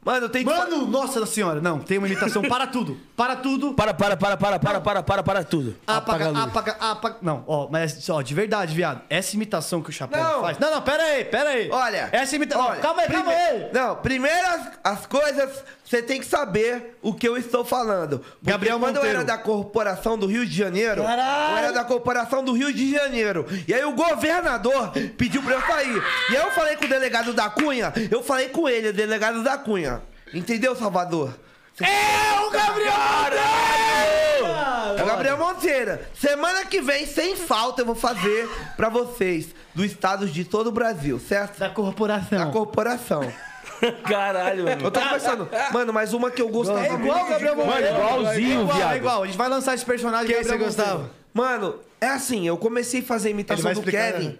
Mano, tem
Mano, nossa senhora, não, tem uma imitação para tudo. Para tudo.
Para, para, para, para, para, para, para, para tudo.
Apaga,
a luz.
apaga, apaga. Não, ó, mas ó, de verdade, viado. Essa imitação que o Chapéu
Não.
faz. Não, não, pera aí, pera aí.
Olha.
Essa imitação.
olha,
Calma aí, calma
prime-
aí.
Não, primeiro as, as coisas, você tem que saber o que eu estou falando. Porque
Gabriel
quando eu
Monteiro.
era da corporação do Rio de Janeiro, eu era da corporação do Rio de Janeiro. E aí o governador pediu pra eu sair. E aí eu falei com o delegado da Cunha, eu falei com ele, o delegado da Cunha. Entendeu, Salvador?
É o Gabriel Monteiro!
É o Gabriel Monteira. Semana que vem, sem falta, eu vou fazer pra vocês do estado de todo o Brasil, certo?
Da corporação.
Da corporação.
Caralho, mano.
Eu tô conversando. Mano, mas uma que eu gostava
É igual o Gabriel Monteiro.
igualzinho,
é igual,
viado.
É igual, a gente vai lançar esse personagem
Quem
Gabriel
você
Monteiro.
gostava?
Mano, é assim, eu comecei a fazer a
Ele
imitação
vai
do
explicar,
Kevin.
né?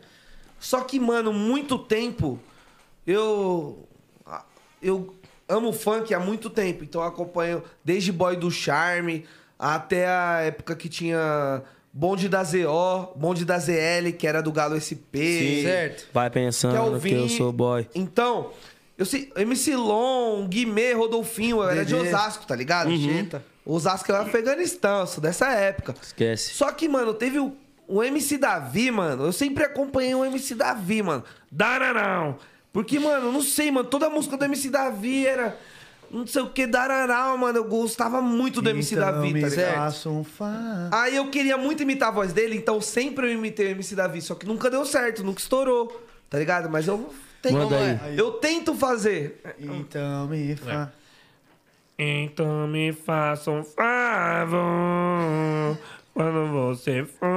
Só que, mano, muito tempo eu Ah, eu amo funk há muito tempo, então eu acompanho desde Boy do Charme até a época que tinha Bonde da ZO, Bonde da ZL, que era do Galo SP.
Certo.
Vai
Que eu
pensando que
vi.
eu sou boy.
Então, eu sei, MC Lon, Guimê, Rodolfinho, eu era de
Dedê.
Osasco, tá ligado? Cheta. Osasco é o Afeganistão, eu sou dessa época.
Esquece.
Só que, mano, teve o, o MC Davi, mano. Eu sempre acompanhei o MC Davi, mano. Dararão. Porque, mano, não sei, mano. Toda música do MC Davi era. Não sei o que, Dararão, mano. Eu gostava muito do MC
Então
Davi,
me
tá ligado?
faça um fa-
Aí eu queria muito imitar a voz dele, então sempre eu imitei o MC Davi. Só que nunca deu certo, nunca estourou, tá ligado? Mas eu. Tento,
Manda aí.
Eu tento fazer.
Então me fa...
É. Então me faça um favor. Quando você for,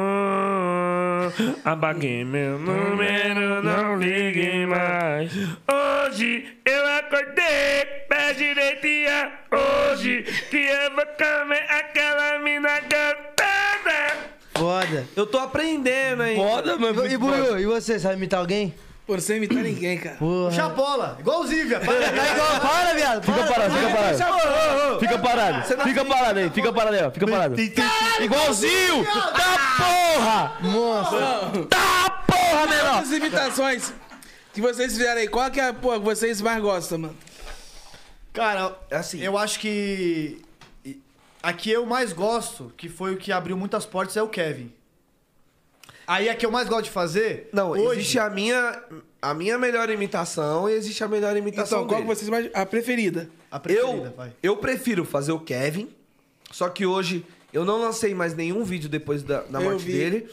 apague meu número, não ligue mais. Hoje eu acordei, pé direitinha. Hoje que eu vou comer aquela mina cantada.
Foda.
Eu tô aprendendo, hein?
Foda, mano.
E, Buiu, e você, sabe imitar alguém?
Pô, sem imitar ninguém, cara.
Porra. Tá
Chapola, igualzinho, viado. Para,
Para,
né,
viado.
Fica parado, fica parado. Fica parado. Fica parado aí, fica parado aí, ó. Fica parado. Igualzinho! Tá porra!
Não,
Tá porra, menor!
as imitações que vocês fizeram aí, qual que é a porra que vocês mais gostam, mano?
Cara,
Assim.
É eu acho que. A que eu mais gosto, que foi o que abriu muitas portas, é o Kevin. Aí a que eu mais gosto de fazer.
Não,
hoje.
existe a minha, a minha melhor imitação e existe a melhor imitação
Então, qual que
dele.
vocês mais... A preferida.
A preferida,
eu,
vai.
eu prefiro fazer o Kevin, só que hoje eu não lancei mais nenhum vídeo depois da, da
Eu
morte
vi.
dele.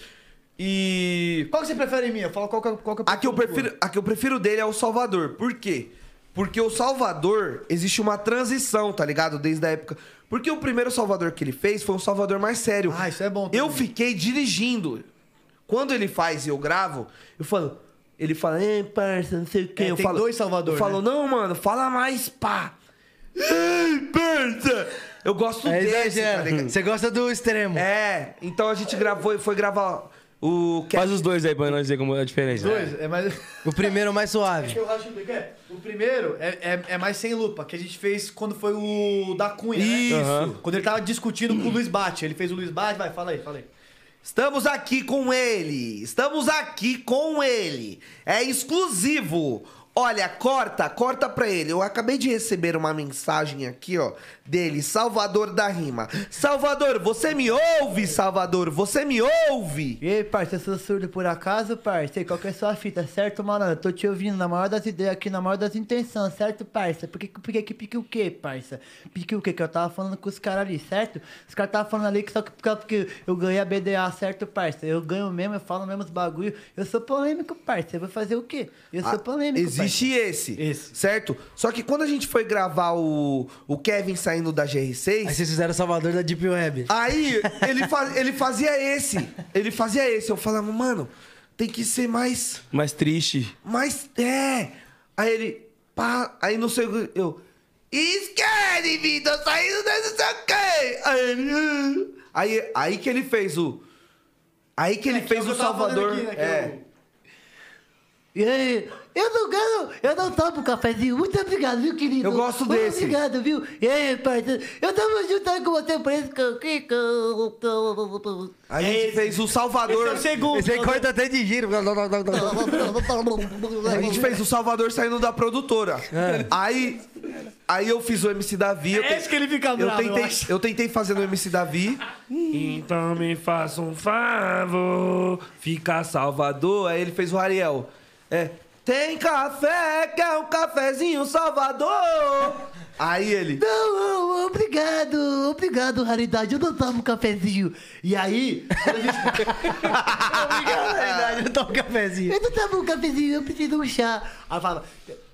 E
Qual que você prefere em mim? Eu falo qual que, eu- qual que é
a que, eu prefiro, a que eu prefiro dele é o Salvador. Por quê? Porque o Salvador, existe uma transição, tá ligado? Desde a época. Porque o primeiro Salvador que ele fez foi um Salvador mais sério.
Ah, isso é bom
Eu
também.
fiquei dirigindo. Quando ele faz e eu gravo, eu falo. Ele fala, ei, parça, não sei o quê.
É,
eu
tem
falo,
dois Salvador,
Eu falo,
né?
não, mano, fala mais, pá. Ei, parça! Eu gosto
É
desse, tá
exagero.
ligado?
Você gosta do extremo.
É, então a gente gravou e foi gravar o...
Faz os dois aí pra nós ver como é a diferença.
Dois, é mais.
O primeiro é o mais suave.
Eu acho que é. O primeiro é, é, é mais sem lupa, que a gente fez quando foi o da Cunha,
Isso.
né? Quando ele tava discutindo com o Luiz Bate. Ele fez o Luiz Bate, vai, fala aí, fala aí.
Estamos aqui com ele! Estamos aqui com ele! É exclusivo! Olha, corta, corta pra ele. Eu acabei de receber uma mensagem aqui, ó, dele, Salvador da Rima. Salvador, você me ouve, Salvador? Você me ouve?
E aí, parça, eu sou surdo por acaso, parça? E qual que é a sua fita, certo, malandro? Tô te ouvindo na maior das ideias aqui, na maior das intenções, certo, parça? Por que por que que pique o quê, parça? Pique o quê? Que eu tava falando com os caras ali, certo? Os caras tava falando ali que só que por causa porque eu ganhei a BDA, certo, parça? Eu ganho mesmo, eu falo mesmo os bagulho. Eu sou polêmico, parça. Eu vou fazer o quê? Eu sou
Ah,
polêmico,
Existe esse,
Esse.
certo? Só que quando a gente foi gravar o, o Kevin saindo da GR6,
Aí vocês fizeram o Salvador da Deep Web.
Aí ele, fa- ele fazia esse. Ele fazia esse. Eu falava, mano, tem que ser mais.
Mais triste.
mais é. Aí ele. Pá, aí não sei o que. Eu. Esquece, Vitor, saindo desse seu quê? Aí ele. "Ah". Aí, aí que ele fez o. Aí que ele
que é
fez
o que
o
eu tava falando
Salvador.
aqui, né, que
é.
é
E aí, eu não quero, eu não tomo cafezinho. Muito obrigado, viu, querido?
Eu gosto
Muito
desse.
obrigado, viu? E aí, parceiro, eu tamo junto aí com você, por isso que eu- que- que eu...
A gente fez o Salvador.
Esse é o segundo.
Esse aí corta até de giro.
A gente fez o Salvador saindo da produtora. Aí, aí eu fiz o MC Davi. eu
É esse que ele fica
Eu
bravo, eu
tentei,
acho.
eu tentei fazer no MC Davi. Então me faça um favor, fica Salvador. Aí ele fez o Ariel. É, tem café, quer um cafezinho
"Ah,
Salvador? Aí ele.
Não, ô, obrigado, obrigado, raridade. Eu não tomo cafezinho. E aí,
Obrigado, verdade. Eu tomo um cafezinho.
eu não tomo um cafezinho, eu prefiro um chá. Aí fala,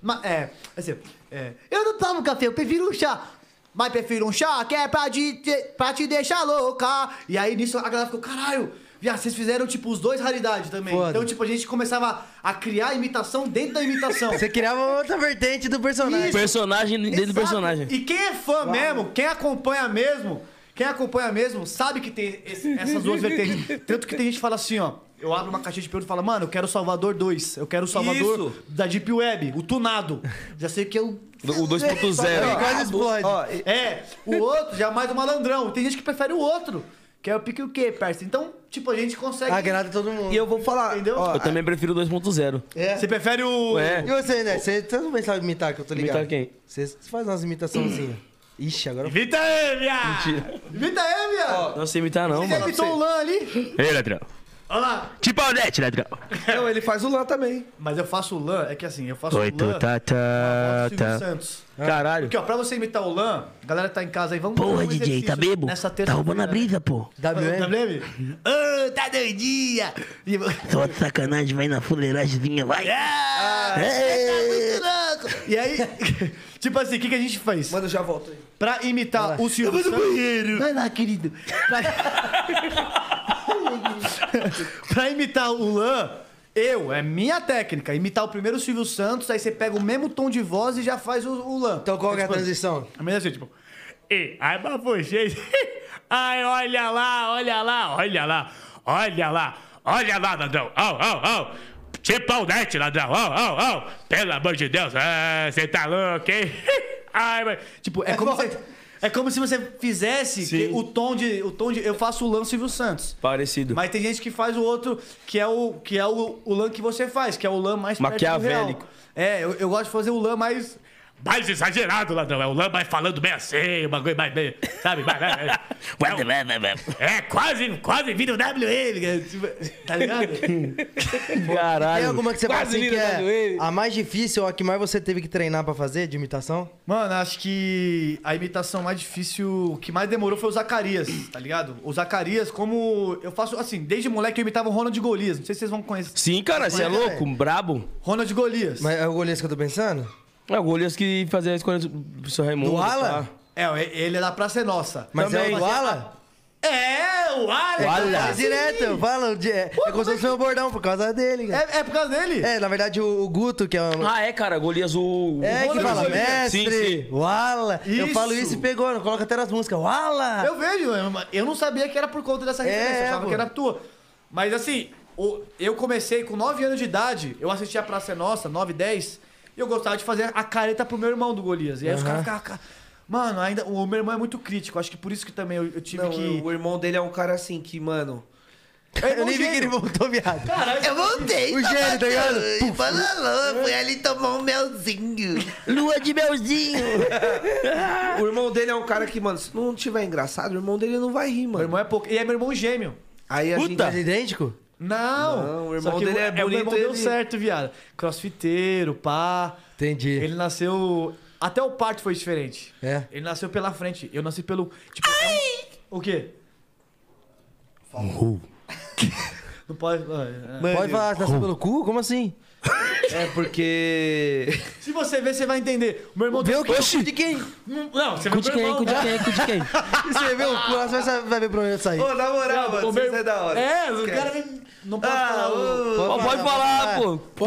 "Ma- é, assim, é, eu não tomo café, eu prefiro um chá. Mas prefiro um chá que é pra, de, te, pra te deixar louca. E aí nisso a galera ficou, caralho. Viado, vocês fizeram tipo os dois raridade também.
Foda.
Então, tipo, a gente começava a criar imitação dentro da imitação.
Você criava outra vertente do personagem.
Personagem dentro do
Exato.
personagem.
E quem é fã mesmo, quem acompanha mesmo, quem acompanha mesmo, sabe que tem esse- essas duas vertentes. Tanto que tem gente que fala assim, ó. Eu abro uma caixinha de pergunta e falo, mano, eu quero o Salvador 2. Eu quero o Salvador
Isso.
da Deep Web, o tunado. Já sei que eu.
O 2.0.
Quase explode.
Ó, e-
É, o outro já é mais o malandrão. Tem gente que prefere o outro. Que é o pique o quê, parça? Então, tipo, a gente consegue.
Agrada todo mundo.
e eu vou falar.
Entendeu?
ó,
Eu também prefiro o 2.0.
Você prefere o.
É.
E você, né? Você você também sabe imitar, que eu tô ligado.
Imitar quem?
Você faz umas imitaçãozinhas. Ixi, agora...
Vita M,
Mentira.
Vita M, viado!
Não sei imitar, não,
Você
mano.
imitou o Lan ali?
Ei, ladrão.
Olha lá.
Tipo a net, ladrão.
não, ele faz o Lan também.
Mas eu faço o Lan, é que assim, eu faço o Lan.
tá,
Silvio Santos.
Caralho.
Aqui, ó, pra você imitar o Lan, galera tá em casa aí, vamos fazer
Porra,
um
DJ, tá
exercício
bebo?
Nessa
Tá
terça né? Tá
roubando a brisa, pô.
WM?
WM?
"Ah,
Ô, tá doidinha! E-
Só de sacanagem, vai na fuleiragemzinha, vai.
É, tá muito louco! E aí, tipo assim, o que, que a gente faz?
Mano, eu já volto aí.
Pra imitar o Silvio Santos.
Vai lá, querido.
Pra imitar o Lan, eu, é minha técnica, imitar o primeiro Silvio Santos, aí você pega o mesmo tom de voz e já faz o, o Lan.
Então qual que é a
tipo,
transição?
A menina assim, tipo. E aí pra vocês. Ai, olha lá, olha lá, olha lá, olha lá, olha lá, ladrão. Au, au, au. Tipo o net, ladrão. Au, au, au. Pelo amor de Deus. Ah, você tá louco, hein? Ai, mas. Tipo, é como se. É como se você fizesse que o tom de. O tom de. Eu faço o Lan Silvio Santos.
Parecido.
Mas tem gente que faz o outro, que é o que é o, o LAN que você faz, que é o LAN mais perto do real.
Maquiavélico.
É, eu, eu gosto de fazer o LAN mais. Mais exagerado, ladrão. É o LAN mais falando bem assim, o bagulho mais bem. Sabe? Mais- é, um- é quase, quase vira o WM. é, tipo, Tá ligado?
Tem
Caralho.
alguma que você fala
Quase
assim que
lindo, né,
é
ele?
a mais difícil ou a que mais você teve que treinar pra fazer de imitação?
Mano, acho que a imitação mais difícil, o que mais demorou foi o Zacarias, tá ligado? O Zacarias, como eu faço, assim, desde moleque eu imitava o Ronald Golias. Não sei se vocês vão conhecer.
Sim, cara, você é louco, brabo.
Ronald Golias.
Mas é o goleiro que eu tô pensando?
É o goleiro que fazia a escolha do seu Raimundo.
Do Ala?
pá.
É, ele é da Praça é Nossa.
tá? Mas
Também.
é o Ala?
É, o Alex!
É direto, eu falo. de- É, é como se fosse meu bordão por causa dele, cara.
É, é por causa dele?
É, na verdade, o, o Guto, que é um.
Ah, é, cara, Golias o.
É, que
Ronald
fala,
Golias.
Sim,
mestre,
sim.
o Ala. Eu
Isso.
falo isso e pegou, coloca até nas músicas, o Ala.
Eu vejo, eu- eu não sabia que era por conta dessa referência, eu achava
pô.
que era tua. Mas assim, o- eu comecei com 9 anos de idade, eu assistia a Praça é Nossa, 9, 10, e eu gostava de fazer a careta pro meu irmão do Golias. E aí os caras ficavam... "Ca- Mano, ainda, o meu irmão é muito crítico, acho que por isso que também eu, eu tive
Não,
que...
O irmão dele é um cara assim que, mano.
É
Eu
irmão
nem vi que ele
gêmeo.
voltou, viado.
Caralho,
Eu voltei,
O
tá
gênio, tá ligado?
bacana. Falou, fui ali tomar um melzinho.
Lua de melzinho.
O irmão dele é um cara que, mano, se não tiver engraçado, o irmão dele não vai rir,
meu
mano.
irmão é pouco. E é meu irmão gêmeo.
Aí a gente.
Mas é idêntico?
Não,
Não, o irmão
só que
dele é
o meu
bonito,
irmão deu
ele-
certo, viado. Crossfiteiro, pá.
Entendi.
Ele nasceu. Até o parto foi diferente.
É.
Ele nasceu pela frente. Eu nasci pelo. Tipo, é um- O quê? Não pode. ah, é.
Pode falar, nasceu pelo cu? Como assim?
É porque.
Se você ver, você vai entender. O meu irmão
um
deu.
o que? De quem?
Não, não, você vai né?
Cu de quem, cu de quem, cu de quem?
Você vê o cu, você vai- vai ver pra onde eu sair.
Ô, na moral, mano, isso é da hora. Ah,
É, o cara. Não pode falar. o-
Pô, pode falar, pô. Pô,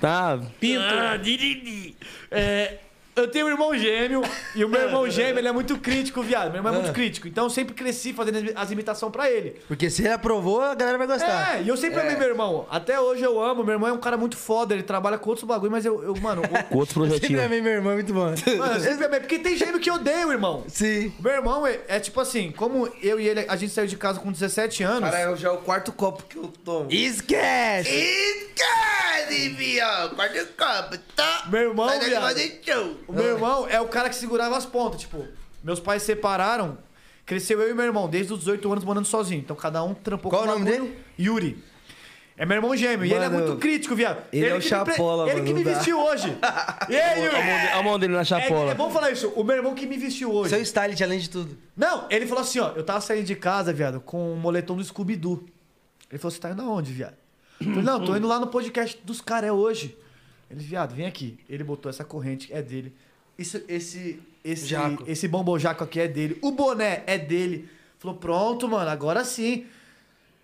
tá.
Ah, diriri. É, Eu tenho um irmão gêmeo e o meu irmão gêmeo ele é muito crítico, viado. Meu irmão é muito crítico. Então eu sempre cresci fazendo as imitações pra ele.
Porque se ele aprovou, a galera vai gostar.
É, e eu sempre amei meu irmão. Até hoje eu amo. Meu irmão é um cara muito foda, ele trabalha com outros bagulho, mas eu, eu mano, o-
Com outro
Sempre
projetinho.
amei meu irmão, é muito bom.
Mano, eu sempre amei, é porque tem gêmeo que odeia o irmão.
Sim.
Meu irmão é, é tipo assim, como eu e ele, a gente saiu de casa com 17 anos.
Cara, eu já é o quarto copo que eu tomo.
Esquece!
Esquece, viado. Guarda o copo, tá?
Meu irmão,
Nós vamos
viado.
fazer show.
O meu irmão é o cara que segurava as pontas, tipo, meus pais separaram, cresceu eu e meu irmão, desde os 18 anos morando sozinho. Então cada um trampou
Qual
com
o nome
bagulho. Yuri. É meu irmão gêmeo, e ele é
Mano,
muito crítico, viado.
ele é o
que me pre-
Chapola,
Ele
mano,
que me
não dá.
vestiu hoje. E aí, Yuri?
A mão dele na
É, é
chapola.
bom falar isso, o meu irmão que me vestiu hoje.
Seu style, além de tudo.
Não, ele falou assim, ó, eu tava saindo de casa, viado, com o moletom do Scooby-Doo. Ele falou, você tá indo aonde, viado? Eu falei, não, tô indo lá no podcast dos caras, é hoje. Ele, viado, vem aqui. Ele botou essa corrente, é dele. Isso, esse, esse,
Jaco.
esse bombojaco aqui é dele. O boné é dele. Falou, pronto, mano, agora sim.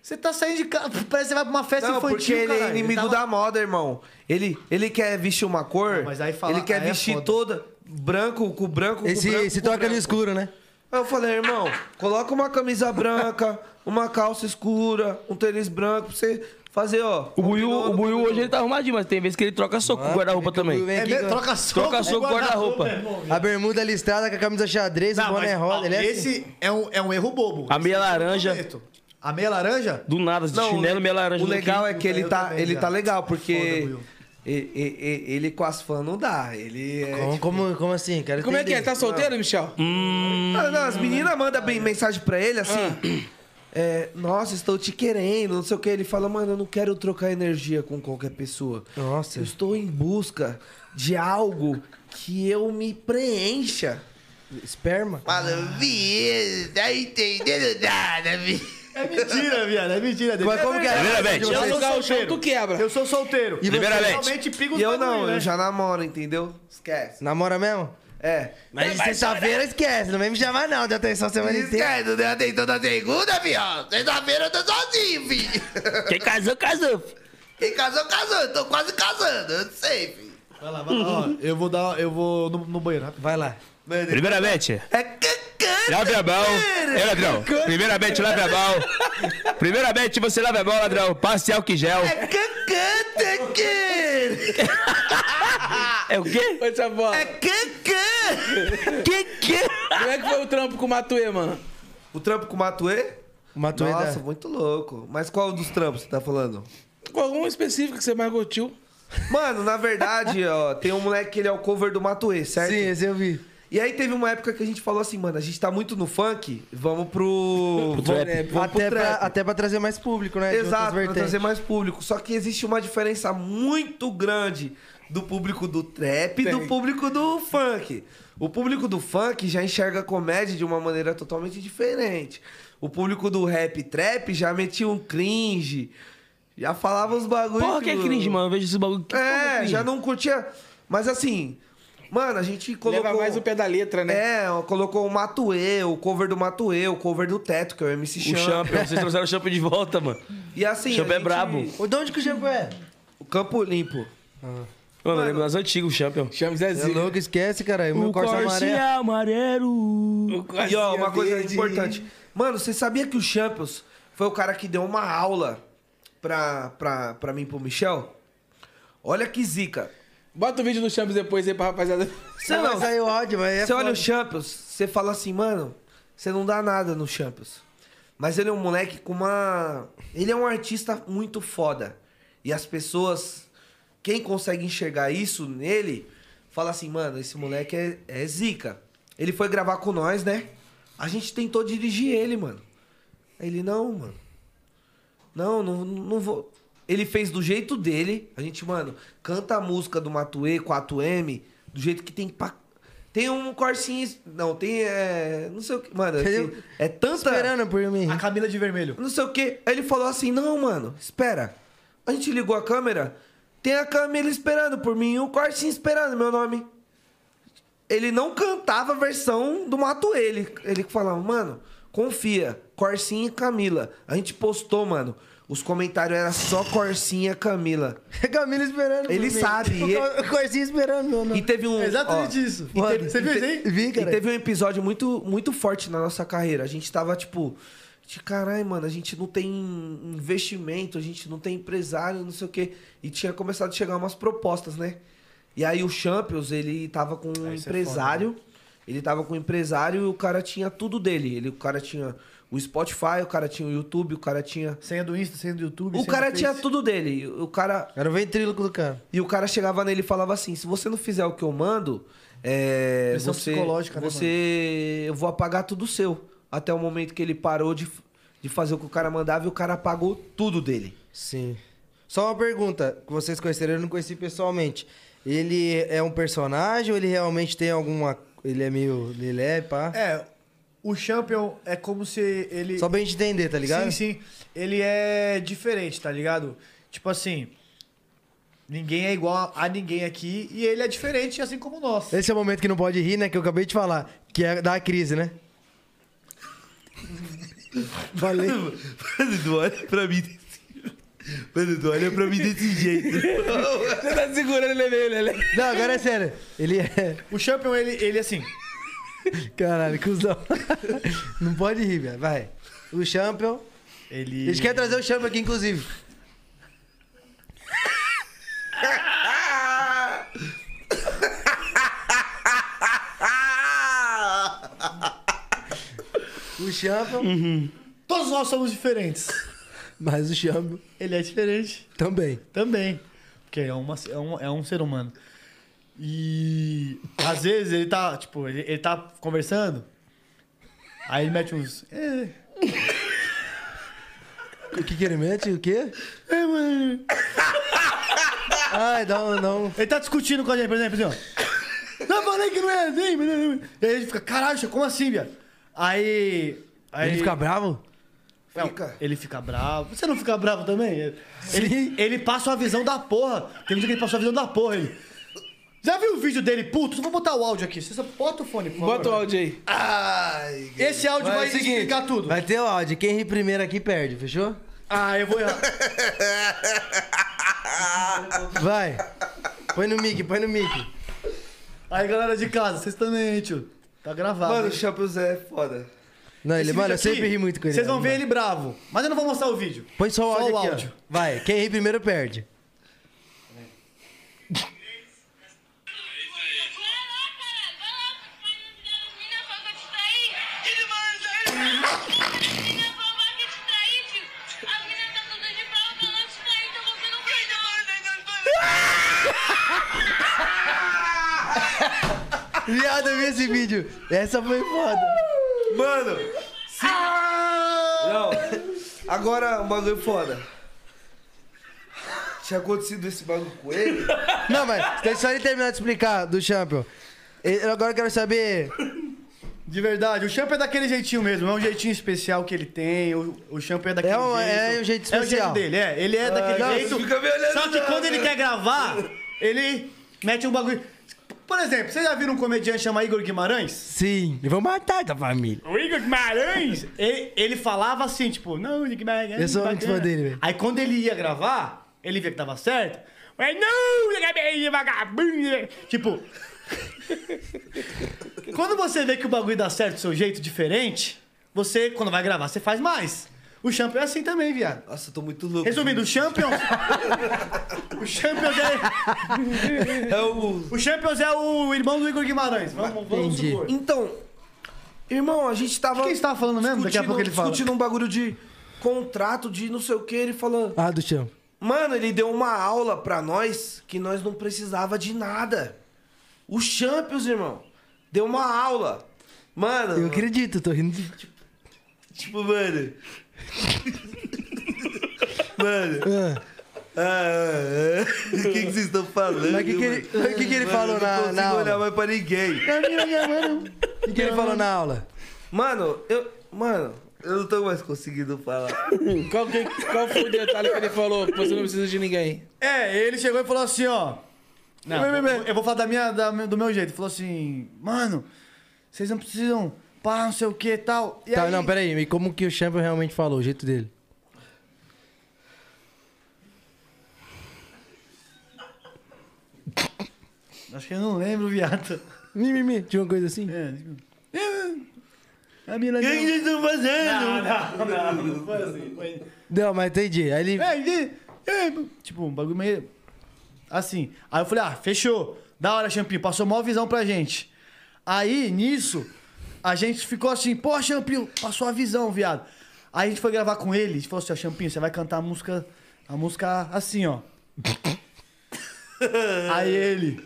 Você tá saindo de casa, parece que você vai pra uma festa
Não, porque
infantil,
ele
caralho.
é inimigo
tava-
da moda, irmão. Ele, ele quer vestir uma cor,
Não, mas aí fala-
ele quer
aí é
vestir
foda.
toda branco, com branco, com
Esse,
branco,
esse
com
toca no
branco.
escuro, né?
Aí eu falei, irmão, coloca uma camisa branca, uma calça escura, um tênis branco pra você fazer, ó.
O Buiu,
combinou,
o
não
Buiu
combinou.
hoje ele tá arrumadinho, mas tem vezes que ele troca soco com o guarda-roupa também.
Vem
É,
aqui
me-
com-
troca soco,
Troca
com
soco, guarda-roupa.
é bom, viado.
A bermuda listrada com a camisa xadrez, o
Não,
boné
mas, ó,
roda. Ele é assim.
esse é, um, é um erro bobo.
A meia laranja.
A meia laranja?
Do nada,
Não,
chinelo, meia laranja.
O
no
legal
quê?
é que ele
Eu
tá,
também,
ele
já.
tá legal, porque
Foda, Will.
e- e- e- ele com as fãs não dá. Ele é.
Como, como, como assim? Quero
Como é que é?
entender.
Tá solteiro, Michel?
Ah, não, as meninas mandam bem- mensagem pra ele assim.
Ah.
é, Nossa, estou te querendo, não sei o que. Ele fala, mano, eu não quero trocar energia com qualquer pessoa.
Nossa.
Eu estou em busca de algo que eu me preencha.
Esperma?
Mano, vi, tá entendendo nada, vi.
É mentira, viado. É mentira dele.
Mas como que é?
Se eu jogar o chão, tu quebra.
Eu sou solteiro. E
você Liberalmente.
realmente piga os
E eu
bagulho,
não,
né?
eu já namoro, entendeu? Esquece.
Namora mesmo?
É.
Mas de sexta-feira esquece, não vem me chamar não, deu atenção semana inteira.
Esquece, não deu atenção na segunda, viado. Sexta-feira eu tô sozinho, vi.
Quem casou, casou.
Quem casou, casou. Eu tô quase casando, eu não sei, vi.
Vai lá, vai lá. Ó, eu vou dar. Eu vou no, no banheiro. rápido.
Vai lá.
Primeiramente,
É cacana.
lave
Tá
a mão. É, ladrão. Primeiramente, lave a mão. Primeiramente, você lava a mão, ladrão. Passe álcool em gel.
É cacana, que
É o quê?
Ô, Chabola,
É cacana.
Que que?
como é que foi o trampo com o Matue, mano?
O trampo com o Matuê?
O Matuê né?
Nossa,
da-
muito louco. Mas qual dos trampos você tá falando?
Com
um
algum específico que você mais curtiu?
Mano, na verdade, ó, tem um moleque que ele é o cover do Matuê, certo?
Sim, esse eu vi.
E aí teve uma época que a gente falou assim, mano, a gente tá muito no funk, vamos pro. vamos, vamos pro
Até pra,
trap.
até pra trazer mais público, né? de outras
Exato, pra
vertentes.
trazer mais público. Só que existe uma diferença muito grande do público do trap e do público do funk. O público do funk já enxerga a comédia de uma maneira totalmente diferente. O público do rap e trap já metia um cringe, já falava uns bagulho.
Porra, que é
o-
cringe, mano. Eu vejo esse bagulho. Que porra
É,
cringe?
já não curtia. Mas assim, mano, a gente colocou.
Leva mais o pé da letra, né?
É, ó, colocou o Matuê, o cover do Matuê, o cover do Teto, que é o MC
O
Champ.
Champion. Vocês trouxeram o Champion de volta, mano.
E assim.
O
a
Champion é
gente-
brabo.
Ô, De onde que o Champo é?
O Campo Limpo.
Ah. Mano, eu lembro das antigas, o Champion.
Chama o Zezinho.
É louco, esquece, cara. Meu corte
é
amarelo.
amarelo.
O
E ó,
Corsinha
uma coisa
verde.
importante. Mano, você sabia que o Champions foi o cara que deu uma aula pra, pra, pra mim e pro Michel? Olha que zica.
Bota o vídeo do Champs depois aí pra rapaziada.
Você
Não,
não,
mas aí o áudio, mas é
Você olha
foda.
o Champions, você fala assim, mano, você não dá nada no Champions. Mas ele é um moleque com uma. Ele é um artista muito foda. E as pessoas. Quem consegue enxergar isso nele, fala assim, mano, esse moleque é, é zica. Ele foi gravar com nós, né? A gente tentou dirigir ele, mano. Aí Ele, não, mano. Não, não, não vou. Ele fez do jeito dele. A gente, mano, canta a música do Matuê 4M do jeito que tem pra... Tem um corsinho. Não, tem. É, não sei o que. Mano,
Entendeu?
assim, é tanta.
Esperando por mim.
A Camila de vermelho.
Não sei o que. Aí ele falou assim: não, mano, espera. A gente ligou a câmera. Tem a Camila esperando por mim, o corsinho esperando meu nome. Ele não cantava a versão do Mato Ele. Ele que falava, mano, confia, Corsinha e Camila. A gente postou, mano. Os comentários eram só Corsinha Camila.
Camila esperando.
Ele
por mim.
sabe. e-
O Corsinha esperando, meu nome.
E teve um.
É Exatamente
ó,
isso.
e teve-
Você viu isso aí?
e te-
Vi, cara.
E teve um episódio muito, muito forte na nossa carreira. A gente tava tipo. de Caralho, mano, a gente não tem investimento, a gente não tem empresário, não sei o quê. E tinha começado a chegar umas propostas, né? E aí o Champions, ele tava com um empresário. Ele tava com um empresário e o cara tinha tudo dele. Ele, o cara tinha o Spotify, o cara tinha o YouTube, o cara tinha.
Senha do Insta, senha do YouTube.
O
senha
cara
do
tinha
Face.
tudo dele. O cara.
Era o ventríloco do cara.
E o cara chegava nele e falava assim: se você não fizer o que eu mando, é,
Pressão
você,
psicológica, né,
você eu vou apagar tudo seu. Até o momento que ele parou de, de fazer o que o cara mandava e o cara apagou tudo dele.
Sim. Só uma pergunta, que vocês conheceram, eu não conheci pessoalmente. Ele é um personagem ou ele realmente tem alguma... Ele é meio lelé, pá?
É, o Champion é como se ele.
Só pra gente entender, tá ligado?
Sim, sim. Ele é diferente, tá ligado? Tipo assim. Ninguém é igual a ninguém aqui e ele é diferente, assim como nós.
Esse é o momento que não pode rir, né? Que eu acabei de falar. Que é da crise, né? Valeu.
Mano, tu olha pra mim desse... Mano, tu olha pra mim desse jeito.
Você tá segurando ele, ele, ele.
Não, agora é sério. Ele é...
O Champion, ele, ele assim.
Caralho, cuzão. Não pode rir, velho. Vai. O Champion...
Ele.
Eles querem trazer o Champion aqui, inclusive.
Ah.
O um Champion...
Uhum.
Todos nós somos diferentes.
Mas o Champion
Ele é diferente
também.
também. Porque é, uma, é, um, é um ser humano. E às vezes ele tá, tipo, ele, ele tá conversando. Aí ele mete uns. É,
O que que ele mete? O quê?
é, mano.
Ai, dá um... Dá um...
Ele tá discutindo com a gente, por exemplo, assim, ó. Não falei que não é assim, mas não, não. E aí ele fica, caralho, como assim, viado? Aí. aí
Ele fica bravo?
Não, ele fica bravo. Você não fica bravo também? Ele, ele passa uma visão da porra. Tem um dia que ele passou a visão da porra, ele. Já viu o vídeo dele, puto? Só vou botar o áudio aqui. Você só bota o fone, por favor.
Bota o áudio aí.
Ai,
Esse áudio
Mas
vai
é o seguinte,
explicar tudo.
Vai ter o áudio. Quem ri primeiro aqui perde, fechou?
Ah, eu vou errar.
Vai. Põe no mic, põe no mic.
Aí, galera de casa, vocês também, tio. Tá gravado.
Mano, o
hein?
Champions é foda.
Não,
Esse
ele,
vídeo
mano, eu
aqui,
sempre ri muito com ele. né,
Vocês vão
mano.
ver ele bravo. Mas eu não vou mostrar o vídeo.
Põe só o
Só
áudio
o
aqui, ó.
áudio.
Vai, quem ri primeiro perde. Viado, eu vi esse vídeo. Essa foi foda. Ah,
Mano! se- Não. Agora, um bagulho foda. Tinha acontecido esse bagulho com ele?
Não, mas deixa só ele terminar de explicar do Champion. Eu agora quero saber.
De verdade, o champ é daquele jeitinho mesmo, é um jeitinho especial que ele tem, o, o champ é daquele
É um-
jeito.
é um jeito
É
especial. Ah,
o jeito dele, é. Ele é daquele
não,
jeito.
você fica me olhando,
só que
não,
quando ele
cara.
quer gravar, ele mete um bagulho. Por exemplo, vocês já viram um comediante chamado Igor Guimarães?
Sim, eu vou matar da família.
O Igor Guimarães? Ele, ele falava assim, tipo, não, Igor Guimarães.
Eu sou
bacana."
muito fã dele, velho.
Aí quando ele ia gravar, ele via que tava certo. Mas não, Igor Guimarães, é vagabundo. Tipo. quando você vê que o bagulho dá certo do seu jeito diferente, você, quando vai gravar, você faz mais. O champion é assim também, viado.
Nossa, eu tô muito louco.
Resumindo, o Champions. o Champions é.
É o
O Champions é o irmão do Igor Guimarães. Vamos, vamos
Entendi.
supor.
Então, irmão, a gente
O
tava.
que a gente tava falando mesmo? Daqui a pouco ele fala.
Discutindo um bagulho de contrato, de não sei o que, ele falou.
Ah, do Champion.
Mano, ele deu uma aula pra nós que nós não precisava de nada. O Champions, irmão, deu uma aula. Mano,
Eu acredito, tô rindo. de-
tipo, mano. mano,
Ah,
ah, ah, o que, que vocês estão falando?
Mas o que que ele-
mano?
o que que ele
Mano,
falou
eu
na-
Não
na
consigo
aula?
olhar mais pra ninguém.
É,
O que, que ele falou na aula?
Mano, eu. Mano, eu não tô mais conseguindo falar.
Qual, que- é qual foi o detalhe que ele falou? Você não precisa de ninguém.
É, ele chegou e falou assim, ó.
Não,
eu, eu- eu vou falar da minha, da- do meu jeito. Falou assim, mano, vocês não precisam pá, não sei o que e tal. E
tá,
aí,
não, peraí. E como que o Champion realmente falou, o jeito dele?
Acho que eu não lembro, viado.
Mimimi, tinha uma coisa assim?
É. A mina. O que vocês estão fazendo? Não, não, não. não foi assim. Foi...
Não, mas entendi. Aí ele.
É, entendi. É, tipo, um bagulho meio. Assim. Aí eu falei, ah, fechou. Da hora, Champinho. Passou maior visão pra gente. Aí, nisso, a gente ficou assim, pô, Champinho, passou a visão, viado. Aí a gente foi gravar com ele e falou assim, ó, Champinho, você vai cantar a música. A música assim, ó. Aí ele.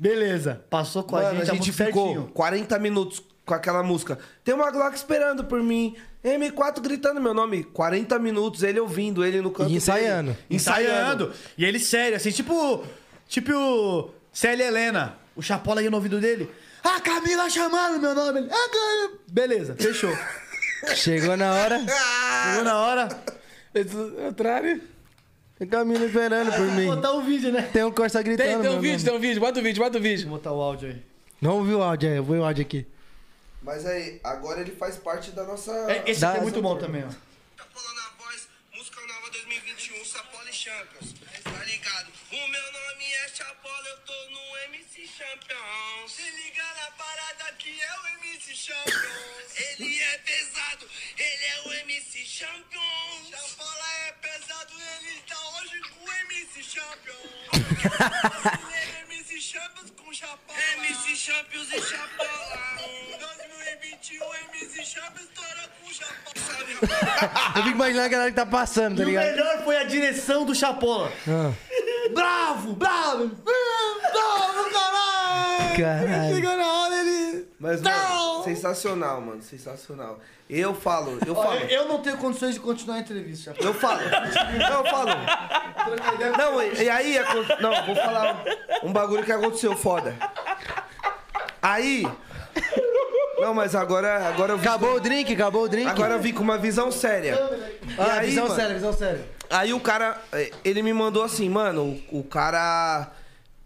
Beleza, passou com a
Mano,
gente,
a gente
música
ficou
certinho.
40 minutos com aquela música. Tem uma Glock esperando por mim. M4 gritando meu nome. 40 minutos, ele ouvindo, ele no canto.
E
dele.
Ensaiando. E ele sério, assim, tipo. Tipo. Célia Helena. O Chapola aí no ouvido dele. A Camila chamando meu nome. Ele, "Ah, Camila." Beleza, fechou.
Chegou na hora.
Chegou na hora.
Contrário.
Tem Camila esperando por mim.
botar o vídeo, né?
Tem um Corsa gritando.
Tem, tem um
meu
vídeo,
nome.
tem um vídeo. Bota o vídeo, bota o vídeo.
Vou botar o áudio aí.
Não ouvi o áudio aí, eu vou o áudio aqui.
Mas aí, agora ele faz parte da nossa.
É, Esse aqui é muito bom
tá?
também, ó.
é Ele é pesado, ele é o MC Champion. Chapola é pesado, ele tá hoje com o MC Champion. Brasileiro, MC Champions com Chapola. MC Champions e Chapola. 2021, MC Champions estourou com Chapola.
Eu fico imaginando a galera que tá passando, tá
E o
ligado?
melhor foi a direção do Chapola.
Ah.
Bravo, bravo! Bravo, caralho!
Caralho.
Chegou na hora ele.
Mas, mano, sensacional, mano. Sensacional. Eu falo, eu falo.
Olha, eu não tenho condições de continuar a entrevista.
Eu falo. Não, eu falo. Não, e e aí. acon- Não, vou falar um, um bagulho que aconteceu foda. Aí. Não, mas agora, agora eu vi.
Acabou o drink, acabou o drink.
Agora eu vim com uma visão séria. E
Ah,
aí,
visão
mano,
séria, visão séria.
Aí o cara. eh, Ele me mandou assim, mano. O, o cara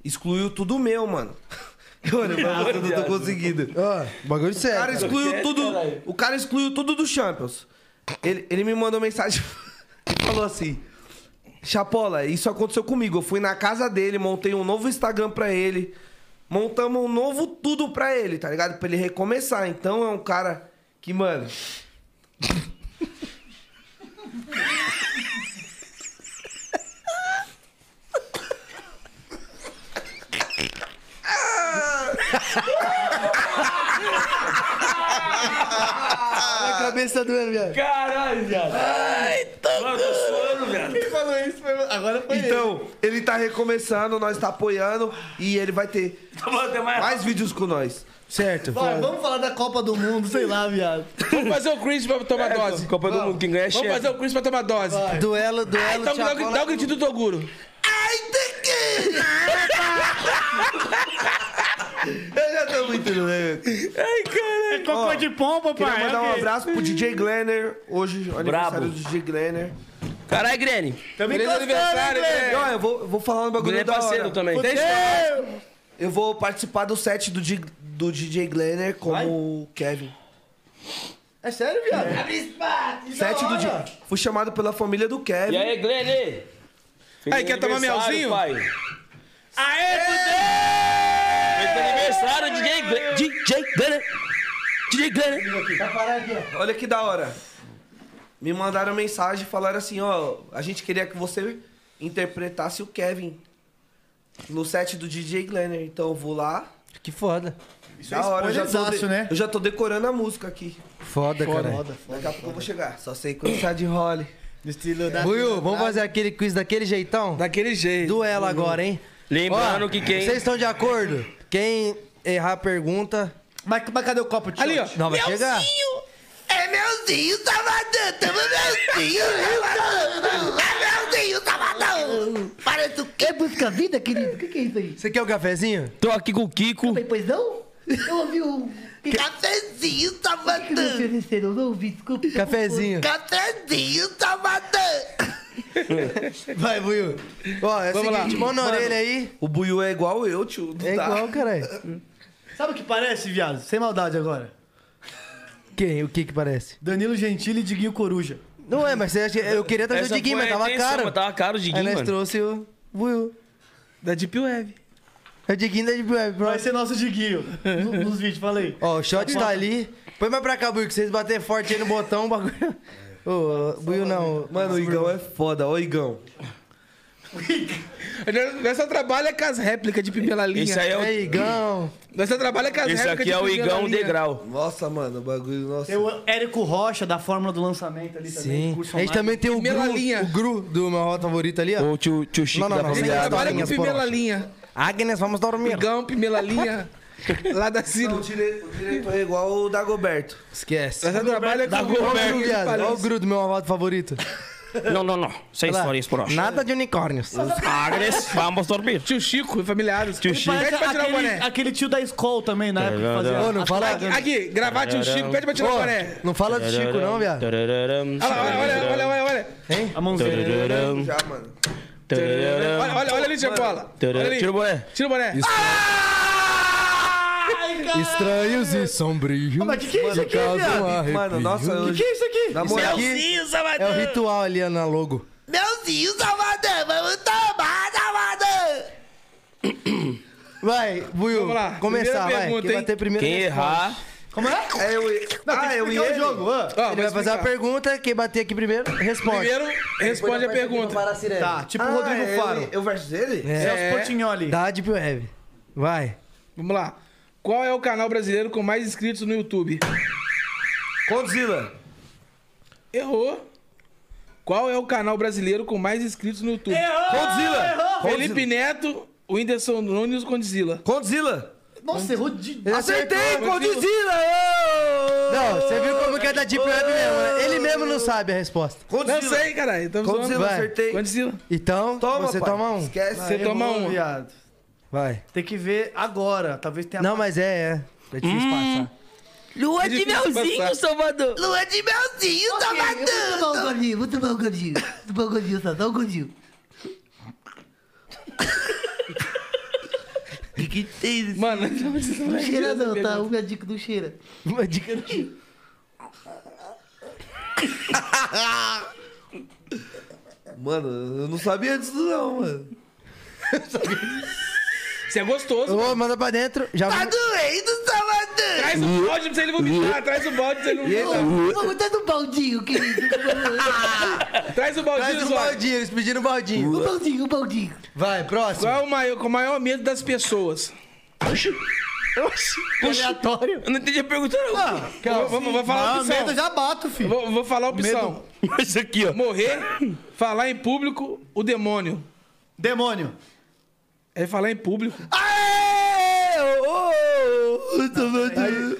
excluiu tudo meu, mano. Olha, eu não tô conseguindo.
Ó, bagulho
O
sério.
cara excluiu
Quieto,
tudo.
caralho.
O cara excluiu tudo do Champions. Ele, ele me mandou mensagem e falou assim: Chapola, isso aconteceu comigo. Eu fui na casa dele, montei um novo Instagram pra ele. Montamos um novo tudo pra ele, tá ligado? Pra ele recomeçar. Então é um cara que, mano.
a cabeça Tá doendo, viado.
Caralho, viado. Ai, tô... Mano, tô suando, viado.
Quem falou isso foi. Agora foi
Então, ele tá recomeçando, nós tá apoiando e ele vai ter
Tá bom, até mais.
mais vídeos com nós.
Certo,
Vai,
foda.
vamos falar da Copa do Mundo, sei lá, viado.
Vamos fazer o Chris pra tomar dose.
Copa do Mundo, quem ganha é
Vamos
chefe.
fazer o Chris pra tomar dose.
Duelo, duelo,
Então, dá, o-
Chapola
dá o gritinho do Toguro.
Eu já tô muito louco.
Ai, caralho.
É Cocô de pompa,
Queria
pai.
mandar um
ok.
abraço pro DJ Glenner. Hoje, o aniversário do DJ Glenner.
Caralho, Grêmio.
Também
Feliz aniversário,
E, ó, eu vou, eu vou falar um bagulho
Grêmio é
da hora.
parceiro também. Deixa
Eu vou participar do set do, Dig- do DJ Glenner como Kevin.
É sério, viado?
Set do
hora.
Di- Fui chamado pela família do Kevin.
E aí, Glenn?
Aí, quer tomar melzinho?
Aê, Feliz aniversário, DJ Glenn. DJ Glenn. DJ Glenn.
Olha que da hora. Me mandaram mensagem e falaram assim, ó, a gente queria que você interpretasse o Kevin no set do DJ Glenner. Então eu vou lá.
Que foda.
da hora, eu já, tô
spoilerzaço, né?
eu já tô decorando a música aqui.
Foda, cara.
Foda, foda.
Daqui a pouco eu vou chegar. Só sei quando tá de role.
No estilo da.
Buiu, vamos fazer aquele quiz daquele jeitão?
Daquele jeito.
Uhum.
Duelo agora, hein?
Lembrando
Ó,
que quem-
Vocês estão de acordo? Quem errar a pergunta.
Mas, mas cadê o copo de
Ali, ó.
shot?
Não, vai chegar.
É meuzinho, sabadão, tamo meuzinho, sabadão. É meuzinho, sabadão. Parece o
É busca vida, querido? O que, que é isso aí?
Você quer o cafezinho?
Tô aqui com o Kiko.
Bem, pois não? Eu ouvi um. Que tá
cafezinho,
que me
sabadão.
ofereceram? Eu Não ouvi, desculpa.
Cafezinho.
Cafezinho, sabadão.
Vai, Buiu. Ó, é o
Vamos lá.
seguinte, mão na orelha aí.
O Buiu é igual eu, tio. Tá. não
É
dá.
igual, caralho.
Tá. Sabe o que parece, viado? Sem maldade agora.
Quem? O que que parece?
Danilo Gentili e Diguinho Coruja.
Não é, mas você acha- eu queria trazer
Essa
o Diguinho,
foi
mas
a
tava
intenção,
caro.
mas Tava caro o
Aí
Diguinho,
nós
mano.
trouxe o Buiu.
Da Deep Web.
É o Diguinho da Deep Vai
ser nosso Diguinho. Nos vídeos, falei.
Ó, o shot tá ali. Põe mais pra cá, Buiu, que vocês baterem forte aí no botão, o bagulho.
É.
Ô, Buiu não.
Mano, o Igão é foda. Ô, Igão.
Nós só trabalha com as réplicas de primeira linha.
Esse aí é o- É, Igão.
Nós só trabalha com as réplicas de primeira linha.
Nossa, mano, o bagulho, nossa.
Tem o Érico Rocha, da fórmula do lançamento ali também.
Sim.
curso
A gente
online.
também tem o Gru, o Gru do meu rota favorito ali, ó.
O tio, tio Chico
da família Ele trabalha é com primeira linha.
Agnes, vamos dormir.
Igão, primeira linha. Lá da Ciro.
O dire- o diretor é igual o Dagoberto.
Esquece.
Nós só trabalha com
Olha o Gru, viado. Olha o Gru do meu avado favorito.
Não, não, não. Sem
Olha lá.
histórias por hoje.
Nada de unicórnios.
Agres, vamos dormir.
Tio Chico, familiares.
Tio Chico.
Parece
Pede pra tirar o
aquele,
boné.
aquele tio da escola também,
É
na época que fazia.
Ô, não
as
fala-
propagandas.
Aqui, gravar tio um Chico, pede pra tirar o boné.
Não fala do Chico, não, viado.
Olha lá, olha, olha, olha, olha, olha.
A mãozinha.
Já, mano.
Olha, olha, olha ali, Tia Paula. Olha ali.
Tira o boné.
Tira o boné. Ah!
Estranhos e sombrios.
mas que que é isso aqui,
causam
viado?
arrepio.
Mano, nossa,
O
eu...
que é isso aqui?
na
Isso
moral.
aqui é o ritual ali na logo.
Meuzinho Salvador, vamos tomar, Salvador!
Vai, Buiu,
Vamos lá.
começar,
Primeira
vai.
pergunta,
Quem
hein?
vai ter primeiro
Quem
responde.
errar.
É eu e... Ah, eu e
Explica o
ele.
jogo, ah.
Ó,
Ele vai
vou
fazer uma
explicar.
pergunta, quem bater aqui primeiro, responde.
Primeiro, responde a
um
pergunta.
Tá, tipo o
Ah,
Rodrigo
é
Faro.
ele- Eu versus ele?
É.
Celso
É.
Portignoli.
Da Deep Web. Vai.
Vamos lá. Qual é o canal brasileiro com mais inscritos no YouTube?
Godzilla.
Errou. Qual é o canal brasileiro com mais inscritos no YouTube?
Godzilla.
Felipe Neto, Whindersson Nunes, Condzilla.
Godzilla.
Nossa, errou de...
Ele
Acertei,
acertou.
Godzilla.
né? Não, você viu como que é da Deep Web mesmo, né? Ele mesmo não sabe a resposta.
Não
Godzilla.
sei, caralho. então Tamo
Godzilla,
Vai.
acertei.
Condzilla.
Então,
Toma,
você
pai.
toma um.
Esquece.
Você
Errou,
toma um.
viado.
Vai.
Tem que ver agora. Talvez tenha...
Não, mas é, é. É difícil
Hum?
Hum.
passar.
É
Lua
de difícil melzinho, passar.
Salvador.
Lua de Meuzinho
tá Vou
Salvador!
tomar um godinho, vou tomar um godinho. Vou tomar um godinho, só, só um godinho. que que tem nesse-
Mano,
é
Não cheira não, tá? O meu dico não cheira.
Uma dica do
Mano, eu não sabia disso não, mano.
Você é gostoso.
Ô, manda pra dentro. Já
Tá doendo, Salvador!
Traz o balde um pra você ele vomitar. tá? Traz o balde pra você ele
tá-
vomitar.
Vamos dar no baldinho, querido.
Traz o balde,
Traz o
Zóio.
baldinho, eles pediram o baldinho.
O baldinho, o baldinho.
Vai, próximo.
Qual é o maior, qual é o maior medo das pessoas?
Aleatório.
Eu não entendi a pergunta, não.
Vou, vou- vou falar a
Ah, medo eu
opção.
já bato, filho.
Vou, vou falar a opção.
Isso aqui, ó.
Morrer, falar em público, o demônio.
Demônio.
É falar em público.
Aí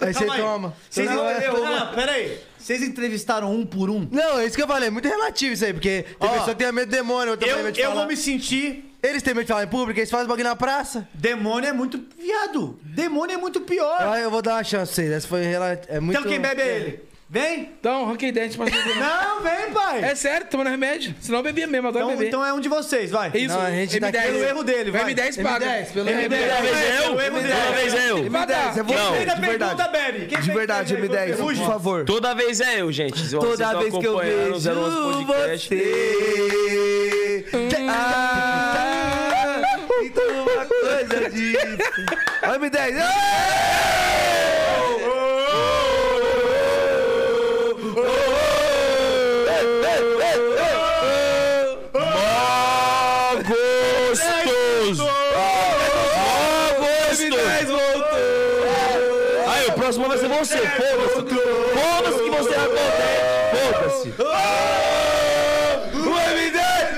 você
Calma aí.
toma.
Vocês
Não, é-
não, não, pera aí. Vocês entrevistaram um por um?
Não, é isso que eu falei. Muito relativo isso aí, porque tem
Ó,
pessoa que tem medo do demônio, outra
Eu,
tem medo de
eu
falar.
vou me sentir...
Eles têm medo de falar em público, eles fazem bagulho na praça.
Demônio é muito... Viado. Demônio é muito pior.
Ah, eu vou dar uma chance pra vocês. Essa foi rela- é muito...
Então quem bebe é ele. Vem.
Então, ranquei dente pra você.
Não, vem, pai.
É sério, tomando remédio. Senão eu bebia mesmo, agora
Então,
beber.
então é um de vocês, vai.
É isso,
Não, a gente tá aqui-
Pelo erro dele, vai.
M10 paga.
M10, pelo
M10.
menos.
Toda
É, pelo
vez eu?
erro
Toda
dele.
vez é eu.
Vai dar.
M10, é você,
Quem
de verdade.
pergunta, bebe. Quem
De verdade, M10, por
Fuge.
favor.
Toda vez é eu, gente. Vocês
Toda
estão
vez que eu
acompanhando
vejo
o 011 podcast.
você, ah, sinto
então
uma coisa de... Olha o M10.
Mó gostoso! Mó gostoso! Aí, o próximo vai ser você, foda-se! Foda-se que você vai contar! Foda-se! O M10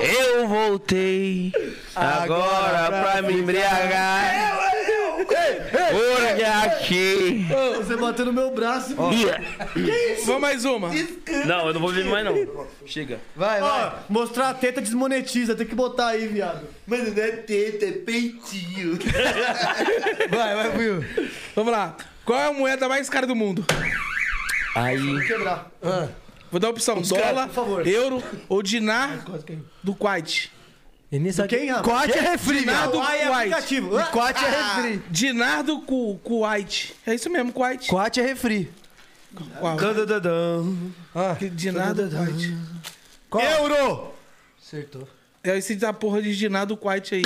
Eu voltei agora pra me embriagar. Porque aqui.
Você bateu no meu braço.
Vamos mais uma.
Não, eu não vou beber mais, não. Chega.
Vai, vai.
Ó, mostrar a teta desmonetiza. Tem que botar aí, viado.
Mano, não é teta, é peitinho.
Vai, vai, Will.
Vamos lá. Qual é a moeda mais cara do mundo?
Aí.
Quebrar.
Vou dar a opção. Dólar,
Tá. por favor.
euro ou dinar do Kuwait.
E nisso aqui...
quem, rapaz?
Quate é refri,
Nada.
viado.
Do
Ah, é
Kuwait.
aplicativo. Ah,
Quate é refri.
Dinar do Ku- Kuwait. É isso mesmo, Kuwait.
Quate é refri.
Qual? Que de nada, Dwight. Euro!
Acertou.
É esse da porra de Ginado White aí.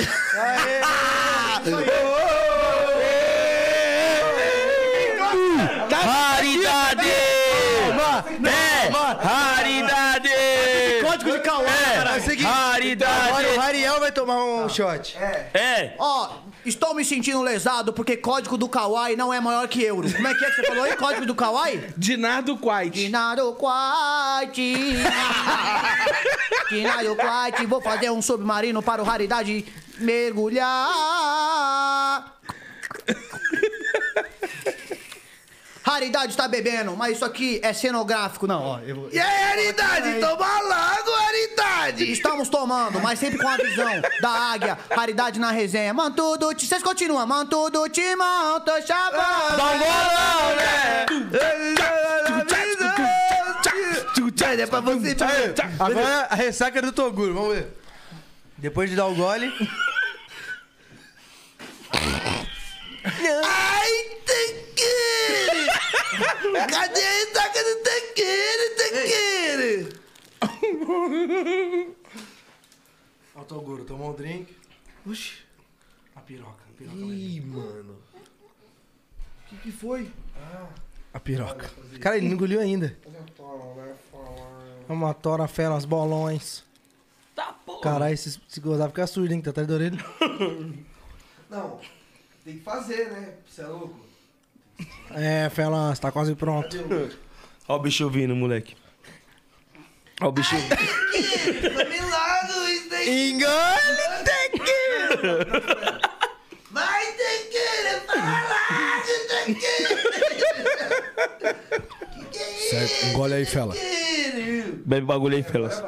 Raridade! É! Raridade!
Código de Cauã,
É,
caralho.
raridade.
Agora o Rariel vai tomar um shot.
É.
Ah. Ó, estou me sentindo lesado porque código do Kawaii não é maior que euro. Como é que é que você falou aí? Código do Kawaii?
Dinado Quite.
Dinado Quite. Dinado Quite. Vou fazer um submarino para o Raridade mergulhar. Raridade está bebendo, mas isso aqui é cenográfico. Não, ó. Eu...
E aí, Raridade? Toma logo, Raridade!
Estamos tomando, mas sempre com a visão da águia. Raridade na resenha. Mantudo, ti- vocês continuam. Mantudo, timão, tô chavando.
Dá um bolão, né?
É pra você,
Agora a ressaca é do Toguro, vamos ver. Depois de dar o gole.
Ai, Tanqueiro! Cadê a ressaca do Tanqueiro, Tanqueiro?
Ó, o Toguro, tomou um drink.
Oxi.
A piroca, a piroca.
Ih, mano. O que, que foi?
A piroca. Cara, ele não engoliu ainda.
um
É uma tora fé nos bolões.
Tá porra.
Caralho, se, se gozar fica surdo, hein? Que tá atrás da orelha.
Não, tem que fazer, né? Você é louco?
É, Felas, tá quase pronto.
Ó o bicho vindo, moleque. Ó o bicho vindo.
Milagre, isso daí.
Engole, Tanqueiro!
Vai, Tanqueiro, fala! Tanqueiro!
Certo, engole aí, Fela.
Tanqueiro!
Bebe bagulho aí, Felas.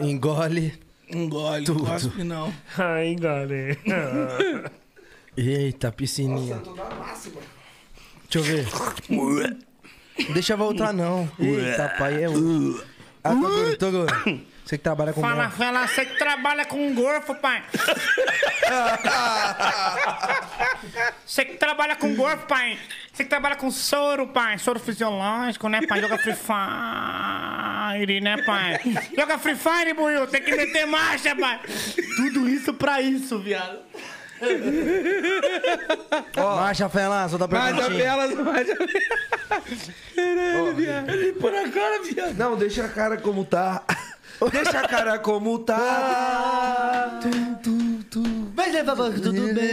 Engole.
Engole,
Tudo.
cospe não.
Ai, galera.
Eita, piscininha. Deixa eu ver. Deixa voltar, não. Eita, pai, é o. Ah, Toguro, Toguro. Você que trabalha com
Fala,
mel.
fala, você que trabalha com gorfo, pai. Você que trabalha com gorfo, pai. Você que trabalha com soro, pai. Soro fisiológico, né, pai? Joga Free Fire, né, pai? Joga Free Fire, Buiu. Tem que meter marcha, pai.
Tudo isso pra isso, viado.
Marcha, Felas, outra
Mais a
perguntinha.
vela, mais a vela. Caralho, viado. Limpa na cara, viado.
Não, deixa a cara como tá. Deixa a cara como tá.
Mas é pra tudo bem.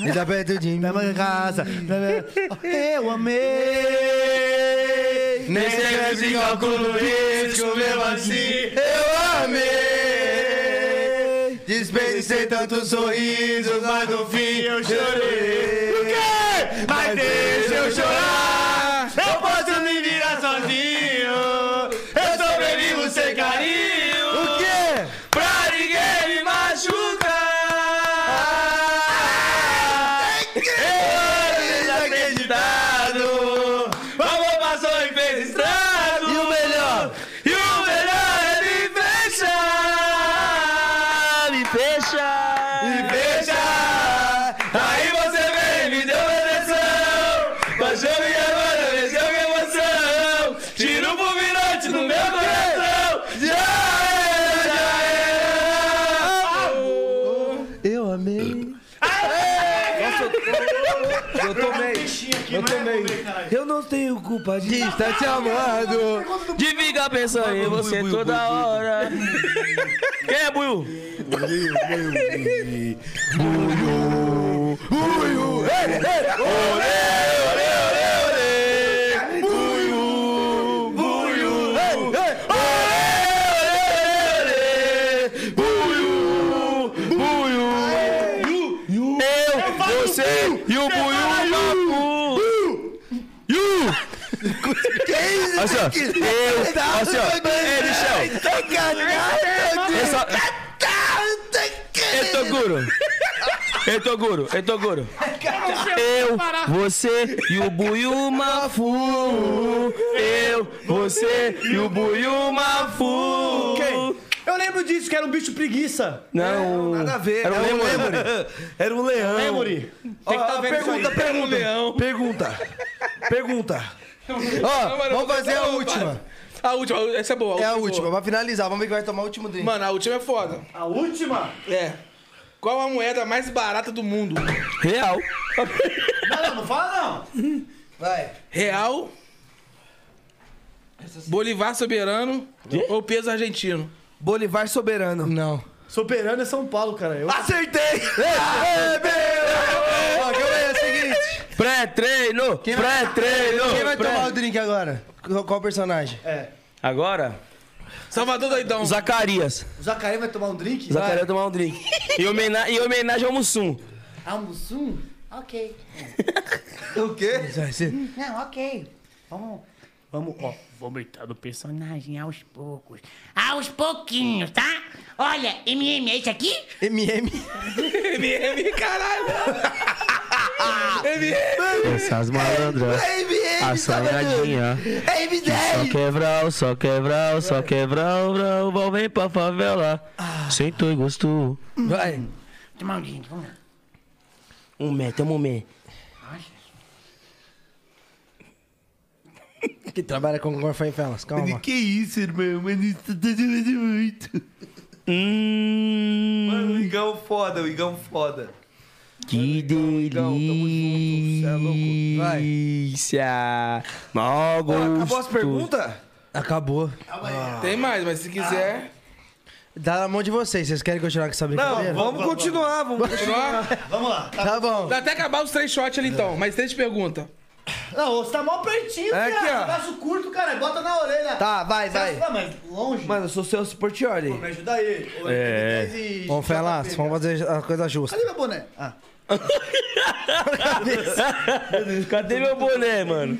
Ele tá perto de mim.
Em casa. Eu amei.
Nem sempre se calculo risco, mesmo assim eu amei. Desperdicei tantos sorrisos, mas no fim eu chorei. Por quê? Mas deixa eu chorar, eu posso me virar sozinho. Eu sobrevivo sem carinho. O quê?
Pra ninguém me machucar. Eu ando desacreditado. O amor passou e fez um estrago. E o melhor? E o melhor é me fechar. Me fechar. Me fechar. Aí você vem e me deu atenção. Mas eu me agora, vejo minha emoção. Tiro o fulminante do meu coração. Já era, já era.
Eu amei.
Eu tomei.
um
Eu
é
tomei. Eu não tenho culpa de
Está te amando.
De ficar pensando em você toda hora. Quem é, Buiu? Buiu, ei, ei, olê, olê, olê, olê. Buiu, buiu, ei, ei, olê, olê, olê. Buiu, buiu. Eu, você e o Buiu Papu. Olha só, eu, olha só, ei, bichão, eu só, ei, Toguro, ei, Toguro, ei, Toguro, eu, você e o Buiu Mafu, eu, você e o Buiu Mafu,
Eu lembro lembro disso, que era um bicho preguiça.
Não,
É,
nada a ver.
Era um
Não,
lemur.
Era um leão.
Lemuri.
Ó,
tá
pergunta,
um
pergunta. Pergunta. Pergunta.
Ó, vamos fazer a última.
A última, essa é boa.
É a última, pra finalizar. Vamos ver quem vai tomar o último drink.
Mano, a última é foda.
A última?
É. Qual a moeda mais barata do mundo?
Real.
Não, não, não fala não.
Vai.
Real, Bolivar soberano ou peso argentino?
Bolivar soberano.
Não.
Soberano é São Paulo, cara. Eu...
Acertei!
É.
Ah,
Ó, calma aí, é o seguinte.
Pré-treino!
Quem vai-
É
Pré-treino!
Quem vai
pré-
tomar o drink agora? Qual- Qual personagem?
É.
Agora,
Salvador doidão.
Zacarias.
O Zacaré vai tomar um drink?
Zacarias vai tomar um drink. Em homena- em homenagem ao Mussum.
Almoçum? Ok.
O quê?
Vai ser-
Não, ok. Vamos. Vamos, ó, vamos entrar no personagem aos poucos. Aos pouquinhos, tá? Olha, MM, é esse aqui?
MM.
MM, caralho.
Essas malandras,
É
assanhadinha. Só quebral, só quebral, só quebral, brau, bom, vem pra favela.
Ah.
Sentou e gostou.
Vai.
Tomar um drink, vamos lá.
Um mé, tem um mé.
Que trabalha com Gorfa em Felas, calma.
Que isso, irmão? Mas isso tá doendo muito.
Hum,
Mano, o Igão foda, o Igão foda.
que
é
delícia. Mal gosto.
Acabou as perguntas?
Acabou.
Tem mais, mas se quiser.
Tá na mão de vocês. Vocês querem continuar com essa
Não,
brincadeira?
vamos continuar, vamos continuar.
Vamos lá.
Tá bom.
Dá até acabar os três shots ali então, mas três perguntas.
Não, você tá mó pertinho,
É aqui, ó.
cara. Braço curto, cara. Bota na orelha.
Tá, vai, vai.
Não, mas longe.
Mano, eu sou o Celso Portioli.
Me ajuda aí. É. E...
Vamos,
tá
Felas, vamos fazer a coisa justa.
Cadê meu boné? Ah.
Cadê meu boné, mano?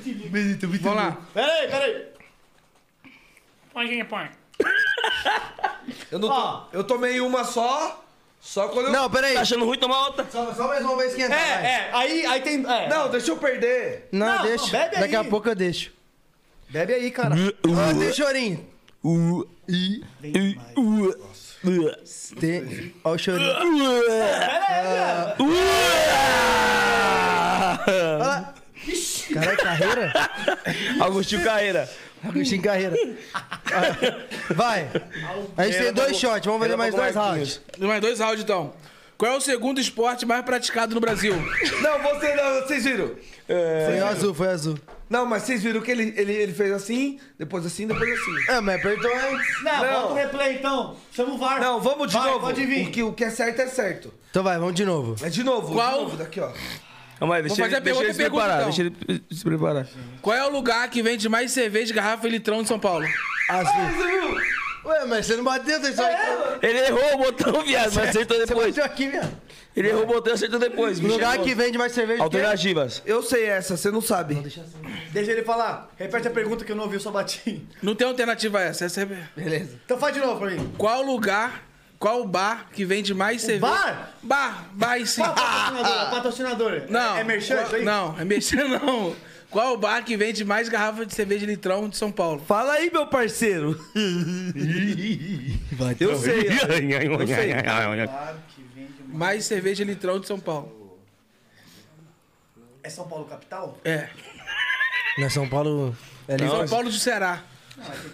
Vamos lá.
Peraí, peraí.
Põe, põe.
Eu, não
Ó.
tô, eu tomei uma só, só quando eu...
Não, peraí.
Tá achando ruim tomar outra?
Só, só mais uma vez esquentar,
É,
vai.
é. Aí, aí tem... É.
Não, deixa eu perder.
Não,
Não,
deixa.
não, bebe
Daqui a
aí.
pouco eu deixo.
Bebe aí, cara.
Ah, tem chorinho.
Uh, i, i, uh, uh,
Tem... Ó o chorinho.
uh,
É.
Peraí,
uh.
Caralho, carreira?
Agostinho Carreira.
Agostinho Carreira. Ah, Vai. A gente tem dois shots. Vamos fazer mais dois rounds.
Mais dois rounds então. Qual é o segundo esporte mais praticado no Brasil?
Não, você, não, vocês viram?
Foi azul, foi azul.
Não, mas vocês viram que ele, ele, ele fez assim, depois assim, depois assim.
É, mas apertou antes.
Não,
Não.
bota o replay, então. Chama o VAR.
Não, vamos de
Vai,
novo.
pode vir.
O que, o que é certo é certo.
Então vai, vamos de novo.
É de novo.
Qual?
De novo, daqui, ó.
Calma aí, deixa,
fazer
ele,
a pergunta e
deixa ele se
pergunta,
preparar.
então.
Deixa ele se preparar.
Qual é o lugar que vende mais cerveja, garrafa e litrão de São Paulo?
Azul. Ué, mas você não bateu, você só entrou.
Ele errou o botão, viado, mas acertou depois.
Bateu aqui, viado.
Ele errou o botão e acertou depois. bicho.
Lugar que vende mais cerveja. que-
Alternativas.
Eu sei essa, você não sabe.
é? Deixa assim. ele falar. Repete a pergunta que eu não ouvi, eu só bati.
Não tem alternativa a essa. essa é...
Beleza.
Então faz de novo pra mim.
Qual lugar, qual bar que vende mais cerveja?
bar?
Bar, bar e sim.
Qual é patrocinador? Patrocinador.
Não.
É, é merchan
qual-
isso aí?
Não, é merchan não. Qual o bar que vende mais garrafa de cerveja e litrão de São Paulo?
Fala aí, meu parceiro.
então,
eu sei.
né?
Eu sei.
Mais cerveja e litrão de São Paulo.
É São Paulo capital?
É.
Na São Paulo. É ali
São Paulo do Ceará.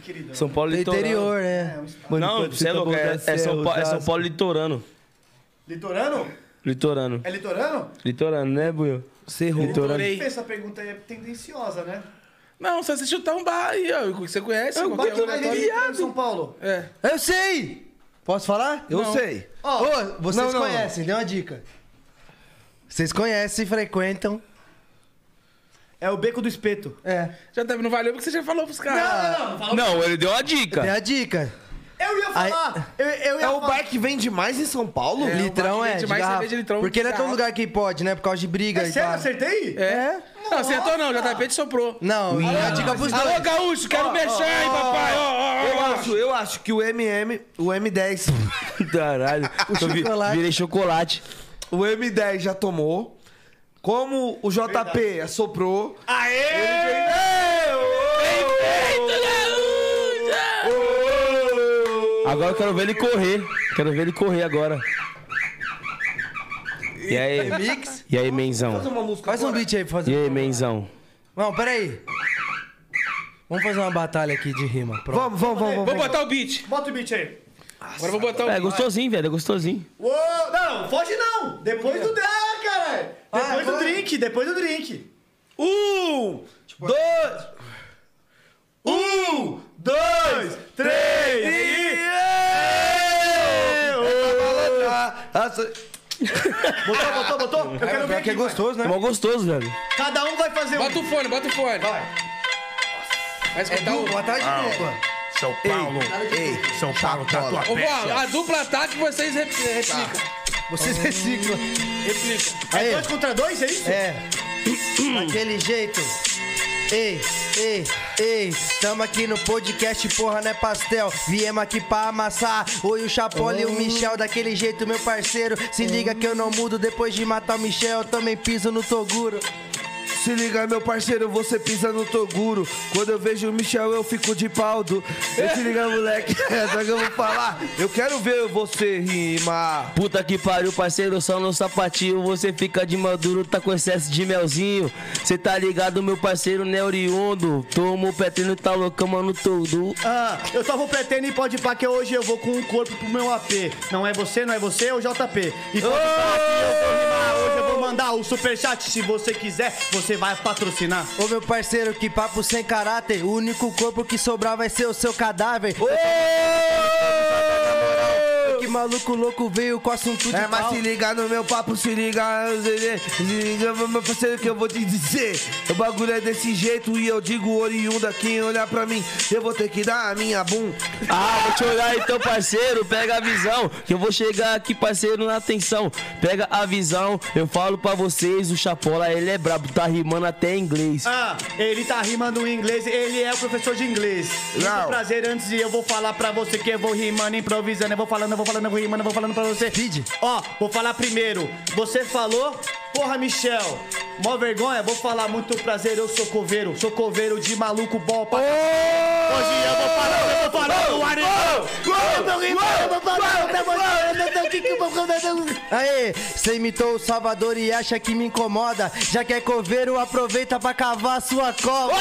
Querido.
São Paulo
do
litorano.
interior,
um
né?
Não, você é louco, é, é São Pa- é São Paulo litorano.
Litorano?
Litorano.
É litorano?
Litorano, né, Buio? Você errou. Litorano.
Adorei.
Essa pergunta aí é tendenciosa, né?
Não, só você chutar um bar aí, ó. que Você conhece?
É
qualquer um.
Quanto mais viado. São Paulo?
É.
Eu sei! Posso falar?
Eu sei.
Ô, vocês
Não, não.
conhecem, dê uma dica. Vocês conhecem, frequentam.
É o Beco do Espeto.
É.
Já tá, não valeu porque você já falou pros caras.
Não, não, não. fala-
Não, ele deu a
Dê
dica.
a dica.
Eu ia falar. Eu, eu ia
É o
falar.
bar que vende mais em São Paulo?
É,
litrão
o
é,
Marquinhos
de
mais
garrafa.
cerveja, litrão
Porque
de
não é todo
garrafa.
lugar que pode, né? Por causa de briga
É
e
sério,
tal.
acertei?
É. Não, acertou não, já tá pente soprou.
Não, e a dica pros dois.
Alô, Gaúcho, quero mexer aí, papai. Ó,
Eu
ó, ó.
acho, eu acho que o MM, o M10,
Caralho. Eu vi-
chocolate.
virei chocolate.
o M10 já tomou. Como o JP assoprou. Aê!
Perfeito, Gaúcho! Agora eu quero ver ele correr. Quero ver ele correr agora. E aí?
Mix?
E aí, menzão?
uma música
Faz um beat aí pra fazer.
E aí, menzão?
Não, peraí. Vamos fazer uma batalha aqui de rima. Pronto.
Vamos, vamos, vamos.
Vou botar o beat.
Bota o beat aí.
Agora eu vou botar o
É
beat.
gostosinho, velho. É gostosinho.
Uou, não, foge não. Depois do... Ah, caralho. Depois do drink, depois do drink. Tipo,
Um, dois. Um, dois, três e.
Tá, Botou, botou, botou? Eu quero ver
Pior que é
aqui.
gostoso,
É
né?
mó gostoso, velho.
Cada um vai fazer um.
Bota o fone, bota o fone. Vai.
É
Vai
é
escutar o.
Boa tarde,
Ah,
nego.
São Paulo, ei, São Paulo, tá tua
Ô, Val, a
peça.
dupla ataque vocês Tá. Hum, rep- replicam.
Vocês reciclam.
Replicam.
Aí,
Dois contra dois, é isso? Hum.
é. Daquele jeito. Ei, ei, ei, tamo aqui no podcast, porra, não é pastel. Viemos aqui pra amassar. Oi, o Chapole
Hum.
e o Michel, daquele jeito, meu parceiro. Se liga que eu não mudo depois de matar o Michel, eu também piso no Toguro.
Se liga, meu parceiro, você pisa no Toguro. Quando eu vejo o Michel, eu fico de paldo. Eu se liga, moleque, é só que eu vou falar. Eu quero ver você rimar.
Puta que pariu, parceiro, só no sapatinho. Você fica de maduro, tá com excesso de melzinho. Cê tá ligado, meu parceiro, né, oriundo. Toma o petrino, tá loucão, mano, todo.
Ah, eu só vou pretendo e pode pá que hoje eu vou com um corpo pro meu AP. Não é você, não é você, é o JP. E pode pá que eu vou animar hoje, eu vou mandar o superchat. Se você quiser, você vai patrocinar.
Ô meu parceiro, que papo sem caráter. O único corpo que sobrar vai ser o seu cadáver. Que maluco louco veio com assunto de
É, mas
pau.
se liga no meu papo, se liga, se liga, meu parceiro, que eu vou te dizer. O bagulho é desse jeito e eu digo oriunda. Quem olhar pra mim, eu vou ter que dar a minha bum.
Ah, vou te olhar então, parceiro, pega a visão. Que eu vou chegar aqui, parceiro, na atenção. Pega a visão, eu falo pra vocês. O Chapola, ele é brabo, tá rimando até em inglês.
Ah, ele tá rimando em inglês, ele é o professor de inglês. Muito
Não.
prazer, antes de eu vou falar pra você que eu vou rimando, improvisando, eu vou falando, eu vou falando, eu vou rimando, eu vou falando pra você.
Vide.
Ó, vou falar primeiro. Você falou, porra, Michel. Mó vergonha, vou falar muito prazer, eu sou coveiro. Sou coveiro de maluco bom pra... Hoje eu vou falar, eu vou falar do ar. Eu vou rimar, eu vou falar pra você, eu não sei o que que eu vou fazer.
Aê, cê imitou o Salvador e acha que me incomoda. Já que é coveiro, aproveita pra cavar sua cova.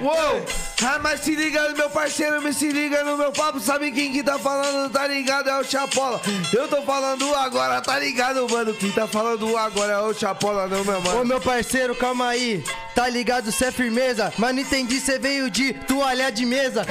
Uou! Ah, mas se liga no meu parceiro, me se liga no meu papo. Sabe quem que tá falando, tá ligado? É o Chapola. Eu tô falando agora, tá ligado, mano? Quem tá falando agora é o Chapola, não, meu
Ô
mano.
meu parceiro, calma aí. Tá ligado, cê é firmeza. Mas não entendi, cê veio de toalha de mesa.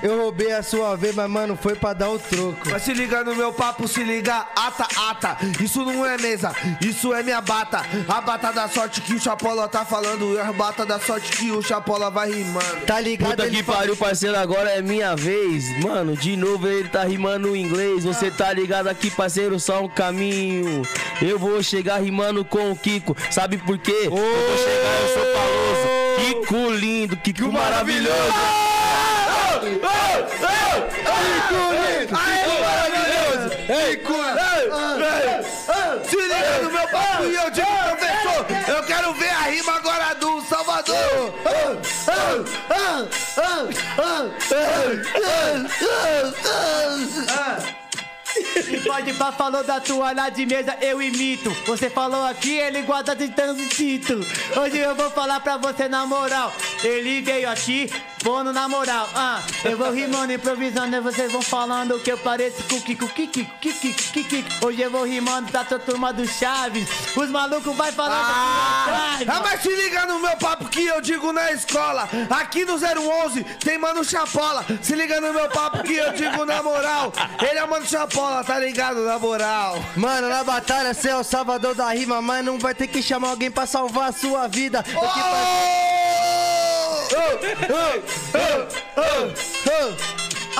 Eu roubei a sua vez, mas mano, foi pra dar um- o troco.
Mas se liga no meu papo, se liga, ata, ata. Isso não é mesa, isso é minha bata. A bata da sorte que o Chapola tá falando. E a bata da sorte que o Chapola vai rimando.
Tá ligado,
Puta que
ele fala-
pariu, parceiro, agora é minha vez. Mano, de novo ele tá rimando em inglês. Você tá ligado aqui, parceiro, só um caminho. Eu vou chegar rimando com o Kiko, sabe por quê? Eu vou chegar, eu sou famoso. Kiko lindo, Kiko maravilhoso.
Se liga no meu papo e eu digo, professor, eu quero ver a rima agora do Salvador.
E pode pá falou da toalha de mesa, eu imito. Você falou aqui, ele guarda de trânsito. Hoje eu vou falar pra você na moral. Ele veio aqui, pondo na moral. Ah, eu vou rimando, improvisando, e vocês vão falando que eu pareço com o Kiko, Kiko, Kiko, Kiko, Kiko. Hoje eu vou rimando tá da tua turma do Chaves. Os malucos vai falar da turma
Ah, mas se liga no meu papo que eu digo na escola. Aqui no 011 tem Mano Chapola. Se liga no meu papo que eu digo na moral. Ele é o Mano Chapola, tá ligado? Na moral.
Mano, na batalha cê é o salvador da rima, mas não vai ter que chamar alguém pra salvar a sua vida. Eu que faço-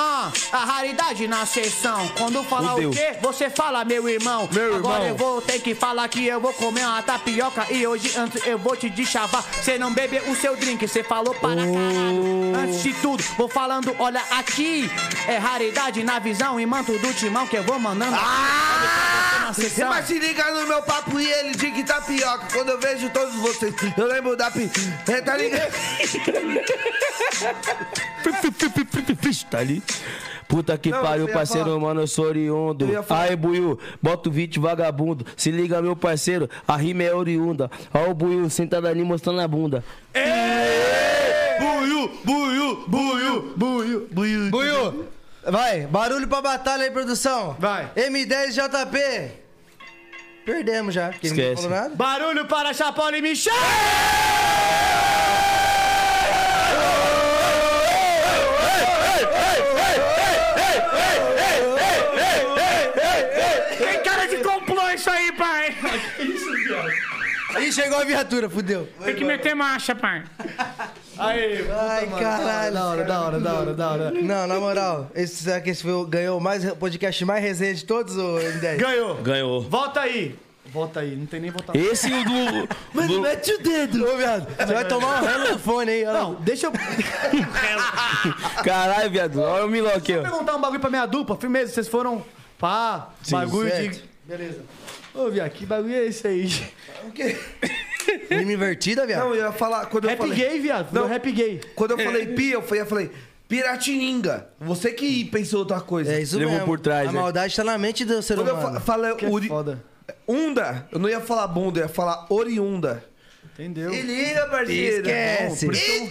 Ah, a raridade na sessão. Quando falar o quê, você fala, meu irmão. Agora eu vou ter que falar que eu vou comer uma tapioca. E hoje antes eu vou te deschavar. Você não bebe o seu drink, você falou para
Oh.
caralho. Antes de tudo, vou falando, olha aqui. É raridade na visão e manto do timão que eu vou mandando. Ah! na sessão.
Mas se liga no meu papo e ele diz que tapioca. Quando eu vejo todos vocês, eu lembro da pi. É, tá ligado?
Tá ali. Puta que
Não,
pariu,
você ia
parceiro,
falar.
mano, eu sou oriundo.
Eu ia falar.
Aí, Buiu, bota o vídeo vagabundo. Se liga, meu parceiro, a rima é oriunda. Ó o Buiu sentado ali mostrando a bunda.
Buiu, buiu, buiu, buiu, buiu.
Buiu! Vai, barulho pra batalha aí, produção.
Vai.
M10 JP. Perdemos já, porque ninguém
Esquece.
falou nada.
Barulho para Chapaul e Michel!
Tem cara de complô isso aí, pai.
Ih, chegou a viatura, fudeu.
Tem que meter marcha, pai.
Aí,
Ai, caralho.
Da hora, da hora, da hora, da hora.
Não, na moral, esse, será que esse foi, o- ganhou o mais, o podcast mais resenha de todos, o M10?
ganhou.
Ganhou.
Volta aí. Volta aí, não tem nem voltar.
Esse o do. do...
Mete o dedo.
Ô, viado, você vai tomar um relo no fone aí, ó.
Não, deixa eu Deixa
Caralho, viado. Olha o Miló aqui,
eu
ó.
perguntar um bagulho pra minha dupla. Firmeza, vocês foram pá, bagulho de...
certo.
Beleza. Ô, viado, que bagulho é esse aí?
Rima invertida, viado?
Não, eu ia falar. Quando eu
Rap
falei,
gay, viado. Não, rap gay.
Quando eu falei pi, eu falei, eu falei piratininga. Você que pensou outra coisa.
é isso
Levou
mesmo.
por trás,
A
né?
maldade tá na mente do ser
Quando eu fa
humano.
falei
Que é
uri-
foda.
unda, eu não ia falar bunda, eu ia falar oriunda.
Entendeu?
Se liga, parceiro.
Esquece.
Esquece,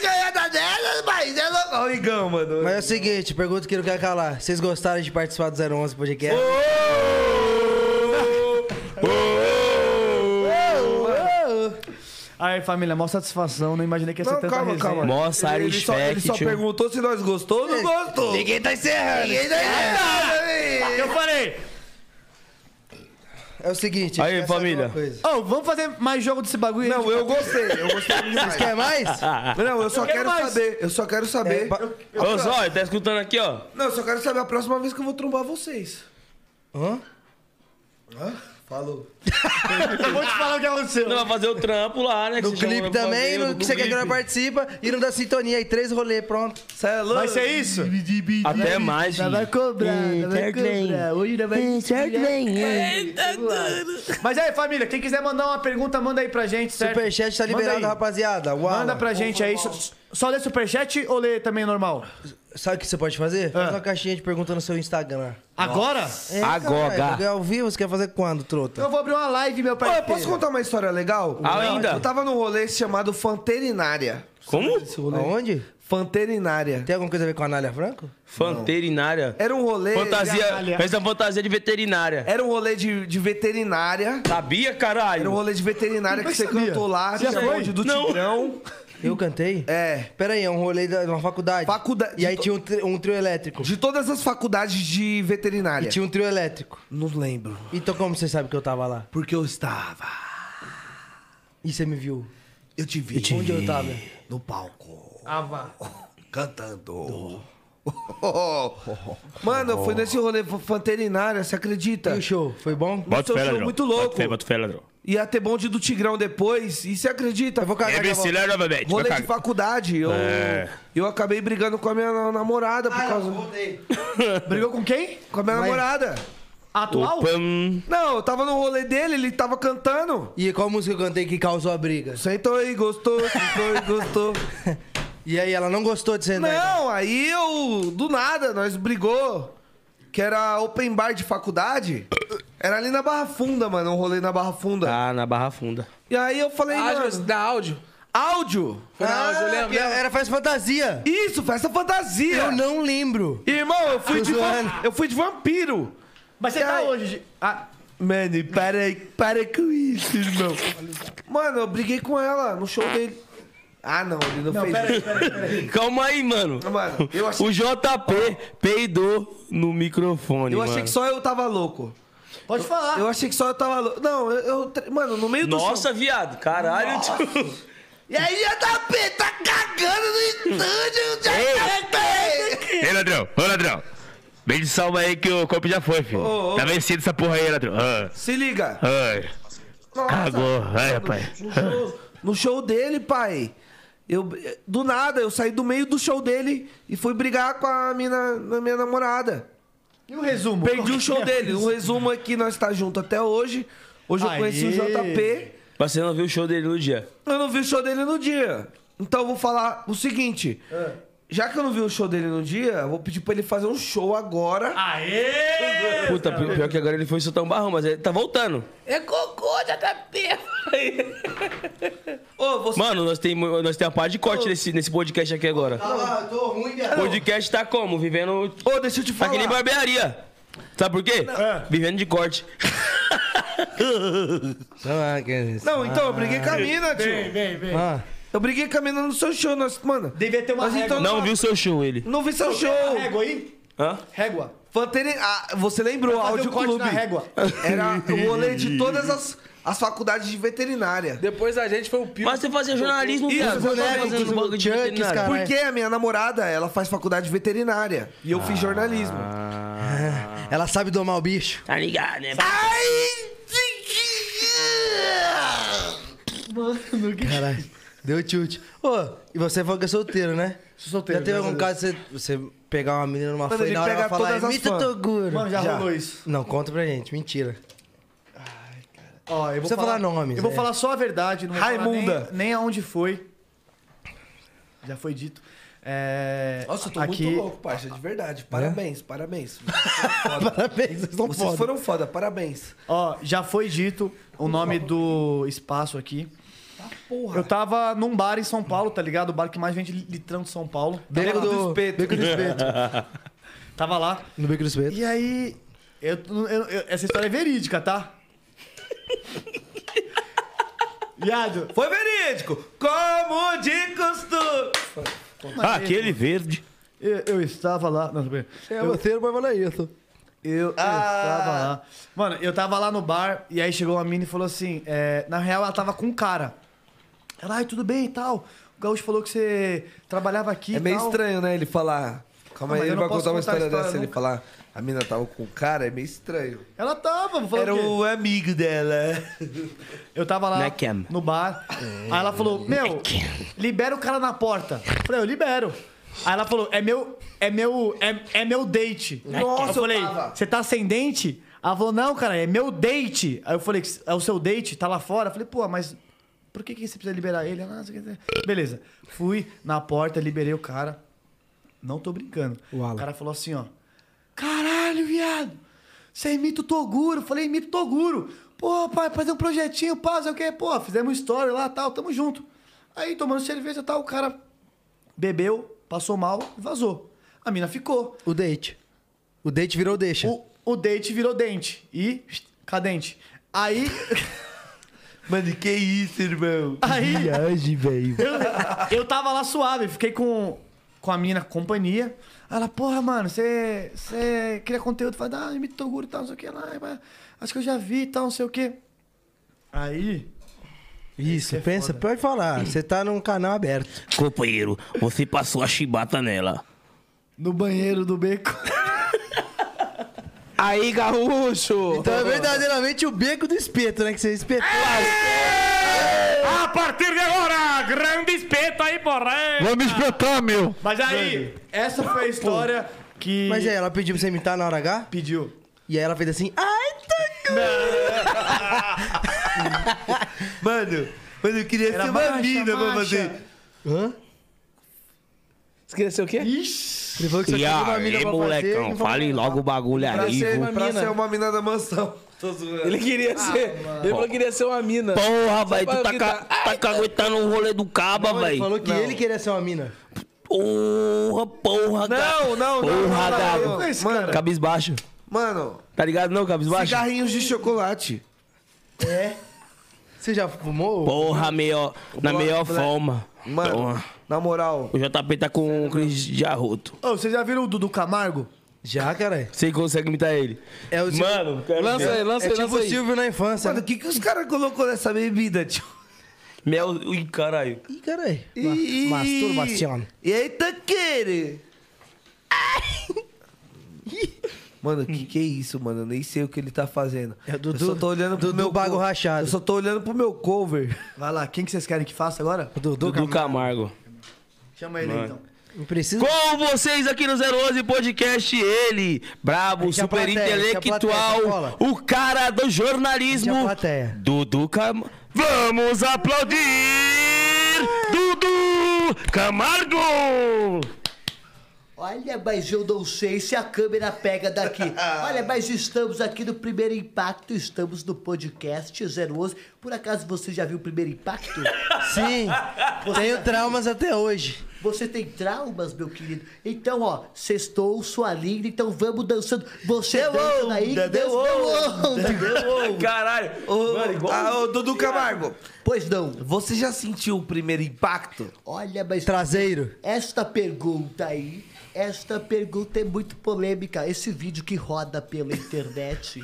ganhar da dela, mas é louco. Ó, Igão, mano.
Mas é o seguinte, pergunta que eu não quero calar. Vocês gostaram de participar do 011 Podcast?
Aí, família, maior satisfação. Não imaginei que ia ser
Não,
tanta
calma,
resenha.
calma. Ele,
Mó
ele só, ele só
satisfaction.
perguntou se nós gostou ou não gostou. Ninguém tá encerrando. Ninguém tá encerrando.
Eu falei,
É o seguinte,
Aí,
quer saber
família.
uma coisa.
ô, vamos fazer mais jogo desse bagulho? tipo-
Não, eu gostei. Eu gostei demais.
Quer mais? É,
Não, eu só
quero
quero
mais.
saber. Eu só quero
É,
saber.
ba-
Ô, Zóio, tá escutando aqui, ó.
Não, eu só quero saber a próxima vez que eu vou trombar vocês.
Hã?
Falou.
eu vou te falar o que aconteceu.
Não, vai fazer o trampo lá, né? que
No
você chamou
clipe
pra
também,
fazer,
no
do
que você quer que nós
clipe.
participa e não dá sintonia aí, três rolê, pronto.
Cê é louco.
Vai ser isso?
Até mais,
Ela vai
filho.
cobrar, ela vai
certo, hein?
cobrar. Hoje ela vai...
Certo, hein?
Mas aí, família, quem quiser mandar uma pergunta, manda aí pra gente, certo?
Superchat tá
Manda aí.
liberado, rapaziada. Uau.
Manda pra gente aí. Só, só lê superchat ou lê também normal?
Sabe o que você pode
Ah.
fazer? Faz uma caixinha de pergunta no seu Instagram.
Agora?
É,
Agora.
caralho, é ao vivo, você quer fazer quando, trota?
Eu vou abrir uma live, meu
Ô,
pai.
eu posso contar uma história legal?
Ainda?
Eu tava num rolê chamado Fanterinária.
Como?
Aonde?
Fanterinária.
Tem alguma coisa a ver com a Anália Franco?
Fanterinária.
Era um rolê.
Fantasia. Essa é fantasia de veterinária.
Era um rolê de, de veterinária.
Sabia,
Era um
caralho?
rolê de veterinária que
Mas
você
sabia.
cantou lá,
Já
chamou
foi?
de do
Não.
Tigrão.
Eu cantei?
É.
Pera aí, é um rolê da- de uma faculdade.
Faculdade.
E aí tinha um, tri- um trio elétrico.
De todas as faculdades de veterinária.
E tinha um trio elétrico.
Não lembro.
Então como você sabe que eu tava lá?
Porque eu estava.
E você me viu?
Eu te vi.
Onde eu tava?
No palco.
Ah,
Cantando. Mano, eu fui nesse rolê fanterinária, você acredita?
E o show? Foi bom?
Bota fé, ladrão. muito louco. Bota fé, bota
fé, ladrão.
Ia ter bonde do Tigrão depois. E você acredita?
Eu vou
É
cagar de volta.
novamente.
Rolê de faculdade. Eu,
É.
eu acabei brigando com a minha na- namorada
Ah,
por causa.
Brigou com quem?
Com a minha namorada.
Atual?
Não, eu tava no rolê dele, ele tava cantando.
E qual música eu cantei que causou a briga?
Sentou e gostou, sentou e gostou.
E aí, ela não gostou de ser nerd.
Não, aí eu. Do nada, nós brigou. Que era open bar de faculdade. Era ali na Barra Funda, mano. Um rolê na Barra Funda.
Tá na barra funda.
E aí eu falei,
Ah,
mano,
Jô, da áudio.
áudio?
Foi na áudio, eu lembro.
Ah, que
lembro.
Era faz fantasia.
Isso, festa fantasia.
Eu não lembro.
Irmão, eu fui,
Tô
de, va-
zoando.
eu fui de vampiro.
Mas você
E
tá
aí?
hoje. Gi- Ah,
Mano, para, para com isso, irmão. Mano, eu briguei com ela no show dele. Ah, não, ele não, fez isso.
Calma aí, mano.
Mano, eu achei,
O JP peidou no microfone,
eu
mano.
achei que só eu tava louco.
pode falar.
Eu achei que só eu tava louco. Não, eu, eu- Mano, no meio do show.
Nossa, viado. Caralho, tio.
E aí, JP, tá cagando no estúdio, tá JP!
Ei, ladrão, ô ladrão. Vem de salva aí que o copo já foi, filho.
Ô, ô.
Tá vencido essa porra aí, ladrão. Ah,
Se liga.
ai.
Nossa.
Cagou, ai, rapaz.
ah, No show, no show dele, pai. Eu, do nada, eu saí do meio do show dele e fui brigar com a mina, na minha namorada.
E o resumo? é
Perdi o show dele. O resumo é que nós tá junto até hoje. Hoje eu
Aê.
conheci o JP.
Mas você não viu o show dele no dia.
Eu não vi o show dele no dia. Então eu vou falar o seguinte.
É.
Já que eu não vi o show dele no dia, eu vou pedir pra ele fazer um show agora.
Aê! Puta, pi- pior que agora ele foi soltar um barrão, mas ele tá voltando.
É cocô,
tá
JP.
Ô, você...
Mano, nós temos nós tem a parte de corte nesse, nesse podcast aqui agora.
Tá eu tô ruim,
O podcast tá como? Vivendo. Ô,
deixa eu te É.
falar. Tá que nem barbearia. Sabe por quê? Vivendo de corte.
Não, então, eu briguei com a mina, tio.
Vem, vem, vem.
Ah.
Eu briguei com a mina no seu show, nós, mano.
Devia ter uma
nós
régua.
entramos
Não
numa-
viu seu show ele.
então Não vi seu show.
Régua aí?
Hã?
Régua.
Fantene- ah, você lembrou,
Vai fazer
áudio
o corte
clube.
na régua.
Era o rolê de todas as, as faculdades de veterinária.
Depois a gente foi o pior.
Mas você fazia jornalismo,
Isso,
viado. Você tá
moleque,
fazendo
inclusive,
bagulho de
Chucks,
veterinário.
cara.
Porque a minha namorada, ela faz faculdade de veterinária. E eu fiz jornalismo.
Ela sabe domar o bicho.
Ah.
Tá ligado, né?
Mano, que... Caralho, deu chute. Ô, e você falou que é solteiro, né?
Sou solteiro,
Já teve
graças
algum
a
caso de você, você pegar uma menina numa
Mano,
folha e
ele
na hora
pega
ela falar
todas as
Mito
fãs."
Toguro?
Mano, já,
Já.
rolou isso.
Não, conta pra gente, mentira.
Ó, eu vou
Precisa falar nomes,
Eu vou
é.
falar só a verdade. Não vou
Raimunda.
falar nem, nem aonde foi. Já foi dito. É,
Nossa, eu tô
aqui,
muito louco, parça, de verdade. Parabéns, parabéns.
Parabéns, vocês estão
Vocês
foda.
foram foda, parabéns.
Ó, já foi dito o nome do espaço aqui.
Tá,
Eu tava num bar em São Paulo, tá ligado? O bar que mais vende litrão de São Paulo.
Beco do
Espeto.
Beco do Espeto.
Tava lá.
No Beco do Espeto.
E aí. eu- eu- eu- essa história é verídica, tá? Viado.
Foi verídico, como de costume.
Ah, aquele verde.
Eu, eu estava lá. Não, tudo bem. eu,
você não vai falar isso.
eu
Ah!
estava lá. Mano, eu tava lá no bar e aí chegou uma mina e falou assim: é, na real, ela tava com um cara. Ela, ai, tudo bem e tal. O Gaúcho falou que você trabalhava aqui.
É
e
meio
tal.
estranho, né? Ele falar. Calma
Não, Ah, mas eu
aí, ele
não
vai
posso
contar uma
contar a
história,
história
dessa. Ele
nunca.
falar, a mina tava com o cara, é meio estranho.
Ela tava, vou falar
Era
o quê?
o amigo dela.
Eu tava lá
é
Na cama.
no bar. Aí ela falou: Meu, libera o cara na porta. Eu falei: Eu libero. Aí ela falou: É meu. É meu. É, é meu date.
Nossa,
eu falei:
eu tava.
Você tá sem dente? Ela falou: Não, cara, é meu date. Aí eu falei: É o seu date? Tá lá fora? Eu falei: Pô, mas. Por que, que você precisa liberar ele? Ela, "Ah, não sei o que". Beleza. Fui na porta, liberei o cara. Não tô brincando. O cara falou assim, ó. Caralho, viado! Você imita o Toguro. Eu Falei, imita o Toguro. Pô, pai, fazer um projetinho, pá, sei o quê. Pô, fizemos uma história lá, tal, tamo junto. Aí, tomando cerveja, tal, o cara bebeu, passou mal e vazou. A mina ficou.
O date. O date virou deixa.
O, o date virou dente. E, cadente. Aí,
Mano, que isso, irmão?
aí...
Viagem, velho.
Eu, eu tava lá suave, fiquei com, com a mina companhia. Aí Ela, porra, mano, você cria conteúdo, faz, ah, imita o Toguro e tal, não sei o que lá. e pá, Acho que eu já vi e tal, não sei o que. Aí.
Isso,
é
pensa,
foda.
pode falar. Você tá num canal aberto.
Companheiro, você passou a chibata nela.
No banheiro do beco.
Aí, gaúcho!
Então é verdadeiramente o Beco do Espeto, né? Que você espetou.
É! A partir de agora, grande espeto "Tá aí, porra. é."
Vamos espetar, meu!
Mas aí, essa foi a história que.
Mas aí, ela pediu pra você imitar na hora H?
Pediu.
E aí ela fez assim, ai, tá
Mano, mano, eu queria
Era
ser uma
marcha,
mina pra
marcha.
fazer.
Hã?
Você queria ser o quê?
Ele falou que você
E
queria
tá
uma mina
aí,
pra fazer,
molecão,
não falou
fale
nada.
logo o bagulho
Pra,
aí,
ser,
viu?
pra
mina.
ser uma mina da mansão. Tô zoando. Ah,
Ele queria ser. Ele falou que queria ser uma mina.
Porra, velho,
pra
tu tá,
gritar,
ca- tá caguetando o rolê do caba,
Ele
velho.
falou que ele queria ser uma mina.
Porra, porra, gato.
Não, não, não. não,
Porra,
não,
Gago.
não. Mano,
Cabisbaixo.
mano,
Tá ligado não, cabisbaixo?
cigarrinhos de chocolate. É?
Você já fumou?
Porra, melhor, na
Boa,
melhor
moleque.
forma.
Mano,
Porra.
na moral.
O JP tá com um crise de arroto.
Ô, vocês já viram o Dudu Camargo?
Já, cara.
Você consegue imitar ele.
É o
Mano, quero
Lança
ver.
aí, lança
É
aí,
tipo
lança
o
aí.
Silvio na infância.
Mano, o
né?
que, que os caras colocou nessa bebida, tio?
Mel... Ui, caralho.
Ih, caralho.
Ih,
Masturbação.
E aí, Tanqueiro? Mano, o que, que é isso, mano? Eu nem sei o que ele tá fazendo.
É o Dudu-
eu só tô olhando pro
Dudu
meu
Bago
co-
Rachado.
Eu só tô olhando pro meu cover.
Vai lá, quem que vocês querem que faça agora?
Dudu,
Dudu
Camargo.
Camargo.
Chama ele então.
Com vocês aqui no 011 Podcast, ele, brabo,
Esse é a
super
plateia, esse é a
intelectual,
plateia, Sacola.
o cara do jornalismo, Dudu Cam... Vamos aplaudir Dudu Camargo!
Olha, mas eu não sei se a câmera pega daqui. Olha, mas estamos aqui no Primeiro Impacto, estamos no podcast 011. Por acaso você já viu o Primeiro Impacto?
Sim, tenho traumas
até hoje. Você tem traumas, meu querido? Então, ó, sextou, sua linda, então vamos dançando. Você dançando aí,
onda,
deu
deu onda,
onda,
deu onda. Caralho. Ô,
Mano, igual-
ah, ô, Dudu Camargo.
Pois não.
Você já sentiu o primeiro impacto?
Olha, mas.
Traseiro.
Esta pergunta aí, esta pergunta é muito polêmica. Esse vídeo que roda pela internet.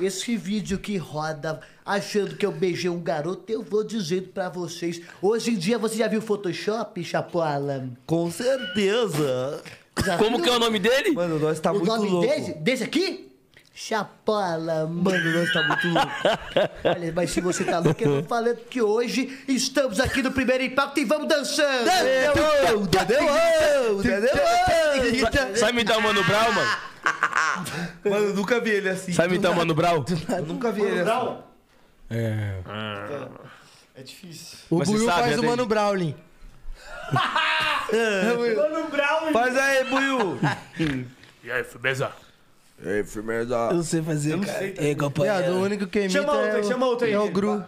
Esse vídeo que roda achando que eu beijei um garoto, eu vou dizendo pra vocês. Hoje em dia você já viu Photoshop, Chapoala?
Com certeza.
Como que é o nome dele?
Mano, nós tá
o
muito
nome
louco.
desse, desse aqui? Chapola, mano, nós tá muito louco. Olha, mas se você tá louco, eu tô falando que hoje estamos aqui no Primeiro Impacto e vamos dançando!
Deu onda, deu onda, deu onda.
Sabe me dar o Mano Brown, mano?
Mano, eu nunca vi ele assim.
Sabe me dar o Mano Brown?
Eu nunca vi ele assim.
É.
Ah.
É difícil.
O
Mas você
Buiu
sabe,
faz
né,
o Mano
Denis?
Browning.
Mano Brown.
É, Faz aí, Buiu.
E aí, firmeza?
E aí, firmeza?
Eu não sei fazer, Eu não cara. sei fazer. Ei, companheiro.
Viado, o único que eu imito
Chama outro
é
aí,
o,
chama outro aí,
é o
N10.
Gru.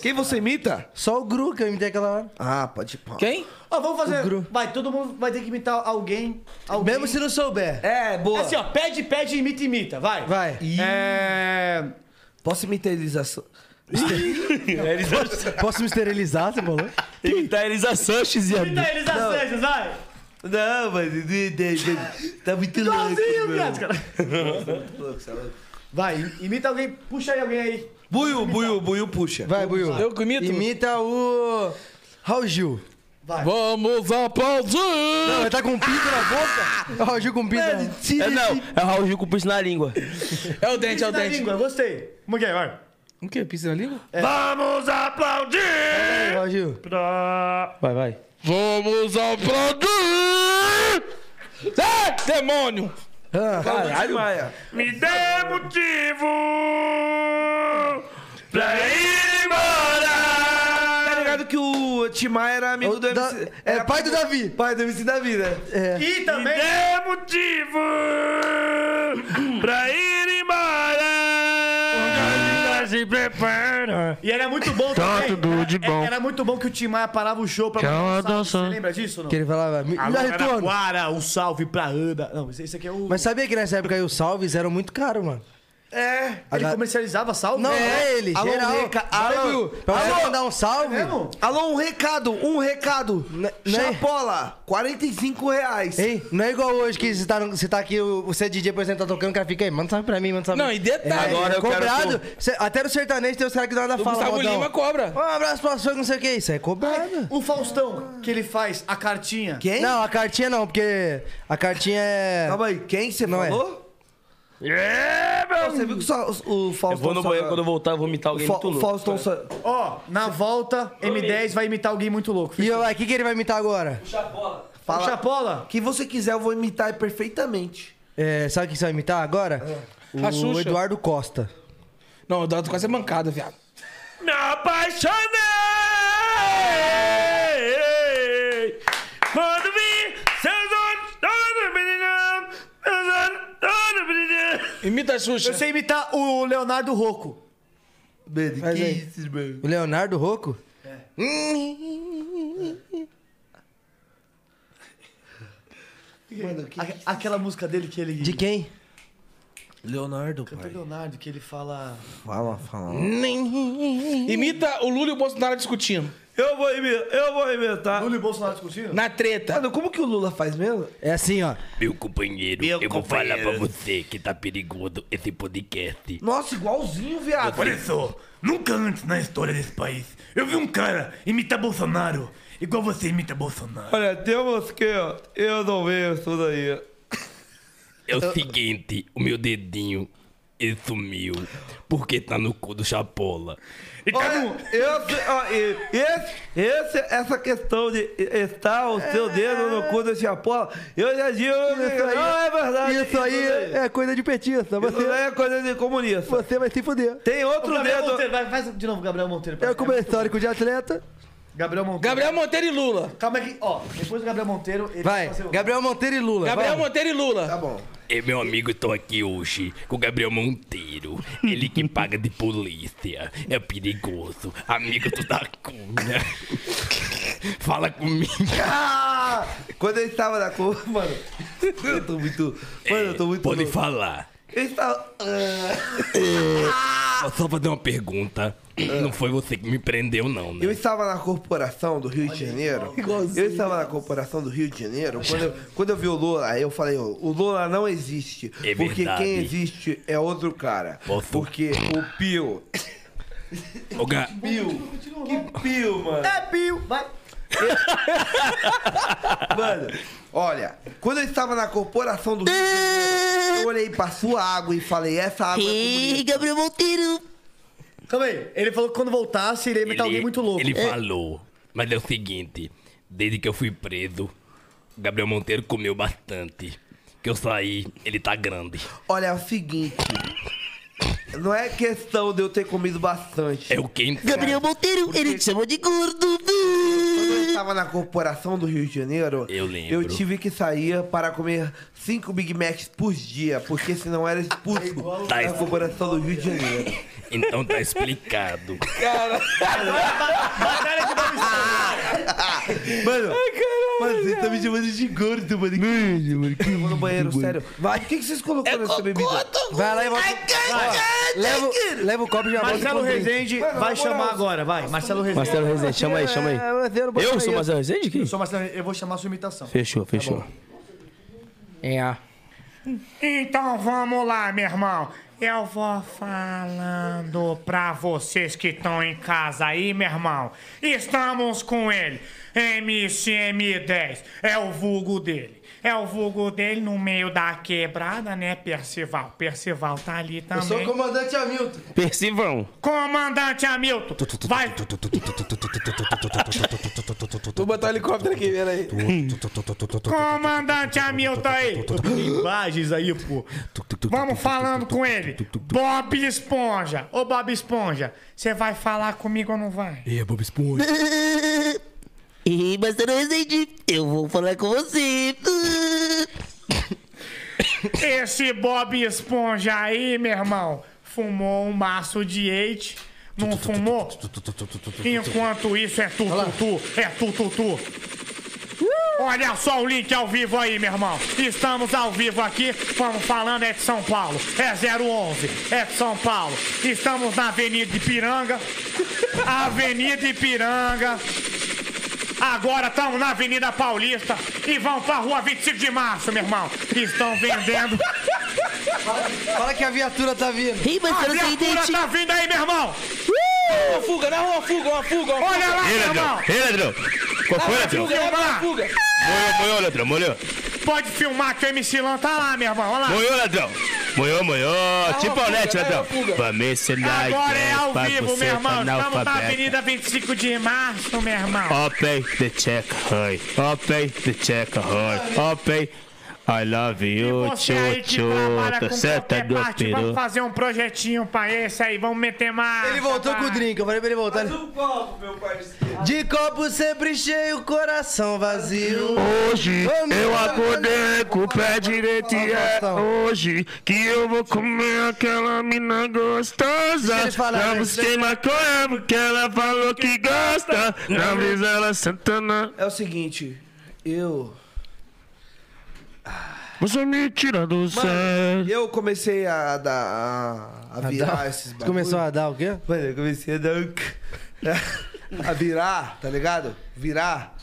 Quem você imita?
Só o Gru que eu imitei aquela hora.
Ah, pode pau.
Quem?
Ó, vamos
O
fazer.
Gru.
Vai, todo mundo vai ter que imitar alguém. alguém.
Mesmo se não souber.
É, boa.
Assim, ó, pede, pede, imita, imita. Vai.
Vai.
É...
Posso imitar eles assim?
Posso me esterilizar, você falou?
Imitar eles a Sanches e a...
Imita eles a Sanches, vai.
Não, mano. Tá muito louco.
Igualzinho,
mano.
viado, cara.
Nossa, muito louco, você é louco.
Vai, imita alguém. Puxa aí alguém aí.
Buiu, buiu, buiu, puxa.
Vai, Buiu.
Eu que imito?
Imita o. Raul Gil.
Vai.
Vamos aplaudir!
Não, ele tá com um pinto na boca. O Raul Gil com um pinto na
É, não, é o Raul Gil com o piso na língua. É o dente, é
Pinta
o
na
dente.
língua, gostei. Como que é, vai? É.
O que? Piso na língua?
Vamos aplaudir!
Raul Gil.
Vai, vai.
Vamos aplaudir!
Ah, demônio!
Ah.
Caralho, Maia.
Me dê motivo pra ir embora!
Tá ligado que o Tim Maia era amigo
O
do
da-
MC...
é
era
pai do Davi.
Pai do MC Davi, né?
É.
E também.
É motivo pra ir embora. Se prepara.
E era muito bom
Tá
também.
tudo de
Era-
bom.
Era muito bom que o Tim Maia parava o show pra
Tchau,
mandar um salve.
dançando.
Você lembra disso ou não?
Que ele falava. Me me dá retorno.
Araraquara, um salve pra Ana. Não, esse esse aqui é o...
Mas sabia que nessa época aí os salves eram muito caros, mano?
É.
Ele
Agora-
comercializava salve?
Não, não é ele,
Alô,
geral.
Reca-
Vai,
alô.
Buiu, Pra
Alô.
você mandar um salve.
mesmo?
Alô, um recado, um recado.
né?
Chapola, 45 reais.
Ei, não é igual hoje que você tá, no- você tá aqui, o- você é DJ, por exemplo, tá tocando, o cara fica aí, manda um salve pra mim, manda um salve
Não, e detalhe,
Agora
agora
é,
eu quero
cobrado. cê- até no sertanejo tem os caras que do nada
O
falam.
Gustavo
modão.
Lima cobra.
Um abraço pra sua, não sei o que, isso é cobrado.
O Faustão, que ele faz a cartinha.
Quem?
Não, a cartinha não, porque a cartinha é.
Calma aí, quem você
Não é.
falou?
É,
Pô, Você viu que só- o, o Faustão...
Eu vou no
só-
banheiro, quando eu voltar, eu vou
tá
imitar alguém
Fa-
muito
o
louco.
Faustão só...
Ó, na volta, M10 vai imitar alguém muito louco.
E o que, que ele vai imitar agora?
Fala.
Fala.
Chapola.
Quem você quiser, eu vou imitar perfeitamente.
É, sabe quem você vai imitar agora?
É. A
O
Xuxa.
Eduardo Costa.
Não, o Eduardo quase é mancada, viado.
Me apaixonei quando vi seus olhos todos brilhando, seus olhos todos brilhando.
Imita a Xuxa.
Eu sei imitar o Leonardo Rocco.
Mano,
Faz
que
aí.
isso, irmão?
O Leonardo Rocco?
É.
A- aquela música dele que ele...
De quem?
Leonardo,
Do
pai.
Leonardo, que ele fala...
Fala, fala.
Imita o Lula e o Bolsonaro discutindo.
Eu vou imitar, eu vou imitar.
Lula e Bolsonaro discutindo?
Na treta.
Mano, como que o Lula faz mesmo?
É assim, ó.
Meu companheiro, eu vou falar pra você que tá perigoso esse podcast.
Nossa, igualzinho, viado.
Olha só, nunca antes na história desse país eu vi um cara imitar Bolsonaro igual você imita Bolsonaro.
Olha, temos que... Eu não vejo isso daí.
É o seguinte, o meu dedinho ele sumiu. Porque tá no cu do Chapola.
Olha, eu- Então, ó, e- esse- esse- essa questão de estar o seu dedo no cu da chapola, eu já digo que não é verdade.
Isso aí
daí.
é coisa de petista. Você,
Isso daí é coisa de comunista.
Você vai se fuder.
Tem
outro
Gabriel
dedo-
Monteiro, vai, faz de novo, Gabriel Monteiro. pra
Eu
mim.
como histórico de atleta.
Gabriel Monteiro.
Gabriel Monteiro e Lula.
Calma aqui, ó. Depois do Gabriel Monteiro, ele
Vai,
fazer o-
Gabriel Monteiro e Lula.
Gabriel Monteiro e Lula. Tá
bom.
E É, meu amigo, estou aqui hoje com o Gabriel Monteiro. Ele que paga de polícia. É perigoso. Amigo tá do da cunha. Fala comigo.
Ah! Quando eu estava na cor, mano, eu tô muito.
É.
Mano, eu tô muito.
Pode
louco.
falar.
Eu estava. Ah!
Vou Só fazer uma pergunta. Não foi você que me prendeu, não, né?
Eu estava na corporação do Rio de Janeiro. Eu estava na corporação do Rio de Janeiro. Quando eu, quando eu vi o Lula, eu falei: ó, o Lula não existe.
É
porque
verdade.
quem existe é outro cara.
Posso?
Porque o Pio.
Ô, Ga-
Pio. Que Pio, mano.
É Pio, vai.
Mano, olha, quando eu estava na corporação do Rio de Janeiro, eu olhei pra sua água e falei: essa água. é Ei,
Gabriel Monteiro. Calma aí. Ele falou que quando voltasse, ele ia meter alguém muito louco.
Ele
É.
falou. Mas é o seguinte, desde que eu fui preso, Gabriel Monteiro comeu bastante. Que eu saí, ele tá grande.
Olha, é o seguinte. Não é questão de eu ter comido bastante.
É o que
Gabriel Monteiro, ele te chamou de gordo. Quando eu estava na corporação do Rio de Janeiro, eu,
lembro.
tive que sair para comer cinco Big Macs por dia, porque senão era expulso
Tá
da
expulso.
corporação do Rio de Janeiro.
Então tá explicado.
Cara, Mano, mano, vocês estão me chamando de gordo, mano. Mano, mano, que eu vou no banheiro, sério. Vai, o que, que vocês
É
colocaram nessa bebida?
Vai lá e volta. Vai. Leva, o- leva o copo e já volta.
Marcelo
com o drink.
Rezende vai chamar agora, vai. Marcelo Rezende.
Marcelo Rezende, chama aí, chama aí. Eu sou Marcelo Rezende? Quem?
Eu sou Marcelo Rezende, eu vou chamar a sua imitação.
Fechou, fechou.
É a.
Então vamos lá, meu irmão. Eu vou falando pra vocês que estão em casa aí, meu irmão. Estamos com ele, MCM10. É o vulgo dele. É o vulgo dele no meio da quebrada, né, Percival? Percival tá ali também.
sou o comandante Hamilton.
Percivão.
Comandante Hamilton, vai.
Vou botar o helicóptero aqui, pera aí.
Comandante Hamilton aí.
Imagens aí, pô.
Vamos falando com ele. Bob Esponja. Ô, Bob Esponja, você vai falar comigo ou não vai?
E aí, Bob Esponja?
Ih, mas eu não entendi. Eu vou falar com você. Esse Bob Esponja aí, meu irmão, fumou um maço de eite. Não fumou? Enquanto isso é tu, tu, tu, é tu, tu, tu. Olha só o link ao vivo aí, meu irmão. Estamos ao vivo aqui, vamos falando é de São Paulo. É 011, é de São Paulo. Estamos na Avenida Ipiranga. Avenida Ipiranga. Agora estamos na Avenida Paulista e vão pra Rua 25 de Março, meu irmão. Estão vendendo.
Fala que a viatura tá vindo.
Ih, mas
eu não
a
sei
viatura
identificar.
tá vindo aí, meu irmão.
Uma fuga, na rua, fuga, uma fuga, uma
Olha
fuga.
lá, meu irmão.
ladrão! Qual
Dá
foi,
pra
ladrão?
filmar.
Moiou, moiou, ladrão, moiou.
Pode filmar que o MC Lan tá lá, meu irmão. Olha lá.
Moiou, ladrão. Moiou, moiou. Tipo
fuga,
net,
dá
ladrão.
uma fuga.
Vamos ensinar
Agora é
inglês
ao
pra
vivo,
você, tá
meu irmão. Estamos na
analfabeto.
Avenida 25 de Março, meu irmão.
Open the check, hey. Open the check, hey. Open. I love you, tá
Você aí que
tchu-tchu.
trabalha com
Senta
qualquer
do
parte, vamos
é peru.
fazer um projetinho pra esse aí, vamos meter mais.
Ele voltou com o drink, eu falei pra ele voltar.
um copo, meu parceiro.
De copo sempre cheio, coração vazio.
Hoje eu acordei com o pé direito e é hoje que eu vou comer aquela mina gostosa. Não busquei maconha porque ela falou que gosta. Na brisa ela Santana.
É o seguinte, eu.
Você me tira do
Mano, eu comecei a dar. A, a virar
dar-
esses
Você
bagulho.
começou a dar o quê?
Mano, eu comecei a dar. um c- a virar, tá ligado? Virar.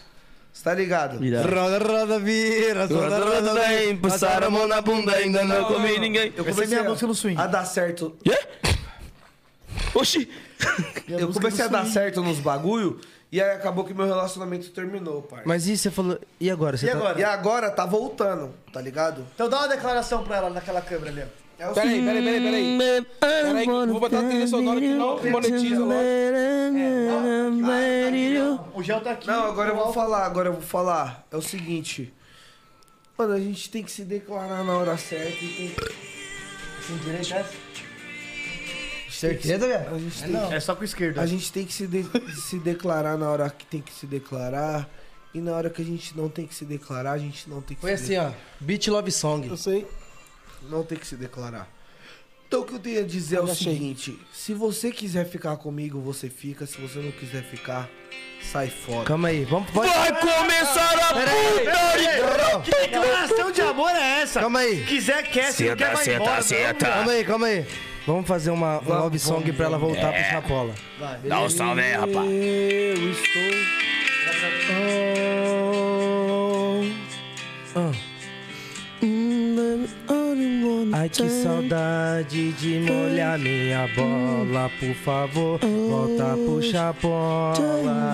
Você tá ligado?
Roda, roda, vira, roda, roda, vem. Passaram a mão na bunda, ainda não comi ninguém.
Eu
Essa é
comecei
minha
a,
música
no swing. a dar certo.
Oxi!
Eu comecei a dar tá certo nos bagulho e aí acabou que meu relacionamento terminou, pai.
Mas e você falou. E agora? Você
E
tá-
agora? E agora tá voltando, tá ligado?
Então dá uma declaração pra ela naquela câmera ali, ó.
É
É
o Peraí, peraí, peraí, peraí.
Hum, ah,
Peraí, que eu vou botar a trilha sonora que não monetiza,
É,
lógico.
O gel tá aqui.
Não, agora eu vou falar, agora eu vou falar. É o seguinte. Mano, a gente tem que se declarar na hora certa e tem
Assim, direito é?
Certeza, velho?
É não. É só
com esquerda. A gente tem que se, de- se declarar na hora que tem que se declarar. E na hora que a gente não tem que se declarar, a gente não tem que
Foi
se
assim, ó. Beat Love Song. Eu
sei. Não tem que se declarar. Então o que eu tenho a dizer é o seguinte: se você quiser ficar comigo, você fica. Se você não quiser ficar, sai fora.
Calma aí, vamos
Vai começar a putaria!
Que declaração de amor é essa?
Calma aí.
Quiser, quer, se não quer, vai embora.
é tá.
Calma aí, calma aí. Vamos fazer uma, um love song pra ela voltar
É.
pro Chapola.
Vai. Dá um salve aí, rapaz.
Eu estou.
Ah. Ai que saudade de molhar minha bola, por favor, volta pro Chapola.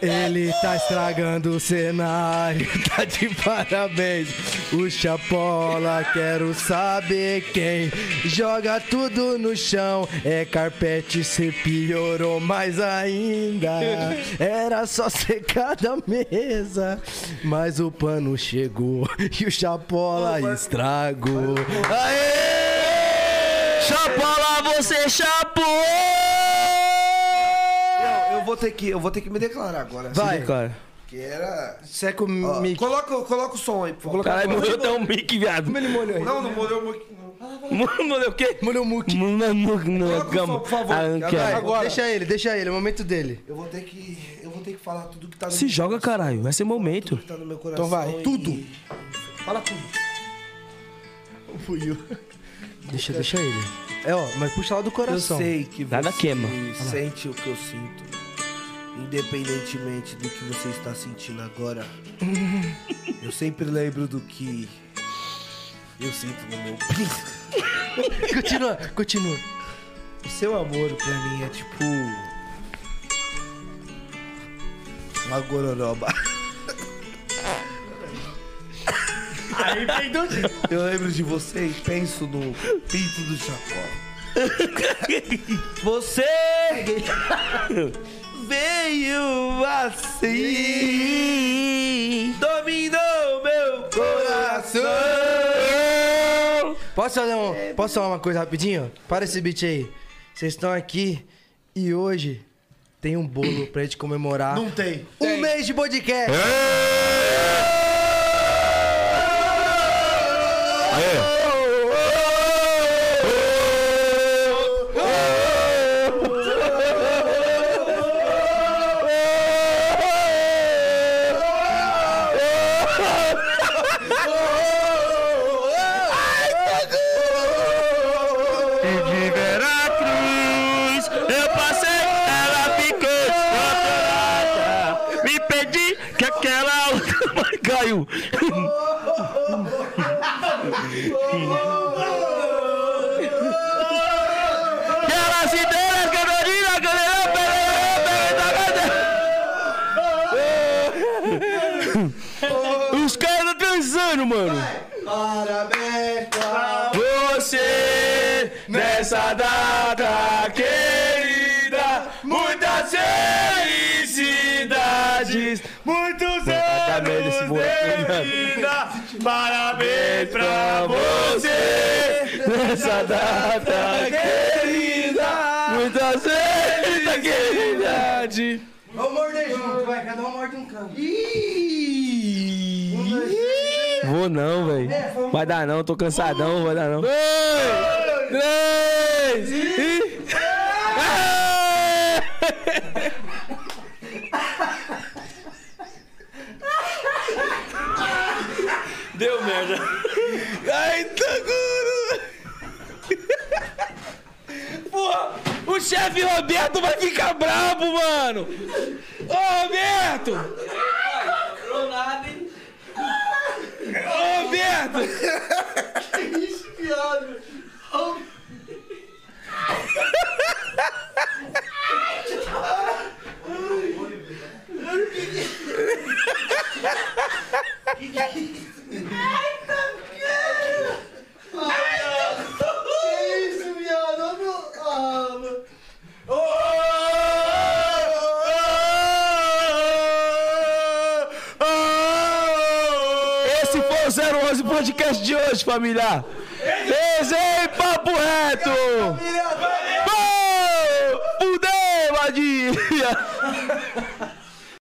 Ele tá estragando o cenário, tá de parabéns. O Chapola, quero saber quem joga tudo no chão. É carpete, cê piorou mais ainda. Era só secar da mesa, mas o pano chegou e o Chapola estragou.
Aê! Chapola, você chapou!
Eu, eu vou ter que, eu vou ter que me declarar agora.
Vai. Se declara.
Que era.
Você é com
mic. Coloca, coloca o som aí, por favor.
Caralho, morreu até um mic, viado. Como ele molhou?
Não, não molhou o mic.
Molhou é o quê?
Molhou o muque.
Molhou o muque.
por favor. Agora. Deixa ele, deixa ele, é o momento dele.
Eu vou ter que, eu vou ter que falar tudo que tá no
Se joga, caralho. Esse é o momento.
tá no meu coração.
Então vai.
e-
Tudo.
Fala tudo.
Fui eu. Deixa, deixa ele. É, ó, mas puxa lá do coração.
Eu sei que você
Tá
Nada queima.
sente o que eu sinto. Independentemente do que você está sentindo agora. eu sempre lembro do que eu sinto no meu peito.
continua, continua.
O seu amor pra mim é tipo. Uma gororoba. Aí vem do Eu lembro de você e penso no pinto do chapéu. Você veio assim, dominou meu coração.
Posso fazer um, posso falar uma coisa rapidinho? Para esse beat aí. Vocês estão aqui e hoje tem um bolo pra gente comemorar.
Não tem.
Um mês de podcast.
É. E de Veracruz eu passei, ela ficou apavorada. Me pedi que aquela última caiu. Que ela se deu na canonina, canelão, pereirão, pereirão, Os caras tão transando, mano.
Parabéns pra
Você nessa data querida, muitas felicidades, muitos anos de vida. Parabéns pra você nessa data querida, muitas felicidades.
Vamos morder junto, vai. Cada um morde um canto.
Vou não, velho. Vai dar não, tô cansadão, vai dar não. Três! E... Deu merda. Ai, tá Taguro! Porra, o chefe Roberto vai ficar brabo, mano! Ô, Roberto! Ô, Roberto! Que isso, viado?
Que que é isso? Ai, tá cara!
o 011 podcast de hoje, família. Desenho papo reto. Pô, Fudeu, Vadinha.